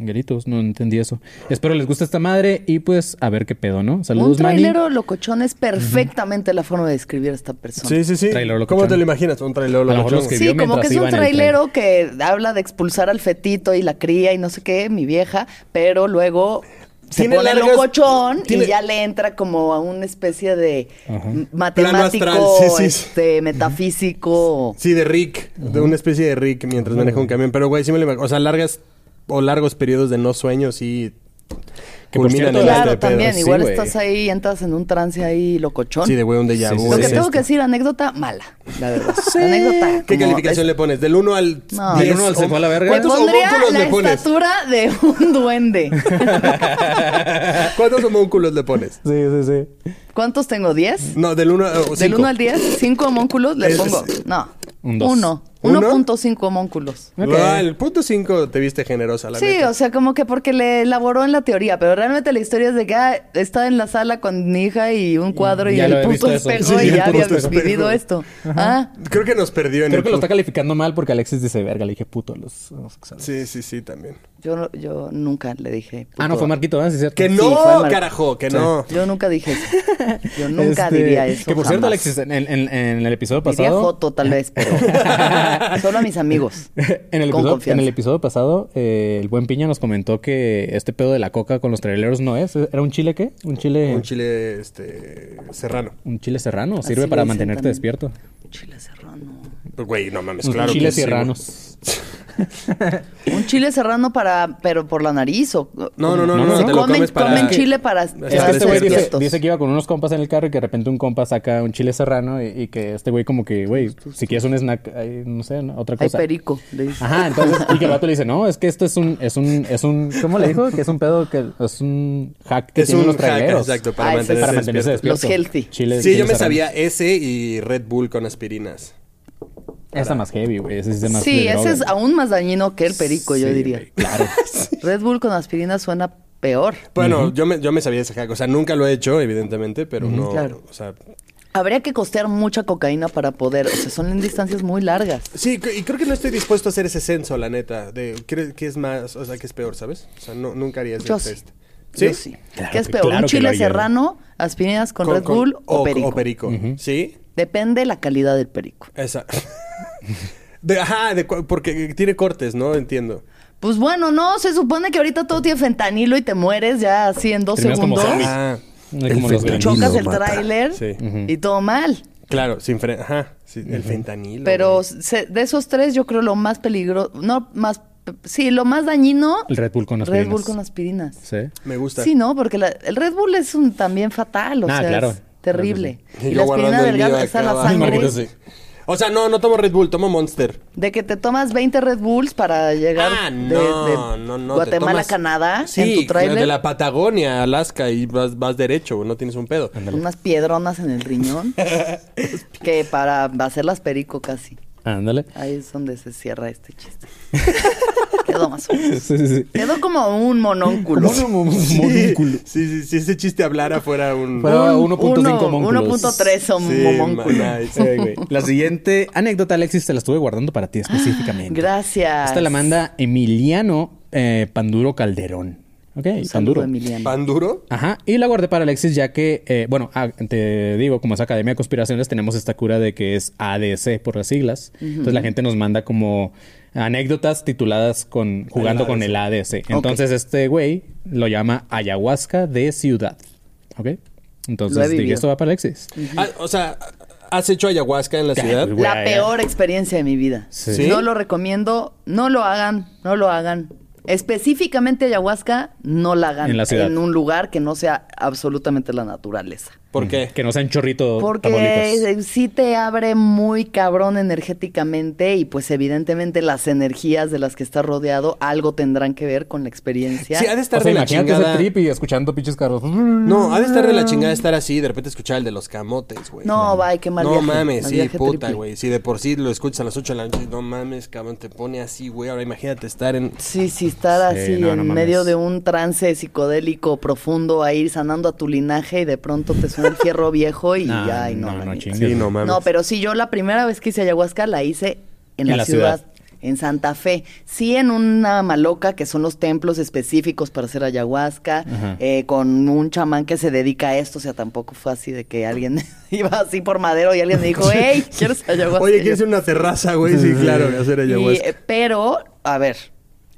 Speaker 4: Gritos, no entendí eso. Espero les guste esta madre y pues a ver qué pedo, ¿no?
Speaker 6: Un
Speaker 4: Saludos, Manny.
Speaker 6: trailero locochón es perfectamente la forma de describir a esta persona.
Speaker 5: Sí, sí, sí.
Speaker 4: Trailero
Speaker 5: ¿Cómo
Speaker 4: locochón.
Speaker 5: te lo imaginas? Un
Speaker 4: lo
Speaker 5: trailer
Speaker 4: mejor
Speaker 5: locochón.
Speaker 4: los que-
Speaker 5: Sí.
Speaker 6: Sí,
Speaker 4: vio
Speaker 6: como
Speaker 4: mientras
Speaker 6: que es
Speaker 4: iba
Speaker 6: un
Speaker 4: en el
Speaker 6: trailero que habla de expulsar al fetito y la cría y no sé qué, mi vieja, pero luego se
Speaker 5: Tiene
Speaker 6: pone
Speaker 5: largas-
Speaker 6: locochón
Speaker 5: tiene-
Speaker 6: y ya le entra como a una especie de m-
Speaker 5: Plano
Speaker 6: matemático,
Speaker 5: astral, sí, sí, sí.
Speaker 6: este, metafísico.
Speaker 5: de Rick. De una especie de Rick mientras maneja un camión. Pero, güey, sí me lo imagino. O sea, largas o largos periodos de no sueños sí
Speaker 4: Que por
Speaker 5: culminan
Speaker 4: cierto,
Speaker 5: en
Speaker 6: Claro,
Speaker 5: este pedo.
Speaker 6: también,
Speaker 4: sí,
Speaker 6: igual
Speaker 4: güey.
Speaker 6: estás ahí, entras en un trance ahí locochón.
Speaker 5: Sí, de güey, un déjà
Speaker 4: Sí, sí,
Speaker 5: vu.
Speaker 4: sí,
Speaker 6: Lo que
Speaker 5: es
Speaker 4: sí.
Speaker 6: tengo
Speaker 5: esto.
Speaker 6: que decir, anécdota mala, la verdad. anécdota.
Speaker 5: ¿Qué
Speaker 6: como-
Speaker 5: calificación le pones? Del 1 al
Speaker 6: No.
Speaker 5: 10.
Speaker 6: Del
Speaker 4: uno al se fue a la verga.
Speaker 6: Le
Speaker 5: ¿Cuántos
Speaker 6: Pues pondría
Speaker 5: homúnculos
Speaker 6: la
Speaker 5: le pones?
Speaker 6: estatura de un duende.
Speaker 5: ¿Cuántos homúnculos le pones?
Speaker 4: Sí, sí, sí.
Speaker 6: ¿Cuántos tengo? ¿10?
Speaker 5: No, del 1 al 5.
Speaker 6: Del 1 al 10, 5 homúnculos le
Speaker 5: Es-
Speaker 6: pongo. No.
Speaker 4: Un dos.
Speaker 6: 1.
Speaker 5: ¿Uno?
Speaker 6: 1.5 homúnculos.
Speaker 4: Ok.
Speaker 5: el punto 5 te viste generosa, la
Speaker 6: Sí,
Speaker 5: neta.
Speaker 6: o sea, como que porque le elaboró en la teoría, pero realmente la historia es de que ah, estaba en la sala con mi hija y un
Speaker 5: Mm,
Speaker 6: cuadro y,
Speaker 4: ya lo
Speaker 6: el
Speaker 4: había
Speaker 6: puto
Speaker 4: visto eso.
Speaker 6: espejo
Speaker 5: Sí,
Speaker 6: y
Speaker 5: el
Speaker 6: ya había
Speaker 5: puto espejo.
Speaker 6: vivido esto. Ah,
Speaker 5: Creo que nos perdió en
Speaker 4: Creo
Speaker 5: el
Speaker 4: que lo está
Speaker 5: punto.
Speaker 4: calificando mal porque Alexis dice, verga, le dije puto a los homosexuales.
Speaker 5: Sí, sí, sí, también.
Speaker 6: yo, no- yo nunca le dije.
Speaker 4: Ah, no,
Speaker 6: puto.
Speaker 4: fue Marquito, ¿verdad? Sí, cierto.
Speaker 5: Que
Speaker 6: Sí,
Speaker 5: no,
Speaker 6: fue mal.
Speaker 5: carajo, que no.
Speaker 6: Yo nunca dije eso. Yo nunca
Speaker 4: Este,
Speaker 6: diría eso.
Speaker 4: Que por cierto,
Speaker 6: jamás.
Speaker 4: Alexis, en, en- en el episodio pasado.
Speaker 6: Diría Joto tal vez, pero solo a mis amigos.
Speaker 4: en, el
Speaker 6: con
Speaker 4: episodio,
Speaker 6: confianza.
Speaker 4: en el episodio pasado, eh, el buen Piña nos comentó que este pedo de la coca con los traileros no es. ¿Era un chile qué? Un chile.
Speaker 5: Un
Speaker 4: Un,
Speaker 5: chile, este, serrano.
Speaker 4: chile serrano.
Speaker 6: Así
Speaker 4: Sirve
Speaker 6: le
Speaker 4: para
Speaker 6: dicen
Speaker 4: mantenerte
Speaker 6: también.
Speaker 4: despierto.
Speaker 6: Chile serrano.
Speaker 5: Pues, Güey, no mames, claro. que
Speaker 4: Chiles
Speaker 5: sí, güey.
Speaker 4: serranos.
Speaker 6: Un chile serrano para, pero por la nariz o
Speaker 5: No, no, no,
Speaker 4: No,
Speaker 5: no,
Speaker 4: no,
Speaker 5: te lo
Speaker 6: comen-
Speaker 5: comes para...
Speaker 6: comen chile para-
Speaker 5: Es que
Speaker 4: Es que
Speaker 6: para
Speaker 4: este güey dice,
Speaker 6: despiertos.
Speaker 4: dice que iba con unos compas en el carro y que de repente un compa saca un chile serrano y, y que este güey, como que, güey, si quieres un snack, ahí, no sé, ¿no? otra
Speaker 6: hay
Speaker 4: cosa.
Speaker 6: perico. le dicen.
Speaker 4: Ajá, entonces, y que el vato le dice, no, es que esto es un, es un, es un, ¿cómo le dijo? Que es un pedo, que es un hack que
Speaker 5: Es
Speaker 4: tienen
Speaker 5: un
Speaker 4: los
Speaker 5: hack,
Speaker 4: traileros.
Speaker 5: exacto, para
Speaker 6: Ah, ese
Speaker 5: mantenerse
Speaker 4: para mantenerse
Speaker 5: despierto.
Speaker 4: despierto.
Speaker 6: Los healthy.
Speaker 4: Chile-
Speaker 5: Sí,
Speaker 4: chile
Speaker 5: yo me
Speaker 4: serrano.
Speaker 5: sabía ese y Red Bull con aspirinas.
Speaker 4: Esa más heavy, güey. Ese es de más
Speaker 6: sí,
Speaker 4: de
Speaker 6: ese
Speaker 4: droga,
Speaker 6: es
Speaker 4: güey.
Speaker 6: aún más dañino que el perico, yo
Speaker 4: Sí,
Speaker 6: diría.
Speaker 4: güey, Claro.
Speaker 6: Red Bull con aspirina suena peor.
Speaker 5: Bueno, yo, me, yo me sabía ese hack. O sea, nunca lo he hecho, evidentemente, pero no...
Speaker 6: Claro.
Speaker 5: O sea,
Speaker 6: Habría que costear mucha cocaína para poder. O sea, son en distancias muy largas.
Speaker 5: Sí, cre- y creo que no estoy dispuesto a hacer ese censo, la neta. De qué, qué es más, o sea, qué es peor, ¿sabes? O sea, no, nunca haría ese
Speaker 6: Yo sí.
Speaker 5: test.
Speaker 6: Yo sí.
Speaker 4: Claro
Speaker 6: ¿Qué es
Speaker 4: que-
Speaker 6: peor?
Speaker 4: claro
Speaker 6: ¿Un
Speaker 4: que lo
Speaker 6: chile
Speaker 4: haría.
Speaker 6: serrano, aspirinas con, Red Bull o, perico?
Speaker 5: O perico. Sí,
Speaker 6: Depende la calidad del perico.
Speaker 5: esa. De- ajá, de cu- porque tiene cortes, ¿no? Entiendo.
Speaker 6: Pues bueno, no, se supone que ahorita todo tiene fentanilo y te mueres ya así en dos
Speaker 4: Terminas como zombie.
Speaker 6: segundos.
Speaker 5: Ah,
Speaker 4: No hay como
Speaker 2: El fentanilo.
Speaker 4: los gringos.
Speaker 6: Chocas el
Speaker 2: mata.
Speaker 6: tráiler
Speaker 5: Sí.
Speaker 6: y todo mal.
Speaker 5: claro, sin fre- Ajá, sí, el fentanilo.
Speaker 6: Pero
Speaker 5: güey.
Speaker 6: se- de esos tres, yo creo lo más peligroso, no más, sí, lo más dañino.
Speaker 4: El Red Bull con aspirinas.
Speaker 6: Red Bull con aspirinas.
Speaker 4: Sí.
Speaker 5: Me gusta.
Speaker 6: Sí, no, porque la- el Red Bull es un, también fatal, o
Speaker 4: Ah,
Speaker 6: sea,
Speaker 4: claro.
Speaker 6: es terrible.
Speaker 5: Y
Speaker 6: Y
Speaker 5: yo
Speaker 6: la aspirina
Speaker 5: guardando el
Speaker 6: del gas
Speaker 5: mío
Speaker 6: está
Speaker 5: acá
Speaker 6: la
Speaker 5: abajo.
Speaker 6: sangre.
Speaker 5: Marquito, sí. O sea, no, no tomo Red Bull, tomo Monster.
Speaker 6: De que te tomas 20 Red Bulls para llegar
Speaker 5: Ah,
Speaker 6: de-
Speaker 5: no,
Speaker 6: de,
Speaker 5: no, no. te
Speaker 6: Guatemala
Speaker 5: tomas-
Speaker 6: a Canadá
Speaker 5: Sí,
Speaker 6: en tu tráiler.
Speaker 5: de la Patagonia, Alaska, y vas, vas derecho, güey, no tienes un pedo.
Speaker 6: Unas piedronas en el riñón. que para hacerlas perico casi.
Speaker 4: Ándale.
Speaker 6: Ahí es donde se cierra este chiste. Quedó más o menos.
Speaker 4: Sí, sí, sí.
Speaker 6: Quedó como un monónculo.
Speaker 4: Monóculo.
Speaker 5: Sí, sí, si ese chiste hablara fuera un...
Speaker 4: Fue a
Speaker 6: Un-
Speaker 4: 1.5
Speaker 6: uno-
Speaker 4: homúnculos.
Speaker 6: 1.3 son
Speaker 5: Sí,
Speaker 6: monónculo.
Speaker 5: man, nice.
Speaker 4: Sí, güey. La siguiente anécdota, Alexis, te la estuve guardando para ti específicamente.
Speaker 6: Gracias.
Speaker 4: Esta la manda Emiliano eh, Panduro Calderón. Ok,
Speaker 6: Un saludo,
Speaker 4: Panduro.
Speaker 6: Emiliano.
Speaker 5: ¿Pan duro?
Speaker 4: Ajá, y la guardé para Alexis ya que, eh, bueno, ah, te digo, como es Academia de Conspiraciones, tenemos esta cura de que es ADC por las siglas. Entonces la gente nos manda como anécdotas tituladas con jugando con el ADC. Entonces este güey lo llama ayahuasca de ciudad. ¿Ok?
Speaker 6: Lo he
Speaker 4: Entonces
Speaker 6: vivido.
Speaker 4: dije, esto va para Alexis.
Speaker 5: Ah, o sea, ¿Has hecho ayahuasca en la ciudad?
Speaker 4: güey.
Speaker 6: La
Speaker 4: Güey,
Speaker 6: peor experiencia de mi vida.
Speaker 5: Sí.
Speaker 6: No lo recomiendo, no lo hagan, no lo hagan. Específicamente ayahuasca, no la hagan
Speaker 4: En la ciudad.
Speaker 6: un lugar que no sea absolutamente la naturaleza.
Speaker 5: ¿Por qué?
Speaker 4: Que no sean chorrito
Speaker 6: Porque
Speaker 4: Tamaulipas.
Speaker 6: eh, sí te abre muy cabrón energéticamente y pues evidentemente las energías de las que estás rodeado algo tendrán que ver con la experiencia.
Speaker 5: Sí, ha de estar
Speaker 9: O sea,
Speaker 5: de la
Speaker 9: imagínate
Speaker 5: chingada.
Speaker 9: ese trip y escuchando pinches carros.
Speaker 5: No, ha de estar de la chingada estar así y de repente escuchar el de los camotes, güey.
Speaker 6: No, bye, qué mal
Speaker 5: No
Speaker 6: viaje,
Speaker 5: mames,
Speaker 6: mal
Speaker 5: sí,
Speaker 6: viaje
Speaker 5: puta,
Speaker 6: triple.
Speaker 5: güey. Si de por sí lo escuchas a las 8 de la noche, no mames, cabrón, te pone así, güey. Ahora imagínate estar en...
Speaker 6: Sí, sí, estar
Speaker 4: Sí,
Speaker 6: así
Speaker 4: no,
Speaker 6: en
Speaker 4: no mames.
Speaker 6: medio de un trance psicodélico profundo a ir sanando a tu linaje y de pronto te suena el fierro viejo y
Speaker 4: No,
Speaker 6: ay, no.
Speaker 4: no, no,
Speaker 6: manito.
Speaker 4: chingues.
Speaker 5: Sí, no mames.
Speaker 6: No, pero sí, yo la primera vez que hice ayahuasca la hice en, la, ciudad, en Santa Fe. Sí, en una maloca, que son los templos específicos para hacer ayahuasca, eh, con un chamán que se dedica a esto. O sea, tampoco fue así de que alguien iba así por madero y alguien me dijo, hey, ¿quieres ayahuasca?
Speaker 5: Oye,
Speaker 6: Y
Speaker 5: ¿quieres
Speaker 6: yo,
Speaker 5: una terraza, güey? Sí, claro, hacer
Speaker 6: y,
Speaker 5: ayahuasca.
Speaker 6: eh, pero, a ver,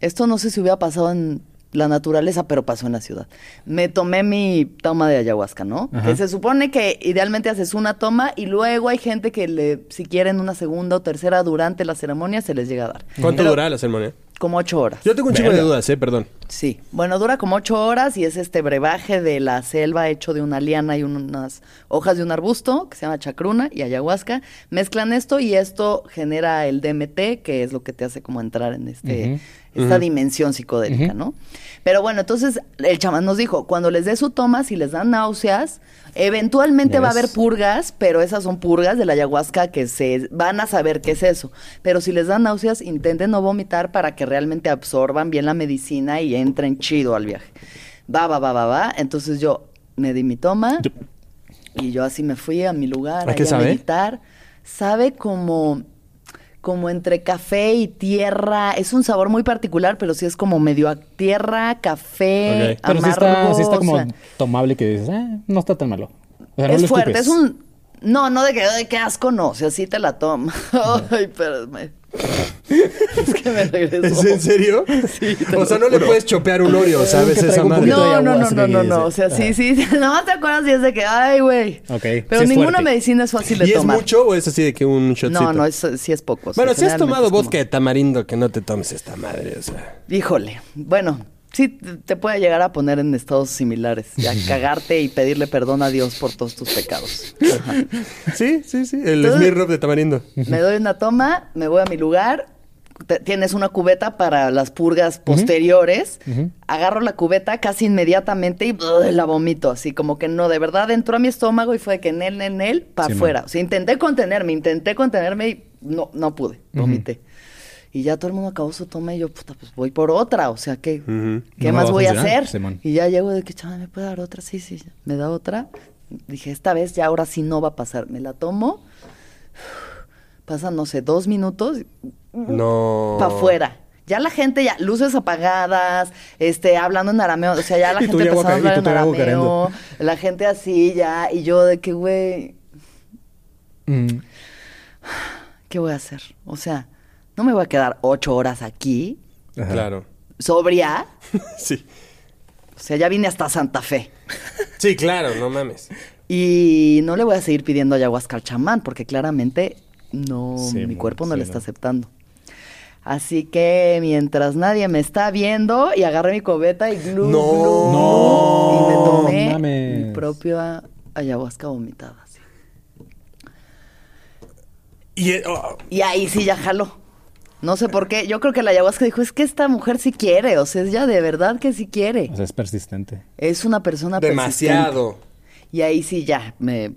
Speaker 6: esto no sé si hubiera pasado en la naturaleza, pero pasó en la ciudad. Me tomé mi toma de ayahuasca, ¿no? Que se supone que idealmente haces una toma y luego hay gente que le, si quieren una segunda o tercera durante la ceremonia, se les llega a dar.
Speaker 5: ¿Cuánto
Speaker 6: Pero
Speaker 5: dura la ceremonia?
Speaker 6: Como ocho horas.
Speaker 5: Yo tengo un chingo de dudas, eh, perdón.
Speaker 6: Sí. Bueno, dura como ocho horas y es este brebaje de la selva hecho de una liana y unas hojas de un arbusto que se llama chacruna y ayahuasca. Mezclan esto y esto genera el DMT, que es lo que te hace como entrar en este, esta dimensión psicodélica, ¿no? Pero bueno, entonces el chamán nos dijo, cuando les dé su toma, si les dan náuseas, eventualmente va a haber
Speaker 9: Yes.
Speaker 6: purgas, pero esas son purgas de la ayahuasca que se van a saber qué es eso. Pero si les dan náuseas, intenten no vomitar para que realmente absorban bien la medicina y entren chido al viaje. Va, va, va, va, va. Entonces yo me di mi toma y yo así me fui a mi lugar
Speaker 5: ¿A qué
Speaker 6: ahí
Speaker 5: sabe?
Speaker 6: meditar. Sabe como como entre café y tierra, es un sabor muy particular, pero sí es como medio a tierra, café,
Speaker 5: Ok.
Speaker 4: Pero sí
Speaker 6: amargo.
Speaker 4: está, sí está
Speaker 6: o
Speaker 4: como
Speaker 6: sea,
Speaker 4: tomable que dices, "Ah, no está tan malo. O sea, no
Speaker 6: es
Speaker 4: lo
Speaker 6: fuerte,
Speaker 4: escupes.
Speaker 6: es un. No, no de que, ay, qué asco, no. O sea, sí te la toma. Ay, pero. me- es que me regresó.
Speaker 5: ¿Es en serio? Sí. O sea, no le puedes chopear un Oreo, ¿sabes?
Speaker 9: que
Speaker 5: Esa
Speaker 9: traigo un
Speaker 5: madre.
Speaker 9: poquito
Speaker 6: No,
Speaker 9: de
Speaker 6: no, no,
Speaker 9: ayahuasca
Speaker 6: no, no,
Speaker 9: aquí,
Speaker 6: no.
Speaker 9: dice.
Speaker 6: O sea, sí, sí. Nada más te acuerdas y es de que, ay, güey.
Speaker 4: Ok,
Speaker 6: Pero
Speaker 4: sí es
Speaker 6: ninguna
Speaker 4: fuerte.
Speaker 6: medicina es fácil de
Speaker 5: ¿Y es
Speaker 6: tomar.
Speaker 5: mucho o es así de que un shotcito?
Speaker 6: No, no, es, sí es poco. o sea,
Speaker 5: Bueno, si has
Speaker 6: generalmente
Speaker 5: tomado
Speaker 6: es como-
Speaker 5: vodka de tamarindo, que no te tomes esta madre, o sea.
Speaker 6: Híjole. Bueno, sí te te puede llegar a poner en estados similares. Ya cagarte y pedirle perdón a Dios por todos tus pecados. Ajá.
Speaker 5: Sí, sí, sí. El
Speaker 6: Entonces-
Speaker 5: Smirnoff de tamarindo.
Speaker 6: Me doy una toma, me voy a mi lugar. te- tienes una cubeta para las purgas posteriores. Agarro la cubeta casi inmediatamente y ¡buh! la vomito. Así como que no, de verdad entró a mi estómago y fue que en él, en él, para afuera. O sea, intenté contenerme, intenté contenerme y no, no pude. Vomité. Y ya todo el mundo acabó su toma y yo, puta, pues voy por otra. O sea, ¿qué, ¿qué
Speaker 4: No me va
Speaker 6: más
Speaker 4: a
Speaker 6: voy a
Speaker 4: funcionar,
Speaker 6: hacer?
Speaker 4: Simón.
Speaker 6: Y ya llego de que, chaval, ¿me puede dar otra? Sí, sí, me da otra. Dije, esta vez ya ahora sí no va a pasar. Me la tomo. Pasan, no sé, dos minutos
Speaker 5: No.
Speaker 4: Oh.
Speaker 6: para afuera. Ya la gente, ya, luces apagadas, este, hablando en arameo. O sea, ya la
Speaker 4: Y tú
Speaker 6: gente
Speaker 4: ya
Speaker 6: empezaba
Speaker 4: guaca-
Speaker 6: a
Speaker 4: y
Speaker 6: hablar
Speaker 4: tú
Speaker 6: en
Speaker 4: te vas
Speaker 6: arameo.
Speaker 4: guacareando.
Speaker 6: La gente así, ya. Y yo de que, güey,
Speaker 4: Mm.
Speaker 6: ¿qué voy a hacer? O sea, no me voy a quedar ocho horas aquí,
Speaker 5: Claro.
Speaker 6: sobria.
Speaker 5: Sí.
Speaker 6: O sea, ya vine hasta Santa Fe.
Speaker 5: Sí, claro, no mames.
Speaker 6: Y no le voy a seguir pidiendo ayahuasca al chamán, porque claramente no,
Speaker 4: Sí,
Speaker 6: mi
Speaker 4: mon,
Speaker 6: cuerpo no
Speaker 4: sí,
Speaker 6: le está
Speaker 4: no.
Speaker 6: aceptando. Así que mientras nadie me está viendo, y agarré mi cobeta y glu,
Speaker 5: No.
Speaker 6: glu,
Speaker 5: No,
Speaker 6: y me tomé
Speaker 4: mames.
Speaker 6: mi propia ayahuasca vomitada. así.
Speaker 5: Y, eh, oh,
Speaker 6: Y ahí sí ya jaló. No sé por qué. Yo creo que la ayahuasca dijo, es que esta mujer sí quiere, o sea, ella de verdad que sí quiere.
Speaker 4: O sea, es persistente.
Speaker 6: Es una persona persistente.
Speaker 5: demasiado.
Speaker 6: Y ahí Ah, pues, sí ya me...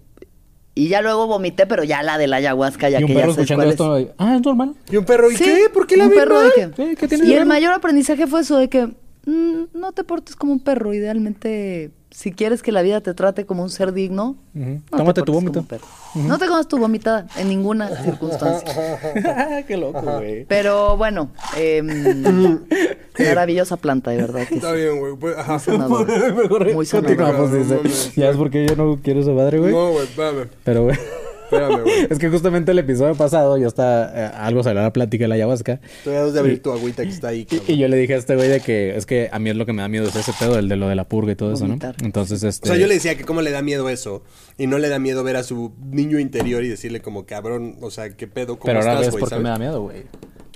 Speaker 6: Y ya luego vomité, pero ya la de la ayahuasca, ya
Speaker 9: Y un
Speaker 6: que
Speaker 9: perro
Speaker 6: ya sé
Speaker 9: escuchando
Speaker 6: cuál es.
Speaker 9: esto. Ah, es normal.
Speaker 5: ¿Y un perro? ¿Y
Speaker 6: Sí,
Speaker 5: qué? ¿Por qué la
Speaker 6: un
Speaker 5: ven
Speaker 6: perro
Speaker 5: mal?
Speaker 6: de que-
Speaker 9: Sí, ¿qué tiene
Speaker 6: Y
Speaker 9: de
Speaker 6: el
Speaker 9: malo?
Speaker 6: mayor aprendizaje fue eso de que mm, no te portes como un perro. Idealmente, si quieres que la vida te trate como un ser digno, no te
Speaker 4: Tómate tu
Speaker 6: portes como
Speaker 4: vómito.
Speaker 6: un perro. No te comas tu vomitada en ninguna circunstancia.
Speaker 4: Qué loco, güey.
Speaker 6: Pero bueno, em, maravillosa planta, de verdad. que sí.
Speaker 5: Está bien, güey. pues, ajá.
Speaker 6: Muy sanadora. Muy sanadora.
Speaker 4: Continuamos, dice. Ya es porque yo no quiero esa madre, güey.
Speaker 5: No, güey, vale.
Speaker 4: Pero, güey.
Speaker 5: Espérame, güey.
Speaker 4: Es que justamente el episodio pasado yo estaba... eh, algo salió a la plática de la ayahuasca.
Speaker 5: Estoy a dos de abrir tu agüita que está ahí, cabrón.
Speaker 4: Y yo le dije a este güey de que... Es que a mí es lo que me da miedo es ese pedo, el de lo de la purga y todo eso, ¿no?
Speaker 6: Vomitar.
Speaker 4: Entonces,
Speaker 5: O
Speaker 4: este...
Speaker 5: sea, yo le decía que cómo le da miedo eso. Y no le da miedo ver a su niño interior y decirle como, cabrón, o sea, qué pedo, cómo
Speaker 4: Pero ahora
Speaker 5: estás,
Speaker 4: ves
Speaker 5: güey,
Speaker 4: por qué
Speaker 5: ¿sabes?
Speaker 4: me da miedo, güey.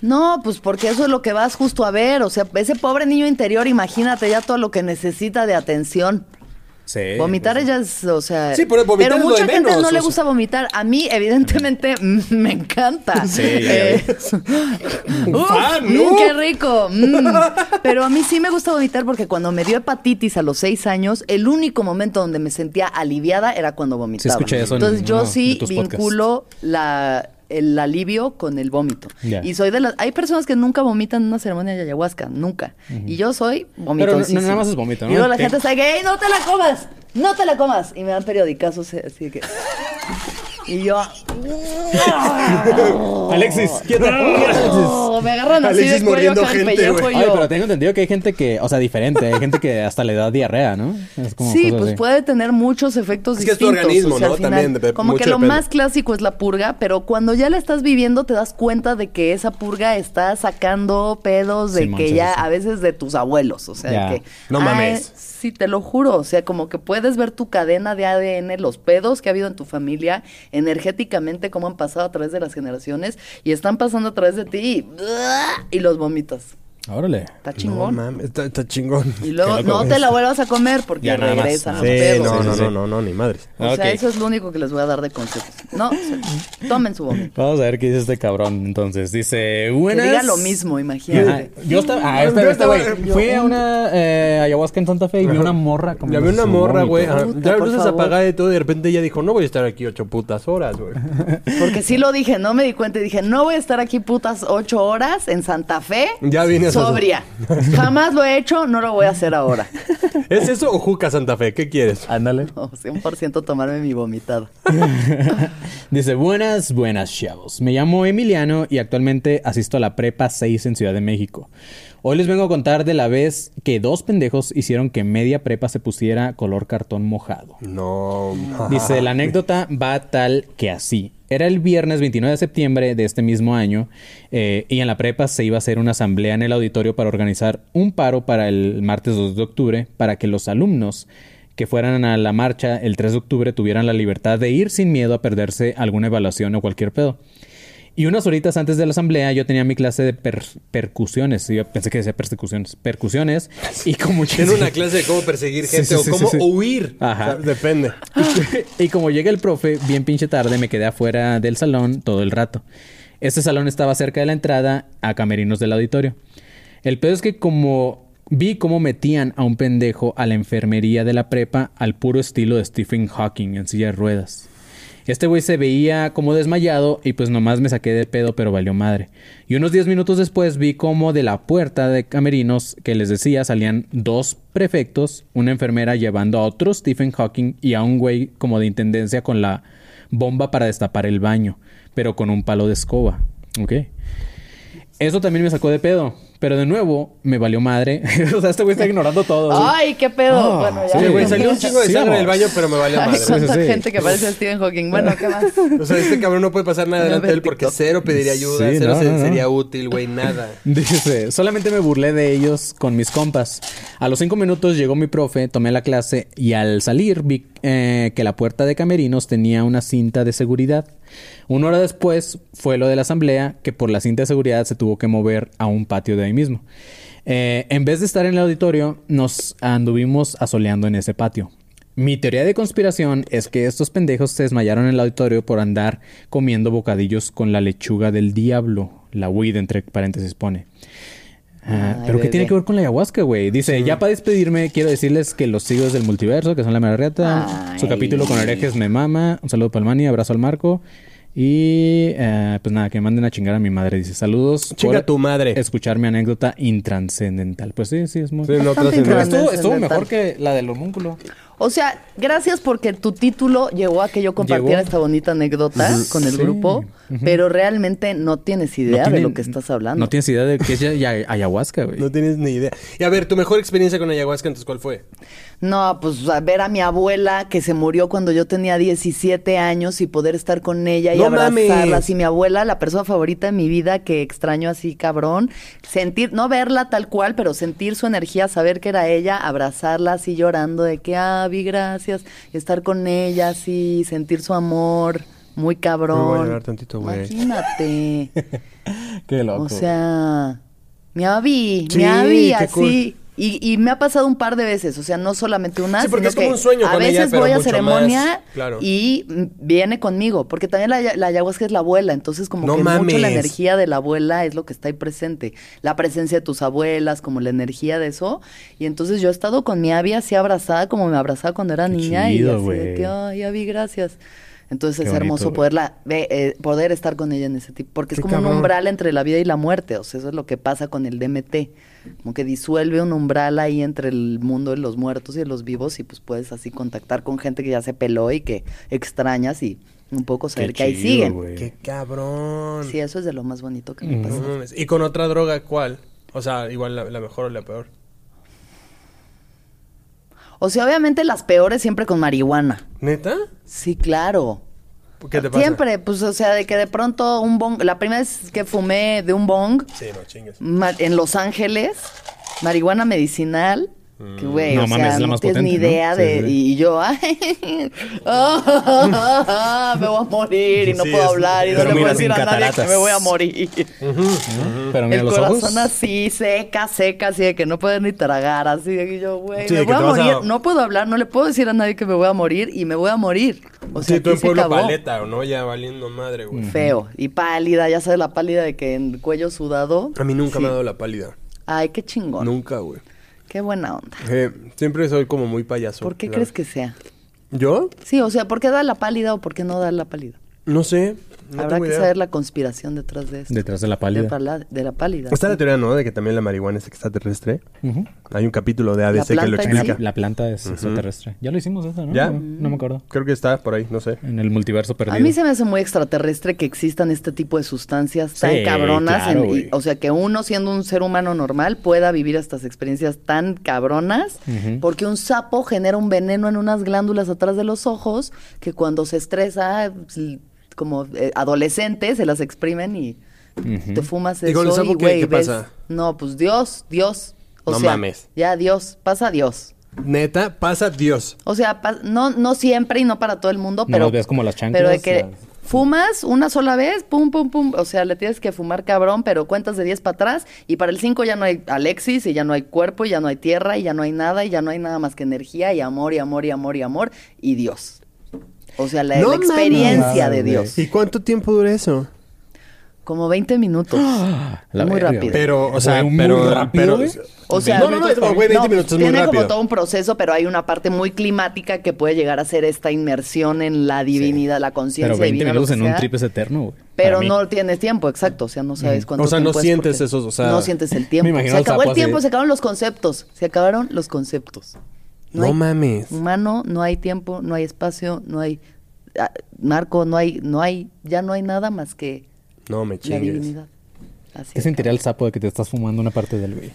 Speaker 6: No, pues porque eso es lo que vas justo a ver. O sea, ese pobre niño interior, imagínate ya todo lo que necesita de atención.
Speaker 4: Sí.
Speaker 6: Vomitar ella es, o sea...
Speaker 5: pues Sí, pero vomitar es lo
Speaker 6: mucha
Speaker 5: de
Speaker 6: gente
Speaker 5: menos,
Speaker 6: no le
Speaker 5: o sea.
Speaker 6: gusta vomitar. A mí, evidentemente, mm, me encanta.
Speaker 4: Sí,
Speaker 6: Eh, uf,
Speaker 4: Ah,
Speaker 5: fan,
Speaker 6: mm,
Speaker 5: ¡Ah, ¿no?
Speaker 6: ¡Qué rico! mm. Pero a mí sí me gusta vomitar porque cuando me dio hepatitis a los seis años, el único momento donde me sentía aliviada era cuando vomitaba.
Speaker 4: escuché eso en
Speaker 6: Entonces yo
Speaker 4: uno de
Speaker 6: sí
Speaker 4: tus
Speaker 6: vinculo la el alivio con el vómito.
Speaker 4: Ya.
Speaker 6: Y soy de las... Hay personas que nunca vomitan en una ceremonia de ayahuasca, nunca. Y yo soy
Speaker 4: no-
Speaker 6: vomitosísima.
Speaker 4: no- nada más es vómito, ¿no?
Speaker 6: Y luego la
Speaker 4: Te-
Speaker 6: gente está que, "Ey, no te la comas! ¡No te la comas! Y me dan periodicazos eh, así que... Y yo...
Speaker 4: Alexis, quieto.
Speaker 6: "Oh", me agarran así
Speaker 5: Alexis
Speaker 6: de cuello
Speaker 5: mordiendo
Speaker 6: acá, el
Speaker 5: gente,
Speaker 6: pellejo,
Speaker 5: güey.
Speaker 6: y
Speaker 4: Ay,
Speaker 6: yo,
Speaker 4: pero tengo entendido que hay gente que, o sea, diferente, hay gente que hasta le da diarrea, ¿no? Es como
Speaker 6: Sí,
Speaker 4: cosas
Speaker 6: pues
Speaker 4: así.
Speaker 6: puede tener muchos efectos
Speaker 5: Es que es tu
Speaker 6: distintos.
Speaker 5: organismo,
Speaker 6: o sea,
Speaker 5: ¿no?
Speaker 6: al final,
Speaker 5: También dep-
Speaker 6: como que
Speaker 5: mucho
Speaker 6: lo
Speaker 5: depende.
Speaker 6: más clásico es la purga, pero cuando ya la estás viviendo te das cuenta de que esa purga está sacando pedos de
Speaker 4: Simón,
Speaker 6: que
Speaker 4: sí,
Speaker 6: ya
Speaker 4: sí, sí.
Speaker 6: a veces de tus abuelos, o sea,
Speaker 4: Ya.
Speaker 6: que
Speaker 5: No
Speaker 6: "Ay,
Speaker 5: mames".
Speaker 6: Sí, te lo juro, o sea, como que puedes ver tu cadena de ADN, los pedos que ha habido en tu familia, energéticamente cómo han pasado a través de las generaciones y están pasando a través de ti y, y los vomitas.
Speaker 4: Órale.
Speaker 6: Está
Speaker 5: No
Speaker 6: chingón.
Speaker 5: mames, está, está chingón.
Speaker 6: y luego
Speaker 4: Qué loco,
Speaker 6: no
Speaker 4: güey.
Speaker 6: te la vuelvas a comer porque
Speaker 4: Ya, nada más.
Speaker 6: regresan los
Speaker 4: Sí,
Speaker 6: pedos.
Speaker 5: no,
Speaker 4: sí,
Speaker 5: no,
Speaker 4: sí.
Speaker 5: no, no, no, ni madres.
Speaker 6: O
Speaker 4: Ok.
Speaker 6: sea, eso es lo único que les voy a dar de consejos. No, o sea, tomen su vómito.
Speaker 4: Vamos a ver qué dice este cabrón. Entonces, dice, buenas.
Speaker 6: Que diga lo mismo,
Speaker 4: Ajá.
Speaker 6: imagínate.
Speaker 4: Yo estaba, ah, este,
Speaker 5: Yo
Speaker 4: este güey.
Speaker 5: estaba- yo-
Speaker 4: Fui a una eh, ayahuasca en Santa Fe y vi una morra como.
Speaker 5: Ya vi una morra, güey. ajá.
Speaker 6: Puta,
Speaker 5: Ya
Speaker 6: por
Speaker 5: luces
Speaker 6: favor.
Speaker 5: apagadas y todo. Y de repente ella dijo, no voy a estar aquí ocho putas horas, güey.
Speaker 6: Porque sí lo dije, no me di cuenta y dije, no voy a estar aquí putas ocho horas en Santa Fe.
Speaker 5: Ya vine a Santa-
Speaker 6: Sobria. Jamás lo he hecho, no lo voy a hacer ahora.
Speaker 5: ¿Es eso o Juca Santa Fe? ¿Qué quieres?
Speaker 4: Ándale.
Speaker 6: No, 100% tomarme mi vomitada.
Speaker 4: Dice, buenas, buenas, chavos. Me llamo Emiliano y actualmente asisto a la Prepa 6 en Ciudad de México. Hoy les vengo a contar de la vez que dos pendejos hicieron que media prepa se pusiera color cartón mojado.
Speaker 5: No.
Speaker 4: Dice, la anécdota va tal que así. Era el viernes 29 de septiembre de este mismo año eh, y en la prepa se iba a hacer una asamblea en el auditorio para organizar un paro para el martes 2 de octubre para que los alumnos que fueran a la marcha el 3 de octubre tuvieran la libertad de ir sin miedo a perderse alguna evaluación o cualquier pedo. Y unas horitas antes de la asamblea yo tenía mi clase de per- percusiones. Yo pensé que decía persecuciones. Percusiones. Y como
Speaker 5: Tiene una clase de cómo perseguir
Speaker 4: Sí,
Speaker 5: gente
Speaker 4: sí,
Speaker 5: o
Speaker 4: sí,
Speaker 5: cómo
Speaker 4: sí, sí.
Speaker 5: huir.
Speaker 4: Ajá.
Speaker 5: O sea, depende.
Speaker 4: y como llega el profe, bien pinche tarde, me quedé afuera del salón todo el rato. Este salón estaba cerca de la entrada a camerinos del auditorio. El pedo es que como vi cómo metían a un pendejo a la enfermería de la prepa al puro estilo de Stephen Hawking en silla de ruedas. Este güey se veía como desmayado y pues nomás me saqué de pedo, pero valió madre. Y unos 10 minutos después vi como de la puerta de camerinos que les decía salían dos prefectos, una enfermera llevando a otro Stephen Hawking y a un güey como de intendencia con la bomba para destapar el baño, pero con un palo de escoba. ¿Ok? Eso también me sacó de pedo, pero de nuevo me valió madre. o sea, este güey está ignorando todo. güey.
Speaker 6: Ay, qué pedo.
Speaker 4: Ah,
Speaker 6: bueno, ya.
Speaker 4: sí,
Speaker 5: Sí, güey, salió un chingo de
Speaker 4: Sí,
Speaker 5: sangre
Speaker 4: vamos.
Speaker 5: del baño, pero me vale
Speaker 6: Ay,
Speaker 5: madre.
Speaker 4: sí,
Speaker 6: cuánta
Speaker 4: sí.
Speaker 6: gente que parece Stephen Hawking. Bueno, ¿qué más?
Speaker 5: O sea, este cabrón no puede pasar nada delante de él porque cero pediría ayuda,
Speaker 4: Sí,
Speaker 5: cero
Speaker 4: no,
Speaker 5: se-
Speaker 4: no, no.
Speaker 5: sería útil, güey, nada.
Speaker 4: Dice, solamente me burlé de ellos con mis compas. A los cinco minutos llegó mi profe, tomé la clase y al salir vi eh, que la puerta de camerinos tenía una cinta de seguridad. Una hora después fue lo de la asamblea, que por la cinta de seguridad se tuvo que mover a un patio de ahí mismo. Eh, en vez de estar en el auditorio, nos anduvimos asoleando en ese patio. Mi teoría de conspiración es que estos pendejos se desmayaron en el auditorio por andar comiendo bocadillos con la lechuga del diablo. La weed, entre paréntesis, pone. Ah,
Speaker 6: Ay,
Speaker 4: Pero ¿qué
Speaker 6: bebé.
Speaker 4: tiene que ver con la ayahuasca, güey? Dice, ya para despedirme, quiero decirles que los siglos del multiverso, que son la mera reata, su
Speaker 6: Ay.
Speaker 4: capítulo con herejes pues, me mama. Un saludo para el Mani, abrazo al Marco. Y eh, pues nada, que me manden a chingar a mi madre. Dice, saludos.
Speaker 5: Chinga
Speaker 4: por
Speaker 5: tu madre.
Speaker 4: Escuchar mi anécdota intranscendental. Pues sí, sí, es muy...
Speaker 5: Sí, no,
Speaker 6: Bastante
Speaker 5: trascendental.
Speaker 4: Pero estuvo, estuvo
Speaker 6: Trascendental.
Speaker 4: mejor que la del homúnculo.
Speaker 6: O sea, gracias porque tu título llegó a que yo compartiera
Speaker 4: Llegó.
Speaker 6: esta bonita anécdota con el
Speaker 4: Sí.
Speaker 6: grupo, pero realmente no tienes idea de lo que estás hablando.
Speaker 9: No tienes idea de qué es ya- ya- ayahuasca, güey.
Speaker 5: No tienes ni idea. Y a ver, tu mejor experiencia con ayahuasca, entonces, ¿cuál fue?
Speaker 6: No, pues a ver a mi abuela que se murió cuando yo tenía 17 años y poder estar con ella y
Speaker 5: ¡No
Speaker 6: abrazarla.
Speaker 5: mames!
Speaker 6: Y mi abuela, la persona favorita de mi vida que extraño así, cabrón. Sentir, no verla tal cual, pero sentir su energía, saber que era ella, abrazarla así llorando de que, ah, vi gracias. y Estar con ella así, sentir su amor. Muy
Speaker 5: Me voy a
Speaker 6: cabrón.
Speaker 5: llorar tantito, güey.
Speaker 6: Imagínate.
Speaker 4: Qué loco.
Speaker 6: O sea, mi avi,
Speaker 5: Sí,
Speaker 6: mi avi,
Speaker 5: qué
Speaker 6: así.
Speaker 5: cool.
Speaker 6: Y, y me ha pasado un par de veces, o sea, no solamente una.
Speaker 5: Sí, porque
Speaker 6: sino
Speaker 5: es como
Speaker 6: que
Speaker 5: un sueño
Speaker 6: A
Speaker 5: con ella,
Speaker 6: veces
Speaker 5: pero
Speaker 6: voy a
Speaker 5: mucho
Speaker 6: ceremonia
Speaker 5: más, claro.
Speaker 6: y mm, viene conmigo, porque también la, la ayahuasca es la abuela, entonces como
Speaker 5: No
Speaker 6: que mucho la
Speaker 5: mames.
Speaker 6: energía de la abuela es lo que está ahí presente. La presencia de tus abuelas, como la energía de eso. Y entonces yo he estado con mi avi así abrazada, como me abrazaba cuando era
Speaker 4: Qué
Speaker 6: niña,
Speaker 4: chido,
Speaker 6: y así de
Speaker 4: güey.
Speaker 6: que, ay, avi, gracias. Entonces
Speaker 4: Qué
Speaker 6: es
Speaker 4: bonito,
Speaker 6: hermoso
Speaker 4: güey.
Speaker 6: poderla, ve- eh, poder estar con ella en ese tipo, porque es
Speaker 5: Qué
Speaker 6: como un
Speaker 5: cabrón.
Speaker 6: umbral entre la vida y la muerte, o sea, eso es lo que pasa con el DMT, como que disuelve un umbral ahí entre el mundo de los muertos y de los vivos y pues puedes así contactar con gente que ya se peló y que extrañas y un poco saber que ahí siguen.
Speaker 5: Qué cabrón.
Speaker 6: Sí, eso es de lo más bonito que me
Speaker 5: No
Speaker 6: pasa.
Speaker 5: mames. ¿Y con otra droga cuál? O sea, igual la, la mejor o la peor.
Speaker 6: O sea, obviamente las peores siempre con marihuana.
Speaker 5: ¿Neta?
Speaker 6: Sí, claro.
Speaker 5: ¿Qué te pasa?
Speaker 6: Siempre, pues, o sea, de que de pronto un bong, la primera vez que fumé de un bong,
Speaker 5: Sí, no chingues.
Speaker 6: ma- en Los Ángeles, marihuana medicinal. Que,
Speaker 5: Mm.
Speaker 6: güey,
Speaker 4: No
Speaker 6: o
Speaker 4: mames,
Speaker 6: sea,
Speaker 4: es la
Speaker 6: no
Speaker 4: más
Speaker 6: tienes ni
Speaker 4: potente, ¿no?
Speaker 6: idea
Speaker 4: Sí,
Speaker 6: de...
Speaker 4: sí.
Speaker 6: Y yo, ay, ah, ah, ah, me voy a morir y no
Speaker 5: Sí,
Speaker 6: puedo
Speaker 5: es-
Speaker 6: hablar y no
Speaker 4: pero
Speaker 6: le puedo
Speaker 4: mira, sin
Speaker 6: decir a nadie que
Speaker 4: cataratas.
Speaker 6: me voy a morir.
Speaker 4: Pero mira
Speaker 6: El
Speaker 4: los
Speaker 6: corazón
Speaker 4: ojos.
Speaker 6: así, seca, seca, así de que no puedes ni tragar, así de que yo, güey,
Speaker 5: Sí,
Speaker 6: me
Speaker 5: de que
Speaker 6: voy a
Speaker 5: te vas a-
Speaker 6: morir, no puedo hablar, no le puedo decir a nadie que me voy a morir y me voy a morir. O sea,
Speaker 5: sí, tú
Speaker 6: aquí
Speaker 5: en
Speaker 6: se
Speaker 5: Pueblo
Speaker 6: acabó.
Speaker 5: Paleta, ¿o no? Ya valiendo madre, güey.
Speaker 6: Feo y pálida, ya sabes la pálida de que en cuello sudado.
Speaker 5: A mí nunca me ha dado la pálida.
Speaker 6: Ay, qué chingón.
Speaker 5: Nunca, güey.
Speaker 6: Qué buena onda.
Speaker 5: Eh, siempre soy como muy payaso.
Speaker 6: ¿Por qué
Speaker 5: la
Speaker 6: crees
Speaker 5: verdad.
Speaker 6: que sea?
Speaker 5: ¿Yo?
Speaker 6: Sí, o sea, ¿por qué da la pálida o por qué no da la pálida?
Speaker 5: No sé. No
Speaker 6: Habrá
Speaker 5: tengo
Speaker 6: que
Speaker 5: idea.
Speaker 6: saber la conspiración detrás de esto.
Speaker 4: Detrás de la
Speaker 6: De,
Speaker 4: pálida.
Speaker 6: pala- de la pálida.
Speaker 5: Está la teoría, ¿no? De que también la marihuana es extraterrestre. Hay un capítulo de ADC que
Speaker 6: planta
Speaker 5: lo
Speaker 6: en sí.
Speaker 5: explica.
Speaker 6: La-
Speaker 4: La planta es extraterrestre. Ya lo hicimos eso, ¿no?
Speaker 5: ¿Ya?
Speaker 4: No, no me acuerdo.
Speaker 5: Creo que está por ahí, no sé.
Speaker 4: En el multiverso perdido.
Speaker 6: A mí se me hace muy extraterrestre que existan este tipo de sustancias tan
Speaker 4: Sí,
Speaker 6: cabronas.
Speaker 4: claro,
Speaker 6: en- y-
Speaker 4: güey.
Speaker 6: o sea, que uno siendo un ser humano normal pueda vivir estas experiencias tan cabronas. Porque un sapo genera un veneno en unas glándulas atrás de los ojos que cuando se estresa, pues, l- como eh, adolescente, se las exprimen y te fumas eso.
Speaker 5: ¿Y con el sapo qué-
Speaker 6: güey,
Speaker 5: qué
Speaker 6: ves-
Speaker 5: pasa?
Speaker 6: No, pues Dios, Dios. O
Speaker 5: No
Speaker 6: sea,
Speaker 5: mames.
Speaker 6: Ya Dios, pasa Dios.
Speaker 5: Neta, pasa Dios.
Speaker 6: O sea, pa- no, no siempre y no para todo el mundo, pero.
Speaker 4: las ves como las chanclas,
Speaker 6: Pero de que
Speaker 4: las-
Speaker 6: fumas una sola vez, pum, pum, pum. O sea, le tienes que fumar cabrón, pero cuentas de 10 para atrás. Y para el 5 ya no hay Alexis, y ya no hay cuerpo, y ya no hay tierra, y ya no hay nada, y ya no hay nada más que energía, y amor, y amor, y amor, y amor, y Dios. O sea, la,
Speaker 5: No
Speaker 6: la experiencia
Speaker 4: mames.
Speaker 6: de Dios.
Speaker 5: ¿Y cuánto tiempo dura eso?
Speaker 6: Como 20 minutos.
Speaker 4: la
Speaker 6: muy
Speaker 4: verga,
Speaker 6: rápido.
Speaker 4: güey.
Speaker 5: Pero, o sea,
Speaker 4: Güey, muy
Speaker 5: pero.
Speaker 4: rápido,
Speaker 5: pero-
Speaker 4: güey.
Speaker 6: O sea,
Speaker 5: no, no, no, es, güey, 20 minutos es muy
Speaker 6: tiene
Speaker 5: rápido.
Speaker 6: como todo un proceso, pero hay una parte muy climática que puede llegar a ser esta inmersión en la divinidad, la conciencia
Speaker 4: Pero 20
Speaker 6: divina. lo
Speaker 4: minutos
Speaker 6: que
Speaker 4: en un
Speaker 6: sea,
Speaker 4: trip es eterno, güey.
Speaker 6: Pero
Speaker 4: Para mí.
Speaker 6: no tienes tiempo, exacto. O sea, no sabes cuánto
Speaker 5: O sea, no
Speaker 6: tiempo es
Speaker 5: sientes
Speaker 6: porque
Speaker 5: esos, o sea-
Speaker 6: No sientes el tiempo.
Speaker 4: Me imagino
Speaker 6: se
Speaker 4: al
Speaker 6: acabó
Speaker 4: sapo
Speaker 6: el tiempo,
Speaker 4: así.
Speaker 6: se acabaron los conceptos. Se acabaron los conceptos.
Speaker 5: No
Speaker 6: hay
Speaker 5: mames.
Speaker 6: Humano, no hay tiempo, no hay espacio, no hay ah, narco, no hay, no hay, ya no hay nada más que
Speaker 5: No me
Speaker 6: la
Speaker 5: chingues.
Speaker 6: divinidad. Así
Speaker 4: ¿Qué
Speaker 6: acaba.
Speaker 4: sentiría el sapo de que te estás fumando una parte del güey?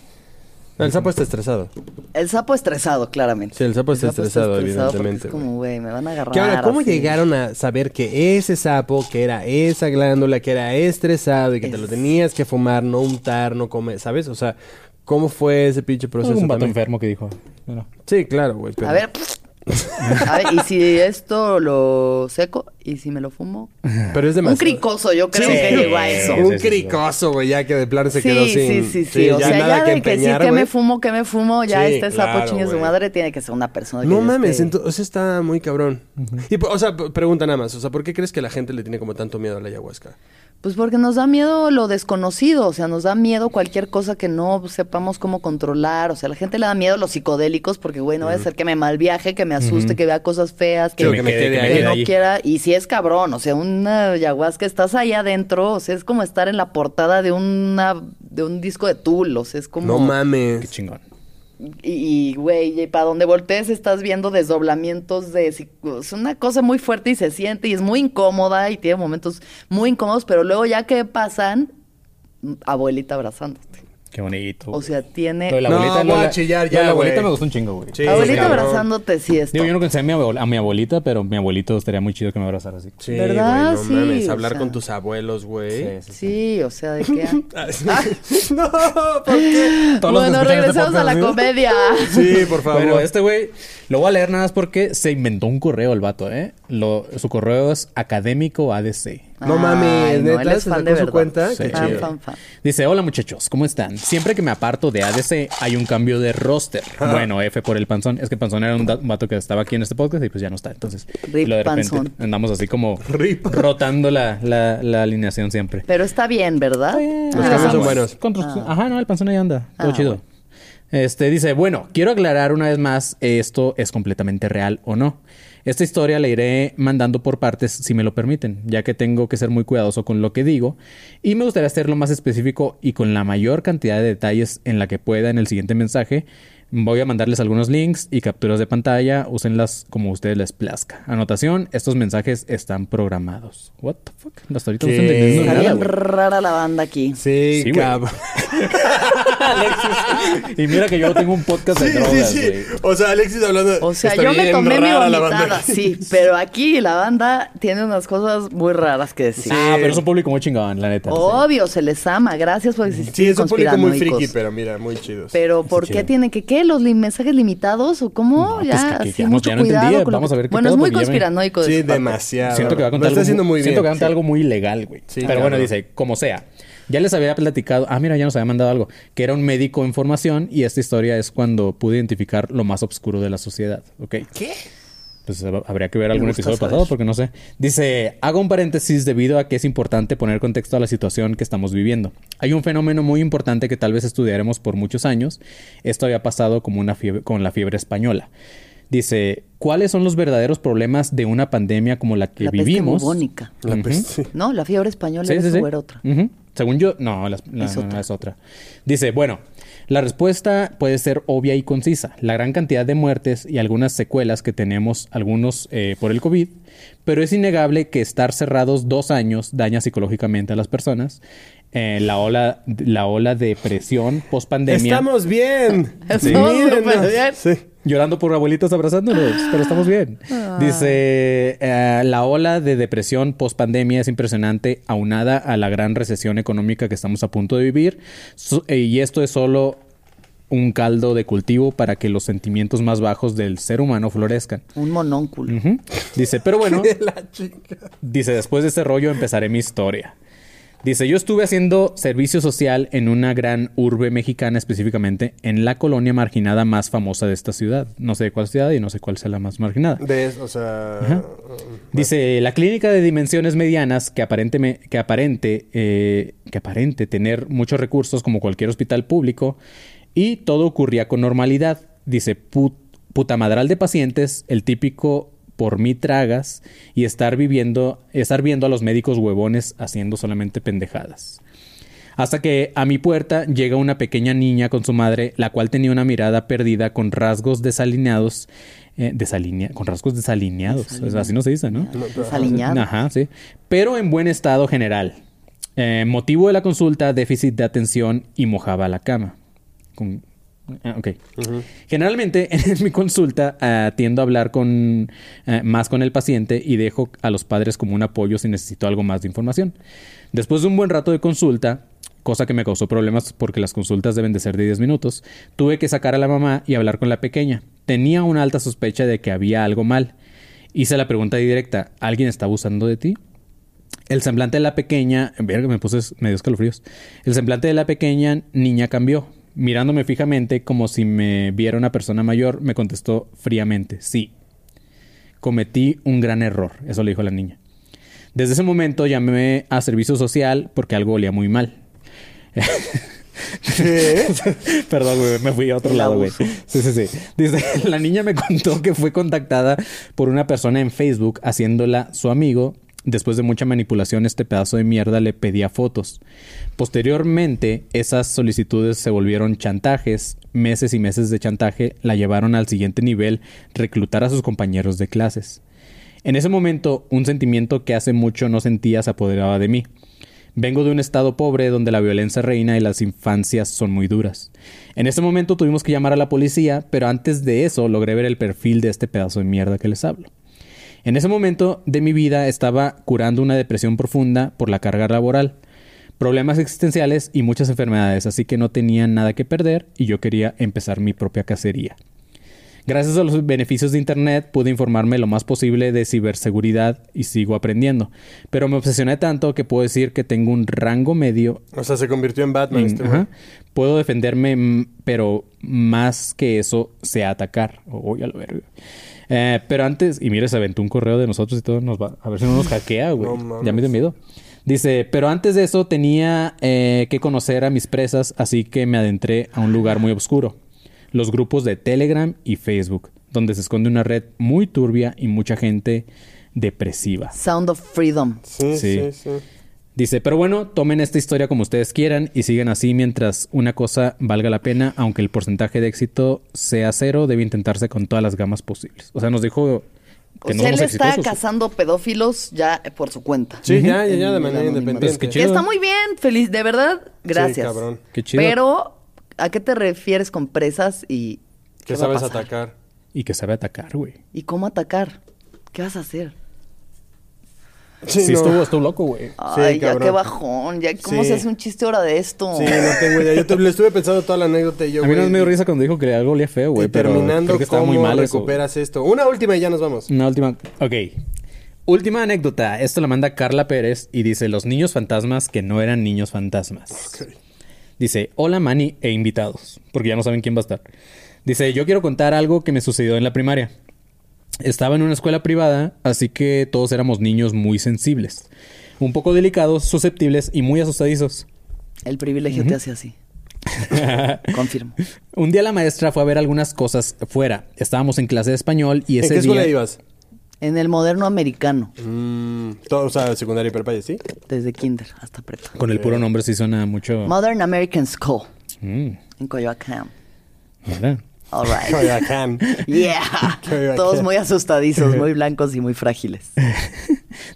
Speaker 5: El sapo está estresado.
Speaker 6: El sapo estresado, claramente.
Speaker 5: Sí, el sapo está estresado,
Speaker 6: porque
Speaker 5: evidentemente,
Speaker 6: Es como, güey, me van a agarrar.
Speaker 5: Que ahora, ¿cómo
Speaker 6: así.
Speaker 5: llegaron a saber que ese sapo, que era esa glándula, que era estresado y que te lo
Speaker 6: Es-
Speaker 5: tenías que fumar, no untar, no comer, ¿sabes? O sea, ¿cómo fue ese pinche proceso?
Speaker 4: un vato
Speaker 5: también?
Speaker 4: enfermo que dijo. Mira,
Speaker 5: Sí, claro, güey. pero-
Speaker 6: A ver, a ver, y si esto lo seco y si me lo fumo.
Speaker 5: pero es demasiado.
Speaker 6: Un cricoso, yo creo que llegó a eso.
Speaker 5: Un
Speaker 4: sí, sí.
Speaker 5: cricoso, güey, ya que de plano se
Speaker 6: Sí,
Speaker 5: quedó
Speaker 6: sí, sí,
Speaker 5: sin.
Speaker 6: sí, O sea,
Speaker 5: nada
Speaker 6: ya de que sí,
Speaker 5: empeñar,
Speaker 6: que me
Speaker 5: güey.
Speaker 6: fumo, que me fumo, ya
Speaker 5: Sí,
Speaker 6: este sapo
Speaker 5: claro,
Speaker 6: chingue su
Speaker 5: güey.
Speaker 6: madre, tiene que ser una persona.
Speaker 5: No
Speaker 6: que
Speaker 5: mames,
Speaker 6: esté-
Speaker 5: entonces está muy cabrón. Y, o sea, p- pregunta nada más, o sea, ¿por qué crees que la gente le tiene como tanto miedo a la ayahuasca?
Speaker 6: Pues porque nos da miedo lo desconocido, o sea, nos da miedo cualquier cosa que no sepamos cómo controlar, o sea, a la gente le da miedo los psicodélicos porque, güey, no va a ser que me malviaje, que me asuste, que vea cosas feas, que,
Speaker 5: Sí, o que me quede ahí.
Speaker 6: que
Speaker 5: Quede
Speaker 6: no
Speaker 4: ahí.
Speaker 6: quiera, y si es cabrón, o sea, una ayahuasca, estás ahí adentro, o sea, es como estar en la portada de una de un disco de Tool, o sea, es como...
Speaker 5: No mames.
Speaker 4: qué chingón.
Speaker 6: Y, y, güey, y para donde voltees estás viendo desdoblamientos de... Es una cosa muy fuerte y se siente y es muy incómoda y tiene momentos muy incómodos, pero luego ya que pasan, abuelita abrazándote.
Speaker 10: Qué bonito.
Speaker 6: O sea, tiene...
Speaker 10: Lo de la
Speaker 5: No,
Speaker 10: abuelita,
Speaker 5: voy
Speaker 10: lo de
Speaker 5: a
Speaker 10: la-
Speaker 5: chillar
Speaker 10: lo de
Speaker 5: ya,
Speaker 10: La abuelita
Speaker 5: güey.
Speaker 10: me gustó un chingo, güey.
Speaker 5: Sí,
Speaker 6: abuelita
Speaker 5: cabrón.
Speaker 6: abrazándote sí está.
Speaker 10: Digo, yo no conocí a mi, abue- a mi abuelita, pero mi abuelito estaría muy chido que me abrazara así.
Speaker 5: Sí,
Speaker 6: ¿Verdad?
Speaker 5: güey,
Speaker 6: Sí,
Speaker 5: no mames,
Speaker 6: o
Speaker 5: hablar
Speaker 6: sea.
Speaker 5: con tus abuelos, güey.
Speaker 6: Sí, o sea, de qué...
Speaker 5: Ah,
Speaker 6: Ah,
Speaker 5: no, ¿por qué?
Speaker 10: Todos los que
Speaker 6: bueno,
Speaker 10: escuchan este
Speaker 6: regresamos a la
Speaker 10: podcast, ¿sí?
Speaker 6: comedia.
Speaker 5: Sí, por favor.
Speaker 4: Bueno, este güey lo voy a leer nada más porque se inventó un correo el vato, ¿eh? Lo- su correo es académico ADC.
Speaker 5: No
Speaker 6: Ay,
Speaker 5: mames,
Speaker 6: no, él
Speaker 5: neta,
Speaker 6: es
Speaker 5: se
Speaker 6: fan
Speaker 5: sacó
Speaker 6: de
Speaker 5: su
Speaker 6: verdad.
Speaker 5: cuenta.
Speaker 6: Sí.
Speaker 5: Qué
Speaker 6: Fan,
Speaker 5: chido.
Speaker 6: fan, fan.
Speaker 4: Dice, hola muchachos, ¿cómo están? Siempre que me aparto de ADC hay un cambio de roster. Bueno, F por el panzón. Es que panzón era un da- vato que estaba aquí en este podcast y pues ya no está. Entonces,
Speaker 6: Rip
Speaker 4: y lo de repente
Speaker 6: Panzón.
Speaker 4: andamos así como rotando la, la- la alineación siempre.
Speaker 6: Pero está bien, ¿verdad?
Speaker 5: Los cambios son buenos. Ah.
Speaker 4: Constru- Ah, pues, Ajá, no, el panzón ahí anda. Todo
Speaker 6: Ah,
Speaker 4: chido.
Speaker 6: bueno.
Speaker 4: Este dice, bueno, quiero aclarar una vez más, esto es completamente real o no. Esta historia la iré mandando por partes si me lo permiten, ya que tengo que ser muy cuidadoso con lo que digo y me gustaría hacerlo más específico y con la mayor cantidad de detalles en la que pueda en el siguiente mensaje. Voy a mandarles algunos links y capturas de pantalla, úsenlas como ustedes les plazca. Anotación, estos mensajes están programados. What the fuck? Hasta ahorita no estoy
Speaker 5: ¿Qué?
Speaker 4: entendiendo
Speaker 6: Está
Speaker 4: nada,
Speaker 6: bien
Speaker 4: güey.
Speaker 6: rara la banda aquí.
Speaker 5: Sí,
Speaker 4: Sí, güey.
Speaker 5: cabrón.
Speaker 4: Y mira que yo tengo un podcast de
Speaker 5: Sí,
Speaker 4: drogas,
Speaker 5: sí,
Speaker 4: güey.
Speaker 5: sí. O sea, Alexis hablando.
Speaker 6: O sea,
Speaker 5: está
Speaker 6: yo me
Speaker 5: bien
Speaker 6: tomé mi
Speaker 5: rara la banda.
Speaker 6: vomitada, sí, pero aquí la banda tiene unas cosas muy raras que decir.
Speaker 4: Ah, pero es un público muy chingón, la neta.
Speaker 5: Oh.
Speaker 6: Obvio, se les ama, gracias por existir.
Speaker 5: Sí, es un público muy
Speaker 6: conspiranoicos.
Speaker 5: friki, pero mira, muy chidos.
Speaker 6: Pero ¿por
Speaker 4: chido.
Speaker 6: qué tienen que qué? ¿Los li- mensajes limitados o cómo?
Speaker 4: No, pues,
Speaker 6: ya,
Speaker 4: que- que
Speaker 6: así,
Speaker 4: ya no-
Speaker 6: mucho
Speaker 4: ya no entendí,
Speaker 6: cuidado. con lo
Speaker 4: vamos
Speaker 6: que-
Speaker 4: a ver qué
Speaker 6: bueno,
Speaker 4: pedo,
Speaker 6: es muy
Speaker 4: porque ya me-
Speaker 6: conspiranoico. de
Speaker 5: Sí, ah,
Speaker 6: su parte.
Speaker 5: demasiado.
Speaker 4: Siento que va a
Speaker 5: Lo
Speaker 4: contar,
Speaker 5: está
Speaker 4: algo,
Speaker 5: haciendo muy
Speaker 4: siento que va a
Speaker 5: bien.
Speaker 4: contar algo muy ilegal, güey.
Speaker 5: Sí,
Speaker 4: Pero
Speaker 5: claro.
Speaker 4: bueno, dice, como sea. Ya les había platicado, ah, mira, ya nos había mandado algo, que era un médico en formación y esta historia es cuando pude identificar lo más oscuro de la sociedad, ¿ok? ¿Qué? Pues hab- habría que ver algún
Speaker 6: gusta
Speaker 4: episodio
Speaker 6: saber.
Speaker 4: pasado porque no sé. Dice, hago un paréntesis debido a que es importante poner contexto a la situación que estamos viviendo. Hay un fenómeno muy importante que tal vez estudiaremos por muchos años. Esto había pasado como una fiebre- con la fiebre española. Dice, ¿cuáles son los verdaderos problemas de una pandemia como la que
Speaker 6: la peste
Speaker 4: vivimos?
Speaker 6: bubónica.
Speaker 5: La peste.
Speaker 6: No, la fiebre española
Speaker 4: Sí,
Speaker 6: era
Speaker 4: sí,
Speaker 6: su-
Speaker 4: sí.
Speaker 6: era otra.
Speaker 4: Ujú. Según yo, no, las- la-
Speaker 6: Es
Speaker 4: no, no,
Speaker 6: otra.
Speaker 4: es otra. Dice, bueno, la respuesta puede ser obvia y concisa. La gran cantidad de muertes y algunas secuelas que tenemos algunos eh, por el COVID, pero es innegable que estar cerrados dos años daña psicológicamente a las personas. Eh, la ola, la ola de presión post pandemia.
Speaker 5: Estamos bien.
Speaker 6: Estamos
Speaker 5: Mírenos.
Speaker 6: súper bien.
Speaker 5: Sí.
Speaker 4: Llorando por abuelitas abrazándonos, pero estamos bien. Dice, eh, la ola de depresión post pandemia es impresionante, aunada a la gran recesión económica que estamos a punto de vivir. Su- eh, y esto es solo un caldo de cultivo para que los sentimientos más bajos del ser humano florezcan.
Speaker 6: Un monónculo.
Speaker 4: Ujú. Dice, pero bueno,
Speaker 5: La chica.
Speaker 4: Dice, después de este rollo empezaré mi historia. Dice, yo estuve haciendo servicio social en una gran urbe mexicana, específicamente en la colonia marginada más famosa de esta ciudad. No sé cuál ciudad y no sé cuál sea la más marginada.
Speaker 5: De eso, o sea.
Speaker 4: Dice, la clínica de dimensiones medianas que, aparenteme- que, aparente, eh, que aparente tener muchos recursos como cualquier hospital público y todo ocurría con normalidad. Dice, put- puta madral de pacientes, el típico por mí tragas y estar viviendo, estar viendo a los médicos huevones haciendo solamente pendejadas. Hasta que a mi puerta llega una pequeña niña con su madre, la cual tenía una mirada perdida con rasgos desalineados. eh, desalinea- con rasgos desalineados. Así no se dice, ¿no?
Speaker 6: Desaliñado.
Speaker 4: Ajá, sí. Pero en buen estado general. Eh, motivo de la consulta, déficit de atención y mojaba la cama. Con- ah, ok. Generalmente en mi consulta ah, tiendo a hablar con eh, más con el paciente y dejo a los padres como un apoyo si necesito algo más de información. Después de un buen rato de consulta, cosa que me causó problemas porque las consultas deben de ser de 10 minutos, tuve que sacar a la mamá y hablar con la pequeña. Tenía una alta sospecha de que había algo mal. Hice la pregunta directa, ¿alguien está abusando de ti? El semblante de la pequeña, verga, me puse, me dio escalofríos. El semblante de la pequeña niña cambió. Mirándome fijamente, como si me viera una persona mayor, me contestó fríamente, sí. Cometí un gran error, eso le dijo la niña. Desde ese momento llamé a servicio social porque algo olía muy mal. Perdón, güey, me fui a otro
Speaker 6: El
Speaker 4: lado, güey.
Speaker 6: abuso.
Speaker 4: Sí, sí, sí. Dice, la niña me contó que fue contactada por una persona en Facebook haciéndola su amigo Después de mucha manipulación, este pedazo de mierda le pedía fotos. Posteriormente, esas solicitudes se volvieron chantajes. Meses y meses de chantaje la llevaron al siguiente nivel, reclutar a sus compañeros de clases. En ese momento, un sentimiento que hace mucho no sentía se apoderaba de mí. Vengo de un estado pobre donde la violencia reina y las infancias son muy duras. En ese momento tuvimos que llamar a la policía, pero antes de eso logré ver el perfil de este pedazo de mierda que les hablo. En ese momento de mi vida estaba curando una depresión profunda por la carga laboral, problemas existenciales y muchas enfermedades, así que no tenía nada que perder y yo quería empezar mi propia cacería. Gracias a los beneficios de Internet pude informarme lo más posible de ciberseguridad y sigo aprendiendo. Pero me obsesioné tanto que puedo decir que tengo un rango medio.
Speaker 5: O sea, se convirtió en Batman
Speaker 4: en-
Speaker 5: este
Speaker 4: ajá.
Speaker 5: güey.
Speaker 4: Puedo defenderme, m- pero más que eso, sé atacar. O voy a la verga. Eh, pero antes, y mira, se aventó un correo de nosotros y todo nos va. A ver si no nos hackea, güey.
Speaker 5: No
Speaker 4: ya me dio miedo. Dice, pero antes de eso tenía eh, que conocer a mis presas, así que me adentré a un lugar muy oscuro. Los grupos de Telegram y Facebook, donde se esconde una red muy turbia y mucha gente depresiva.
Speaker 6: Sound of Freedom.
Speaker 5: Sí,
Speaker 4: Sí.
Speaker 5: sí, sí.
Speaker 4: Dice, pero bueno, tomen esta historia como ustedes quieran y sigan así mientras una cosa valga la pena, aunque el porcentaje de éxito sea cero, debe intentarse con todas las gamas posibles. O sea, nos dijo
Speaker 6: O
Speaker 4: que no
Speaker 6: sea, él
Speaker 4: somos
Speaker 6: está
Speaker 4: exitosos.
Speaker 6: cazando pedófilos ya por su cuenta.
Speaker 5: Sí, ya, ya, ya, de
Speaker 6: En-
Speaker 5: manera
Speaker 6: en-
Speaker 5: independiente.
Speaker 4: Pues qué
Speaker 6: Que
Speaker 4: Chido.
Speaker 6: está muy bien, feliz, de verdad, gracias.
Speaker 5: cabrón.
Speaker 4: Qué chido.
Speaker 6: Pero, ¿a qué te refieres con presas y qué
Speaker 5: Que
Speaker 6: va a
Speaker 5: sabes
Speaker 6: pasar?
Speaker 5: atacar.
Speaker 4: Y que sabe atacar, güey.
Speaker 6: ¿Y cómo atacar? ¿Qué vas a hacer?
Speaker 5: Sí,
Speaker 4: sí,
Speaker 5: no.
Speaker 4: estuvo, estuvo loco, güey.
Speaker 6: Ay, ya
Speaker 5: cabrón.
Speaker 6: qué bajón, ya cómo
Speaker 5: Sí.
Speaker 6: se hace un chiste ahora de esto.
Speaker 5: Sí, no tengo idea. Yo te- le estuve pensando toda la anécdota y yo,
Speaker 4: A mí no
Speaker 5: güey,
Speaker 4: me dio risa cuando dijo que algo olía feo,
Speaker 5: y
Speaker 4: güey. Pero
Speaker 5: terminando,
Speaker 4: creo que estaba
Speaker 5: ¿cómo
Speaker 4: muy mal eso, güey.
Speaker 5: recuperas esto? Una última y ya nos vamos.
Speaker 4: Una última. Ok. Última anécdota. Esto la manda Carla Pérez y dice: Los niños fantasmas que no eran niños fantasmas. Dice: Hola, Manny e invitados. Porque ya no saben quién va a estar. Dice: Yo quiero contar algo que me sucedió en la primaria. Estaba en una escuela privada, así que todos éramos niños muy sensibles, un poco delicados, susceptibles y muy asustadizos.
Speaker 6: El privilegio te hace así. Confirmo.
Speaker 4: Un día la maestra fue a ver algunas cosas fuera. Estábamos en clase de español y
Speaker 5: ¿En
Speaker 4: ese
Speaker 5: qué escuela
Speaker 4: día.
Speaker 5: ibas?
Speaker 6: En el moderno americano,
Speaker 5: Mm, todo, o sea, secundaria y prepa, y ¿sí?
Speaker 6: desde kinder hasta prepa.
Speaker 4: Con el
Speaker 5: Eh,
Speaker 4: puro nombre sí suena mucho.
Speaker 6: Modern American School
Speaker 4: Mm,
Speaker 6: en Coyoacán.
Speaker 4: ¿verdad?
Speaker 6: All right.
Speaker 5: Coyoacán.
Speaker 4: Pues,
Speaker 6: Yeah.
Speaker 5: Coyoacán.
Speaker 6: Todos muy asustadizos, muy blancos y muy frágiles.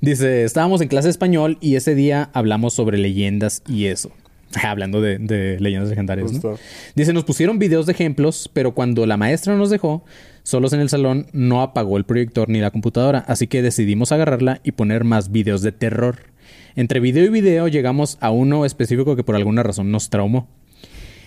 Speaker 4: Dice, estábamos en clase de español y ese día hablamos sobre leyendas y eso. Hablando de, de leyendas legendarias, ¿no?
Speaker 5: Justo.
Speaker 4: Dice, nos pusieron videos de ejemplos, pero cuando la maestra nos dejó, solos en el salón, no apagó el proyector ni la computadora, así que decidimos agarrarla y poner más videos de terror. Entre video y video llegamos a uno específico que por alguna razón nos traumó.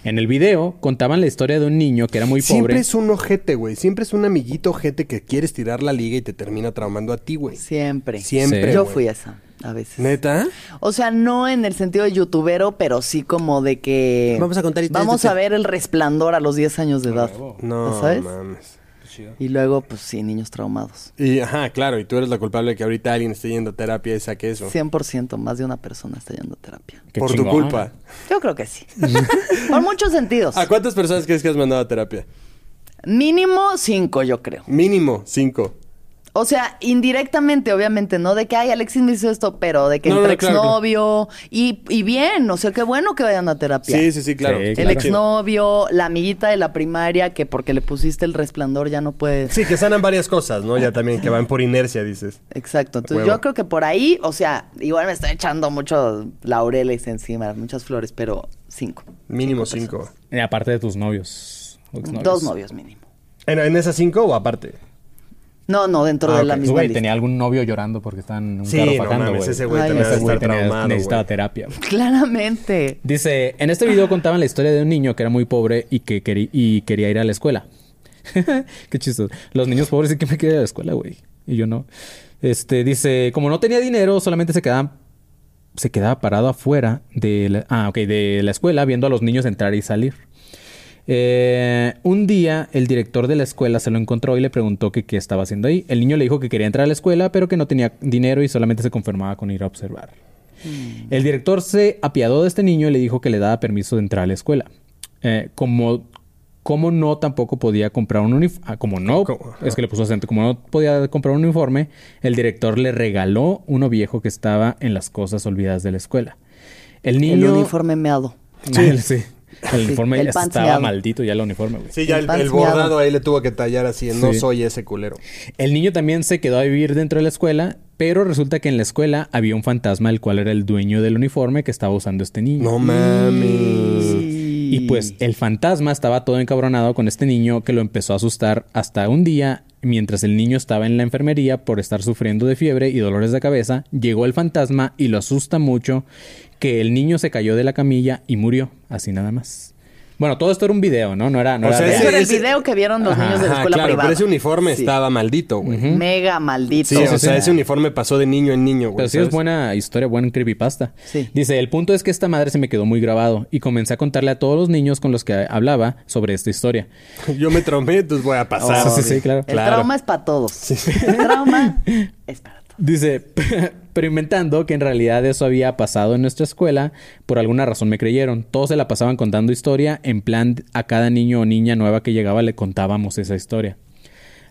Speaker 4: En el video contaban la historia de un niño que era muy
Speaker 5: Siempre
Speaker 4: pobre.
Speaker 5: es un ojete, güey. Siempre es un amiguito ojete que quieres tirar la liga y te termina traumando a ti, güey.
Speaker 6: Siempre.
Speaker 5: Siempre.
Speaker 4: Sí.
Speaker 6: Yo
Speaker 5: güey.
Speaker 6: fui esa, a veces.
Speaker 5: ¿Neta?
Speaker 6: O sea, no en el sentido de youtubero, pero sí como de que...
Speaker 5: Vamos a contar historias
Speaker 6: Vamos
Speaker 5: de-
Speaker 6: a ver el resplandor a los 10 años de edad.
Speaker 5: No,
Speaker 6: ¿Sabes?
Speaker 5: mames.
Speaker 6: Y luego, pues sí, niños traumados.
Speaker 5: Y, ajá, claro, y tú eres la culpable de que ahorita alguien esté yendo a terapia y saque eso.
Speaker 6: 100% más de una persona está yendo a terapia.
Speaker 4: Qué
Speaker 5: Por tu
Speaker 4: chingón.
Speaker 5: culpa.
Speaker 6: Yo creo que sí. Por muchos sentidos.
Speaker 5: ¿A cuántas personas crees que has mandado a terapia?
Speaker 6: Mínimo 5, yo creo.
Speaker 5: Mínimo cinco.
Speaker 6: O sea, indirectamente, obviamente, ¿no? De que, ay, Alexis me hizo esto, pero de que
Speaker 5: No, no,
Speaker 6: entre
Speaker 5: no, claro que-
Speaker 6: exnovio. Y, y bien, o sea, qué bueno que vayan a terapia.
Speaker 5: Sí, sí, sí, claro.
Speaker 4: Sí,
Speaker 5: Sí,
Speaker 6: El
Speaker 4: claro.
Speaker 6: exnovio, la amiguita de la primaria que porque le pusiste el resplandor ya no puede.
Speaker 5: que sanan varias cosas, ¿no? Ya también que van por inercia, dices.
Speaker 6: Exacto. Entonces
Speaker 5: Huevo.
Speaker 6: yo creo que por ahí, o sea, igual me estoy echando muchos laureles encima, muchas flores, pero cinco.
Speaker 5: Mínimo cinco.
Speaker 4: Y eh, aparte de tus novios. o exnovios.
Speaker 6: Dos novios mínimo.
Speaker 5: ¿En, en esas cinco o aparte?
Speaker 6: No, no, dentro
Speaker 4: Ah,
Speaker 6: de la
Speaker 4: ok.
Speaker 6: misma
Speaker 4: Güey,
Speaker 6: lista.
Speaker 4: tenía algún novio llorando porque estaban en un
Speaker 5: Sí,
Speaker 4: carro
Speaker 5: no
Speaker 4: fajando,
Speaker 5: mames,
Speaker 4: güey.
Speaker 5: ese güey
Speaker 6: Ay,
Speaker 5: también
Speaker 6: ese
Speaker 5: va a estar
Speaker 4: güey tenía-
Speaker 5: traumado,
Speaker 4: necesitaba
Speaker 5: güey.
Speaker 4: terapia. güey.
Speaker 6: Claramente.
Speaker 4: Dice, en este video contaban la historia de un niño que era muy pobre y que queri- y quería ir a la escuela. Qué chistoso. Los niños pobres sí que me quería ir a la escuela, güey. Y yo no. Este, dice, como no tenía dinero, solamente se quedaban se quedaba parado afuera de la, ah, ok, de la escuela viendo a los niños entrar y salir. Eh, un día el director de la escuela se lo encontró y le preguntó que qué estaba haciendo ahí. El niño le dijo que quería entrar a la escuela pero que no tenía dinero y solamente se conformaba con ir a observar. El director se apiadó de este niño y le dijo que le daba permiso de entrar a la escuela. Eh, como como no tampoco podía comprar un uniforme, ah, como no,
Speaker 5: Como-
Speaker 4: es que le puso acento, como no podía comprar un uniforme, el director le regaló uno viejo que estaba en las cosas olvidadas de la escuela. El
Speaker 6: El
Speaker 4: niño...
Speaker 6: uniforme meado.
Speaker 4: Sí, sí. El
Speaker 6: Sí,
Speaker 4: uniforme
Speaker 6: el
Speaker 4: estaba
Speaker 6: panseado.
Speaker 4: maldito ya el uniforme, güey.
Speaker 5: Sí, ya el,
Speaker 6: Pan
Speaker 5: el bordado
Speaker 6: seado.
Speaker 5: ahí le tuvo que tallar así. en No
Speaker 4: Sí.
Speaker 5: soy ese culero.
Speaker 4: El niño también se quedó a vivir dentro de la escuela, pero resulta que en la escuela había un fantasma el cual era el dueño del uniforme que estaba usando este niño.
Speaker 5: No mames.
Speaker 4: Y pues el fantasma estaba todo encabronado con este niño que lo empezó a asustar hasta un día, mientras el niño estaba en la enfermería por estar sufriendo de fiebre y dolores de cabeza, llegó el fantasma y lo asusta mucho que el niño se cayó de la camilla y murió, así nada más. Bueno, todo esto era un video, ¿no? No era, no
Speaker 5: O
Speaker 4: era
Speaker 5: sea,
Speaker 4: real.
Speaker 6: Eso era el
Speaker 5: ese-
Speaker 6: video que vieron los
Speaker 4: Ajá,
Speaker 6: niños de la
Speaker 5: Ajá,
Speaker 6: escuela
Speaker 5: claro,
Speaker 6: privada.
Speaker 5: pero ese uniforme
Speaker 6: Sí.
Speaker 5: estaba maldito, güey.
Speaker 6: Mega maldito.
Speaker 5: Sí, o sea, ese uniforme pasó de niño en niño, güey.
Speaker 4: Pero sí
Speaker 5: ¿sabes?
Speaker 4: es buena historia, buen creepypasta.
Speaker 6: Sí.
Speaker 4: Dice, el punto es que esta madre se me quedó muy grabado y comencé a contarle a todos los niños con los que hablaba sobre esta historia.
Speaker 5: Yo me tromé, entonces voy a pasar.
Speaker 4: Oh, Sí, sí, sí, claro.
Speaker 6: El trauma es para todos. El trauma es para todos.
Speaker 4: Dice, pero inventando que en realidad eso había pasado en nuestra escuela, por alguna razón me creyeron. Todos se la pasaban contando historia, en plan a cada niño o niña nueva que llegaba le contábamos esa historia.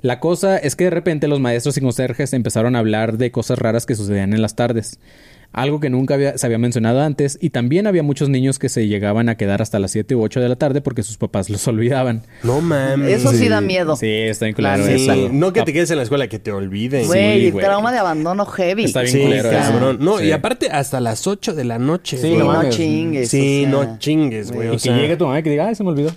Speaker 4: La cosa es que de repente los maestros y conserjes empezaron a hablar de cosas raras que sucedían en las tardes. Algo que nunca había- se había mencionado antes y también había muchos niños que se llegaban a quedar hasta las 7 u 8 de la tarde porque sus papás los olvidaban.
Speaker 5: No mames.
Speaker 6: Eso sí, da miedo.
Speaker 4: Sí, está en
Speaker 6: La
Speaker 4: claro
Speaker 5: Sí,
Speaker 4: eso. Ah,
Speaker 5: No que te quedes en la escuela, que te olviden.
Speaker 6: Güey,
Speaker 4: güey.
Speaker 6: trauma de abandono heavy.
Speaker 4: Está bien
Speaker 5: Sí,
Speaker 4: culero eso.
Speaker 5: cabrón. No,
Speaker 4: Sí.
Speaker 5: y aparte hasta las 8 de la noche.
Speaker 6: Sí,
Speaker 5: güey.
Speaker 6: no mames. chingues,
Speaker 5: Sí,
Speaker 6: o sea.
Speaker 5: no chingues, güey.
Speaker 4: Y
Speaker 5: o
Speaker 4: que
Speaker 5: sea.
Speaker 4: llegue tu mamá y que diga, ay, se me olvidó.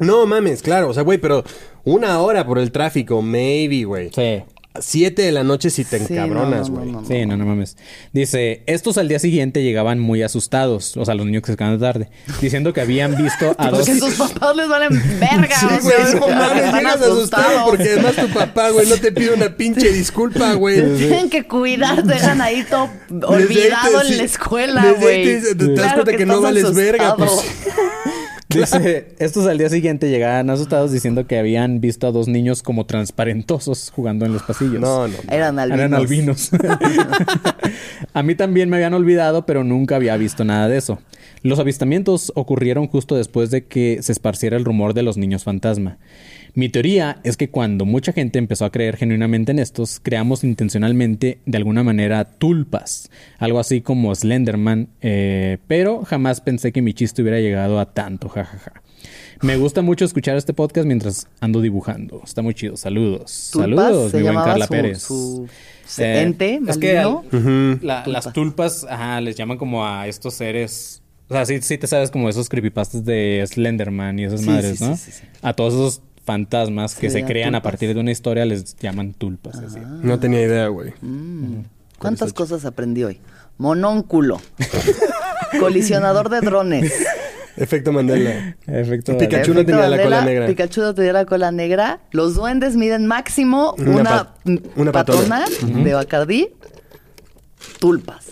Speaker 5: No mames, claro. O sea, güey, pero una hora por el tráfico, maybe, güey.
Speaker 4: Sí.
Speaker 5: 7 de la noche si te
Speaker 6: Sí,
Speaker 5: encabronas,
Speaker 6: no, no,
Speaker 5: güey.
Speaker 6: no, no,
Speaker 4: Sí, no, no mames. Dice, estos al día siguiente llegaban muy asustados, o sea, los niños que se quedaban tarde, diciendo que habían visto a dos...
Speaker 6: Porque sus papás les valen verga.
Speaker 5: Sí,
Speaker 6: o sea,
Speaker 5: güey, no
Speaker 6: porque
Speaker 5: mames,
Speaker 6: Ah, están
Speaker 5: llegas asustado
Speaker 6: asustados.
Speaker 5: porque además tu papá, güey, no te pide una pinche disculpa, güey.
Speaker 6: Tienen que cuidar, te dejan ahí todo
Speaker 5: Desde ahí
Speaker 6: olvidado
Speaker 5: te- sí.
Speaker 6: en la escuela,
Speaker 5: Desde ahí
Speaker 6: güey.
Speaker 5: te dice- te das
Speaker 6: Claro
Speaker 5: cuenta que no
Speaker 6: estás
Speaker 5: vales
Speaker 6: asustado.
Speaker 5: verga, pues.
Speaker 4: Dice, estos al día siguiente llegaban asustados diciendo que habían visto a dos niños como transparentosos jugando en los pasillos.
Speaker 5: No, no.
Speaker 6: Eran albinos.
Speaker 4: Eran albinos. a mí también me habían olvidado, pero nunca había visto nada de eso. Los avistamientos ocurrieron justo después de que se esparciera el rumor de los niños fantasma. Mi teoría es que cuando mucha gente empezó a creer genuinamente en estos, creamos intencionalmente de alguna manera tulpas, algo así como Slenderman, eh, pero jamás pensé que mi chiste hubiera llegado a tanto, jajaja. Me gusta mucho escuchar este podcast mientras ando dibujando. Está muy chido. Saludos.
Speaker 6: Tulpas,
Speaker 4: Saludos,
Speaker 6: se
Speaker 4: mi buen
Speaker 6: llamaba
Speaker 4: Carla
Speaker 6: su-
Speaker 4: Pérez.
Speaker 6: su- su
Speaker 4: Eh,
Speaker 6: ente maligno.
Speaker 4: al- la- las tulpas, ajá, les llaman como a estos seres. O sea, sí, sí te sabes como esos creepypastas de Slenderman y esas
Speaker 6: Sí,
Speaker 4: madres,
Speaker 6: sí,
Speaker 4: ¿no?
Speaker 6: sí, sí, sí.
Speaker 4: A todos esos fantasmas que
Speaker 6: Sí,
Speaker 4: se
Speaker 6: a
Speaker 4: crean a
Speaker 6: tulpas.
Speaker 4: partir de una historia les llaman tulpas. así.
Speaker 5: No tenía idea, güey.
Speaker 6: ¿Cuántas cosas aprendí hoy? Monónculo. Colisionador de drones.
Speaker 5: Efecto Mandela.
Speaker 4: Efecto.
Speaker 5: Pikachu.
Speaker 6: Efecto
Speaker 5: no tenía la cola
Speaker 6: Mandela,
Speaker 5: negra.
Speaker 6: Pikachu no tenía la cola negra. Los duendes miden máximo
Speaker 5: Una
Speaker 6: una,
Speaker 5: pat-
Speaker 6: mm,
Speaker 5: una patona.
Speaker 6: patona, de Bacardí. Tulpas.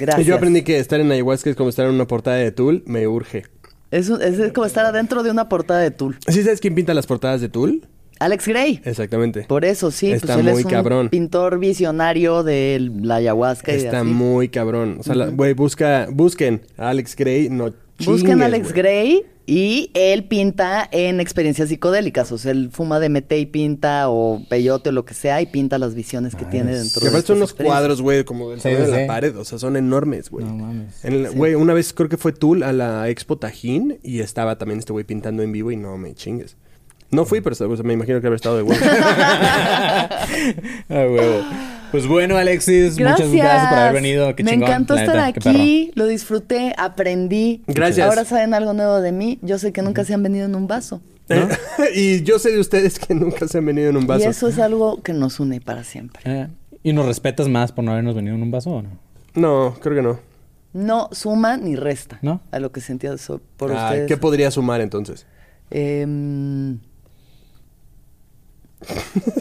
Speaker 6: Gracias.
Speaker 5: Y yo aprendí que estar en ayahuasca es como estar en una portada de Tool. Me urge.
Speaker 6: Es, un- es- es como estar adentro de una portada de Tul.
Speaker 5: ¿Sí sabes quién pinta las portadas de Tool?
Speaker 6: Alex Gray.
Speaker 5: Exactamente.
Speaker 6: Por eso, sí.
Speaker 5: Está
Speaker 6: pues él
Speaker 5: muy
Speaker 6: es un
Speaker 5: cabrón.
Speaker 6: pintor visionario de la ayahuasca y de
Speaker 5: Está
Speaker 6: así.
Speaker 5: muy cabrón. O sea, la- güey, busca, busquen a Alex Gray, no
Speaker 6: Busquen
Speaker 5: chingues,
Speaker 6: a Alex
Speaker 5: güey.
Speaker 6: Gray y él pinta en experiencias psicodélicas. O sea, él fuma DMT y pinta, o peyote o lo que sea, y pinta las visiones que tiene dentro
Speaker 5: Que
Speaker 6: de
Speaker 5: aparte son unos
Speaker 6: estas experiencias.
Speaker 5: cuadros, güey, como del
Speaker 11: Sí,
Speaker 5: tamaño de
Speaker 11: sí.
Speaker 5: la pared. O sea, son enormes, güey.
Speaker 4: No mames.
Speaker 5: En la- Güey, una vez creo que fue Tool a la Expo Tajín y estaba también este güey pintando en vivo y no me chingues. No fui, pero o sea, me imagino que habrá estado de güey.
Speaker 4: Ah, huevo. Pues bueno, Alexis, muchas gracias por haber venido. Qué
Speaker 6: Me
Speaker 4: chingón,
Speaker 6: encantó
Speaker 4: la
Speaker 6: estar
Speaker 4: neta, qué perro.
Speaker 6: aquí, lo disfruté, aprendí.
Speaker 5: Gracias.
Speaker 6: Ahora saben algo nuevo de mí. Yo sé que nunca se han venido en un vaso.
Speaker 5: Eh, y yo sé de ustedes que nunca se han venido en un vaso.
Speaker 6: Y eso es algo que nos une para siempre.
Speaker 4: Eh, ¿Y nos respetas más por no habernos venido en un vaso o no?
Speaker 5: No, creo que no.
Speaker 6: No suma ni resta
Speaker 4: ¿No?
Speaker 6: a lo que sentía so- por
Speaker 5: Ah,
Speaker 6: ustedes.
Speaker 5: ¿Qué podría sumar entonces?
Speaker 6: Em,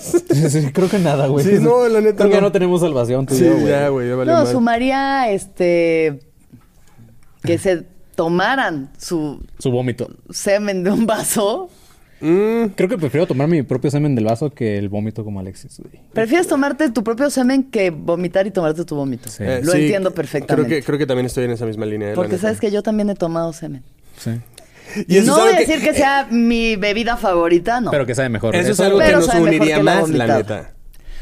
Speaker 4: Sí, creo que nada, güey.
Speaker 5: Sí, no, la neta,
Speaker 4: Creo que
Speaker 5: no.
Speaker 4: no tenemos salvación, tú y
Speaker 5: Sí,
Speaker 4: yo, güey.
Speaker 5: ya, güey, ya valió
Speaker 6: no,
Speaker 5: madre.
Speaker 6: sumaría este que se tomaran su
Speaker 4: Su vómito.
Speaker 6: semen de un vaso.
Speaker 5: Mm,
Speaker 4: Creo que prefiero tomar mi propio semen del vaso que el vómito como Alexis, güey.
Speaker 6: Prefieres tomarte tu propio semen que vomitar y tomarte tu vómito.
Speaker 4: Sí.
Speaker 5: eh,
Speaker 6: Lo
Speaker 5: sí,
Speaker 6: entiendo
Speaker 5: Creo
Speaker 6: perfectamente.
Speaker 5: que, creo que también estoy en esa misma línea.
Speaker 6: Porque sabes
Speaker 5: que
Speaker 6: que yo también he tomado semen.
Speaker 4: Sí.
Speaker 5: Y eso
Speaker 6: no
Speaker 5: es
Speaker 6: voy
Speaker 5: algo
Speaker 6: a
Speaker 5: que- eh,
Speaker 6: decir que sea mi bebida favorita, no.
Speaker 4: Pero que sabe mejor.
Speaker 5: Eso es
Speaker 4: Eso-
Speaker 5: algo que
Speaker 6: Pero
Speaker 5: nos
Speaker 6: sabe mejor
Speaker 5: uniría
Speaker 6: que la
Speaker 5: más, la
Speaker 6: vomitada.
Speaker 5: neta.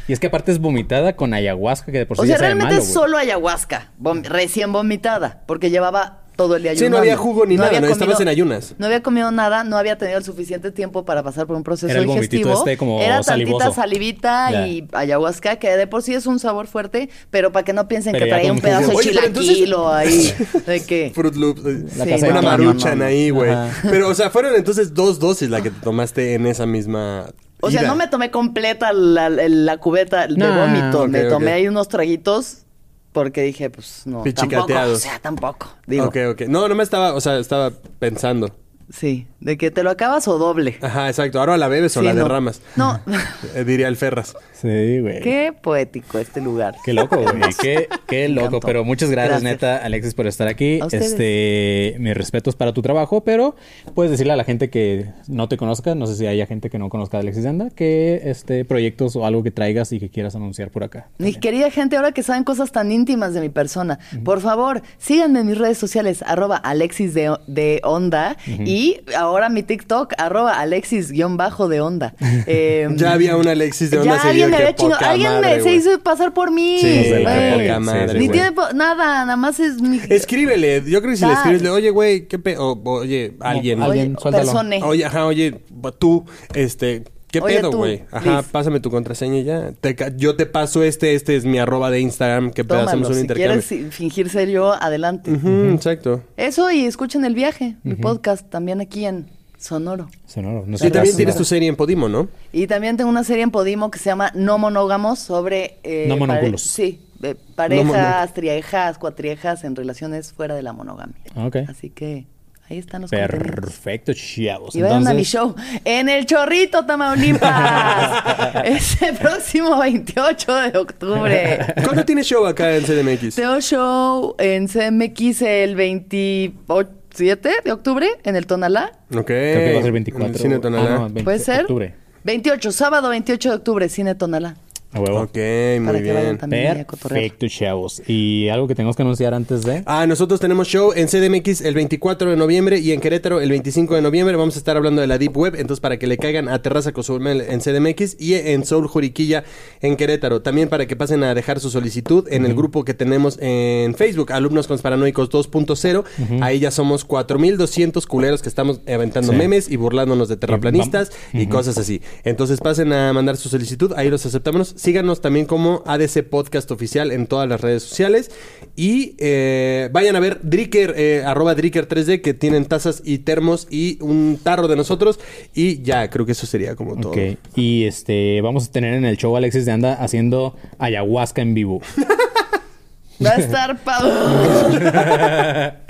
Speaker 4: Y es que aparte es vomitada con ayahuasca, que de por sí
Speaker 6: o sea,
Speaker 4: ya sabe
Speaker 6: realmente
Speaker 4: malo,
Speaker 6: es
Speaker 4: güey.
Speaker 6: solo ayahuasca, vom- recién vomitada, porque llevaba todo el día
Speaker 5: Sí,
Speaker 6: ayunando.
Speaker 5: no había jugo ni nada,
Speaker 6: había
Speaker 5: no, estabas
Speaker 6: comido-
Speaker 5: en ayunas.
Speaker 6: No había comido nada, no había tenido el suficiente tiempo para pasar por un proceso
Speaker 4: Era el vomitito
Speaker 6: digestivo.
Speaker 4: este como
Speaker 6: Era
Speaker 4: salivoso.
Speaker 6: tantita salivita
Speaker 4: Ya.
Speaker 6: y ayahuasca, que de por sí es un sabor fuerte, pero para que no piensen
Speaker 4: Pero
Speaker 6: que
Speaker 4: ya
Speaker 6: traía
Speaker 4: con
Speaker 6: un pedazo
Speaker 5: jugo.
Speaker 6: de
Speaker 5: Oye, pero entonces-
Speaker 6: chilaquil o ahí. ¿De qué?
Speaker 5: Fruit Loops.
Speaker 4: La
Speaker 6: Sí,
Speaker 4: casa de
Speaker 5: una
Speaker 6: no,
Speaker 4: Toño.
Speaker 5: maruchan ahí, güey.
Speaker 4: Ajá.
Speaker 5: Pero, o sea, fueron entonces dos dosis la que te tomaste en esa misma.
Speaker 6: O sea,
Speaker 5: ida.
Speaker 6: no me tomé completa la, la- la cubeta de
Speaker 4: No.
Speaker 6: vómito. me
Speaker 5: Ok, ok.
Speaker 6: tomé ahí unos traguitos porque dije, pues no, tampoco. O
Speaker 5: Pichicateados.
Speaker 6: sea, tampoco. Digo,
Speaker 5: Ok, ok. No, no me estaba, o sea, estaba pensando.
Speaker 6: sí, de que te lo acabas o doble.
Speaker 5: Ajá, exacto. Ahora la bebes o
Speaker 6: Sí,
Speaker 5: la
Speaker 6: no.
Speaker 5: derramas.
Speaker 6: No.
Speaker 5: Eh, diría el Ferras.
Speaker 4: Sí, güey.
Speaker 6: Qué poético este lugar.
Speaker 4: Qué loco, güey. Qué, qué
Speaker 6: Me
Speaker 4: loco.
Speaker 6: encantó.
Speaker 4: Pero muchas gracias,
Speaker 6: Gracias.
Speaker 4: neta, Alexis, por estar aquí.
Speaker 6: A ustedes.
Speaker 4: Este, mis respetos para tu trabajo, pero puedes decirle a la gente que no te conozca, no sé si haya gente que no conozca a Alexis de Anda, que este proyectos o algo que traigas y que quieras anunciar por acá.
Speaker 6: Mi querida gente, ahora que saben cosas tan íntimas de mi persona, por favor, síganme en mis redes sociales, arroba Alexis de, de Onda, y ahora mi TikTok, arroba Alexis-de Onda. Eh,
Speaker 5: Ya había una Alexis de onda
Speaker 6: ya alguien me había chingado, alguien me se
Speaker 5: hizo
Speaker 6: hizo pasar por mí.
Speaker 5: Sí,
Speaker 4: de la
Speaker 6: güey.
Speaker 4: verga,
Speaker 5: madre,
Speaker 6: Ni
Speaker 5: güey.
Speaker 6: tiene po- nada, nada más es mi...
Speaker 5: Escríbele, yo creo que si le
Speaker 6: Tal.
Speaker 5: escribes, le, oye, güey, qué pe... o- oye, alguien.
Speaker 4: Oye, Bien, suéltalo.
Speaker 6: persone.
Speaker 5: Oye, ajá, oye, tú, este, ¿qué
Speaker 6: Oye,
Speaker 5: pedo,
Speaker 6: tú,
Speaker 5: güey? Ajá,
Speaker 6: please.
Speaker 5: pásame tu contraseña y ya. Te ca- yo te paso este, este es mi arroba de Instagram, ¿qué pedo?
Speaker 6: Tómalo,
Speaker 5: Hacemos un
Speaker 6: si
Speaker 5: intercambio.
Speaker 6: quieres si- fingir ser yo, adelante.
Speaker 5: Ujú, Exacto.
Speaker 6: Eso y escuchen El Viaje, mi podcast, también aquí en Sonoro.
Speaker 4: Sonoro. No
Speaker 5: Y
Speaker 4: sé.
Speaker 5: también tienes tu serie en Podimo, ¿no?
Speaker 6: Y también tengo una serie en Podimo que se llama No Monógamos sobre... eh,
Speaker 4: No monóculos.
Speaker 6: pare- Sí, de
Speaker 5: No
Speaker 6: parejas,
Speaker 5: monó-
Speaker 6: triejas, cuatriejas en relaciones fuera de la monogamia.
Speaker 4: Ah, Ok.
Speaker 6: Así que ahí están los contenidos.
Speaker 4: Perfecto, chavos.
Speaker 6: Y vayan a mi
Speaker 4: Entonces,
Speaker 6: show en El Chorrito, Tamaulipas. Ese próximo 28 de octubre.
Speaker 5: ¿Cuándo tienes show acá en CDMX?
Speaker 6: Teo Show en CMX el 27 de octubre en el Tonalá.
Speaker 4: creo
Speaker 5: Ok.
Speaker 4: que va a ser 24.
Speaker 5: Eh, En el Cine Tonalá.
Speaker 4: Ah, no, 20
Speaker 6: ¿Puede ser?
Speaker 4: Octubre.
Speaker 6: 28, sábado 28 de octubre, Cine Tonalá.
Speaker 4: A huevo.
Speaker 5: Ok, muy
Speaker 6: para que vayan
Speaker 5: bien.
Speaker 6: también ahí a cotorrear.
Speaker 4: Perfecto, chavos. Y algo que tenemos que anunciar antes de.
Speaker 5: Ah, nosotros tenemos show en CDMX el 24 de noviembre y en Querétaro el 25 de noviembre. Vamos a estar hablando de la Deep Web, entonces para que le caigan a Terraza Cozumel en CDMX y en Soul Juriquilla en Querétaro. También para que pasen a dejar su solicitud en el grupo que tenemos en Facebook, Alumnos con Paranoicos 2.0. Ahí ya somos 4.200 culeros que estamos aventando
Speaker 4: Sí.
Speaker 5: memes y burlándonos de terraplanistas y cosas así. Entonces pasen a mandar su solicitud, ahí los aceptamos. Síganos también como ADC Podcast Oficial en todas las redes sociales. Y eh, vayan a ver Dricker, eh, arroba Dricker 3D, que tienen tazas y termos y un tarro de nosotros. Y ya, creo que eso sería como todo.
Speaker 4: Ok, y este, vamos a tener en el show a Alexis de Anda haciendo ayahuasca en vivo.
Speaker 6: Va a estar pa...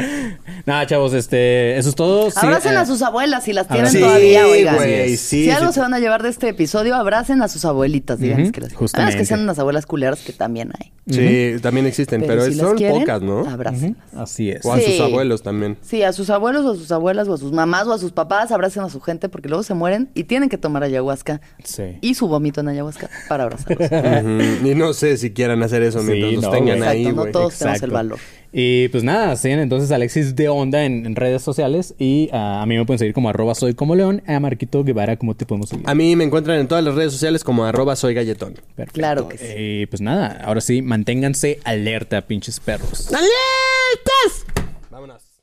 Speaker 4: Nada, chavos, este, eso es todo. Sí,
Speaker 6: abracen
Speaker 4: eh,
Speaker 6: a sus abuelas si las tienen
Speaker 5: Ah, Sí,
Speaker 6: todavía, oigan.
Speaker 5: güey, sí,
Speaker 6: si algo
Speaker 5: sí.
Speaker 6: se van a llevar de este episodio, abracen a sus abuelitas, díganles
Speaker 4: Ujú,
Speaker 6: que las A menos
Speaker 4: justamente.
Speaker 6: que sean unas abuelas culeras que también hay.
Speaker 5: Sí, también existen, pero,
Speaker 6: si las
Speaker 5: son
Speaker 6: quieren,
Speaker 5: pocas, ¿no?
Speaker 6: Abracen.
Speaker 4: Así es.
Speaker 5: O a sus
Speaker 6: Sí.
Speaker 5: abuelos también.
Speaker 6: Sí, a sus abuelos o a sus abuelas o a sus mamás o a sus papás, abracen a su gente porque luego se mueren y tienen que tomar ayahuasca
Speaker 4: Sí.
Speaker 6: y su vómito en ayahuasca para abrazarlos.
Speaker 5: Ujú. Y no sé si quieran hacer eso mientras
Speaker 4: Sí,
Speaker 5: los
Speaker 4: no,
Speaker 5: tengan
Speaker 4: güey.
Speaker 5: ahí,
Speaker 6: Exacto, no
Speaker 5: güey.
Speaker 6: todos tenemos el valor.
Speaker 4: Y pues nada, siguen entonces a Alexis de Onda en, en redes sociales y ah, a mí me pueden seguir como arroba soy como león, a Marquito Guevara, ¿cómo te podemos seguir?
Speaker 5: A mí me encuentran en todas las redes sociales como arroba soy galletón.
Speaker 4: Perfecto.
Speaker 6: Claro que sí.
Speaker 4: Eh, pues nada, ahora sí, manténganse alerta, pinches perros.
Speaker 5: Vámonos.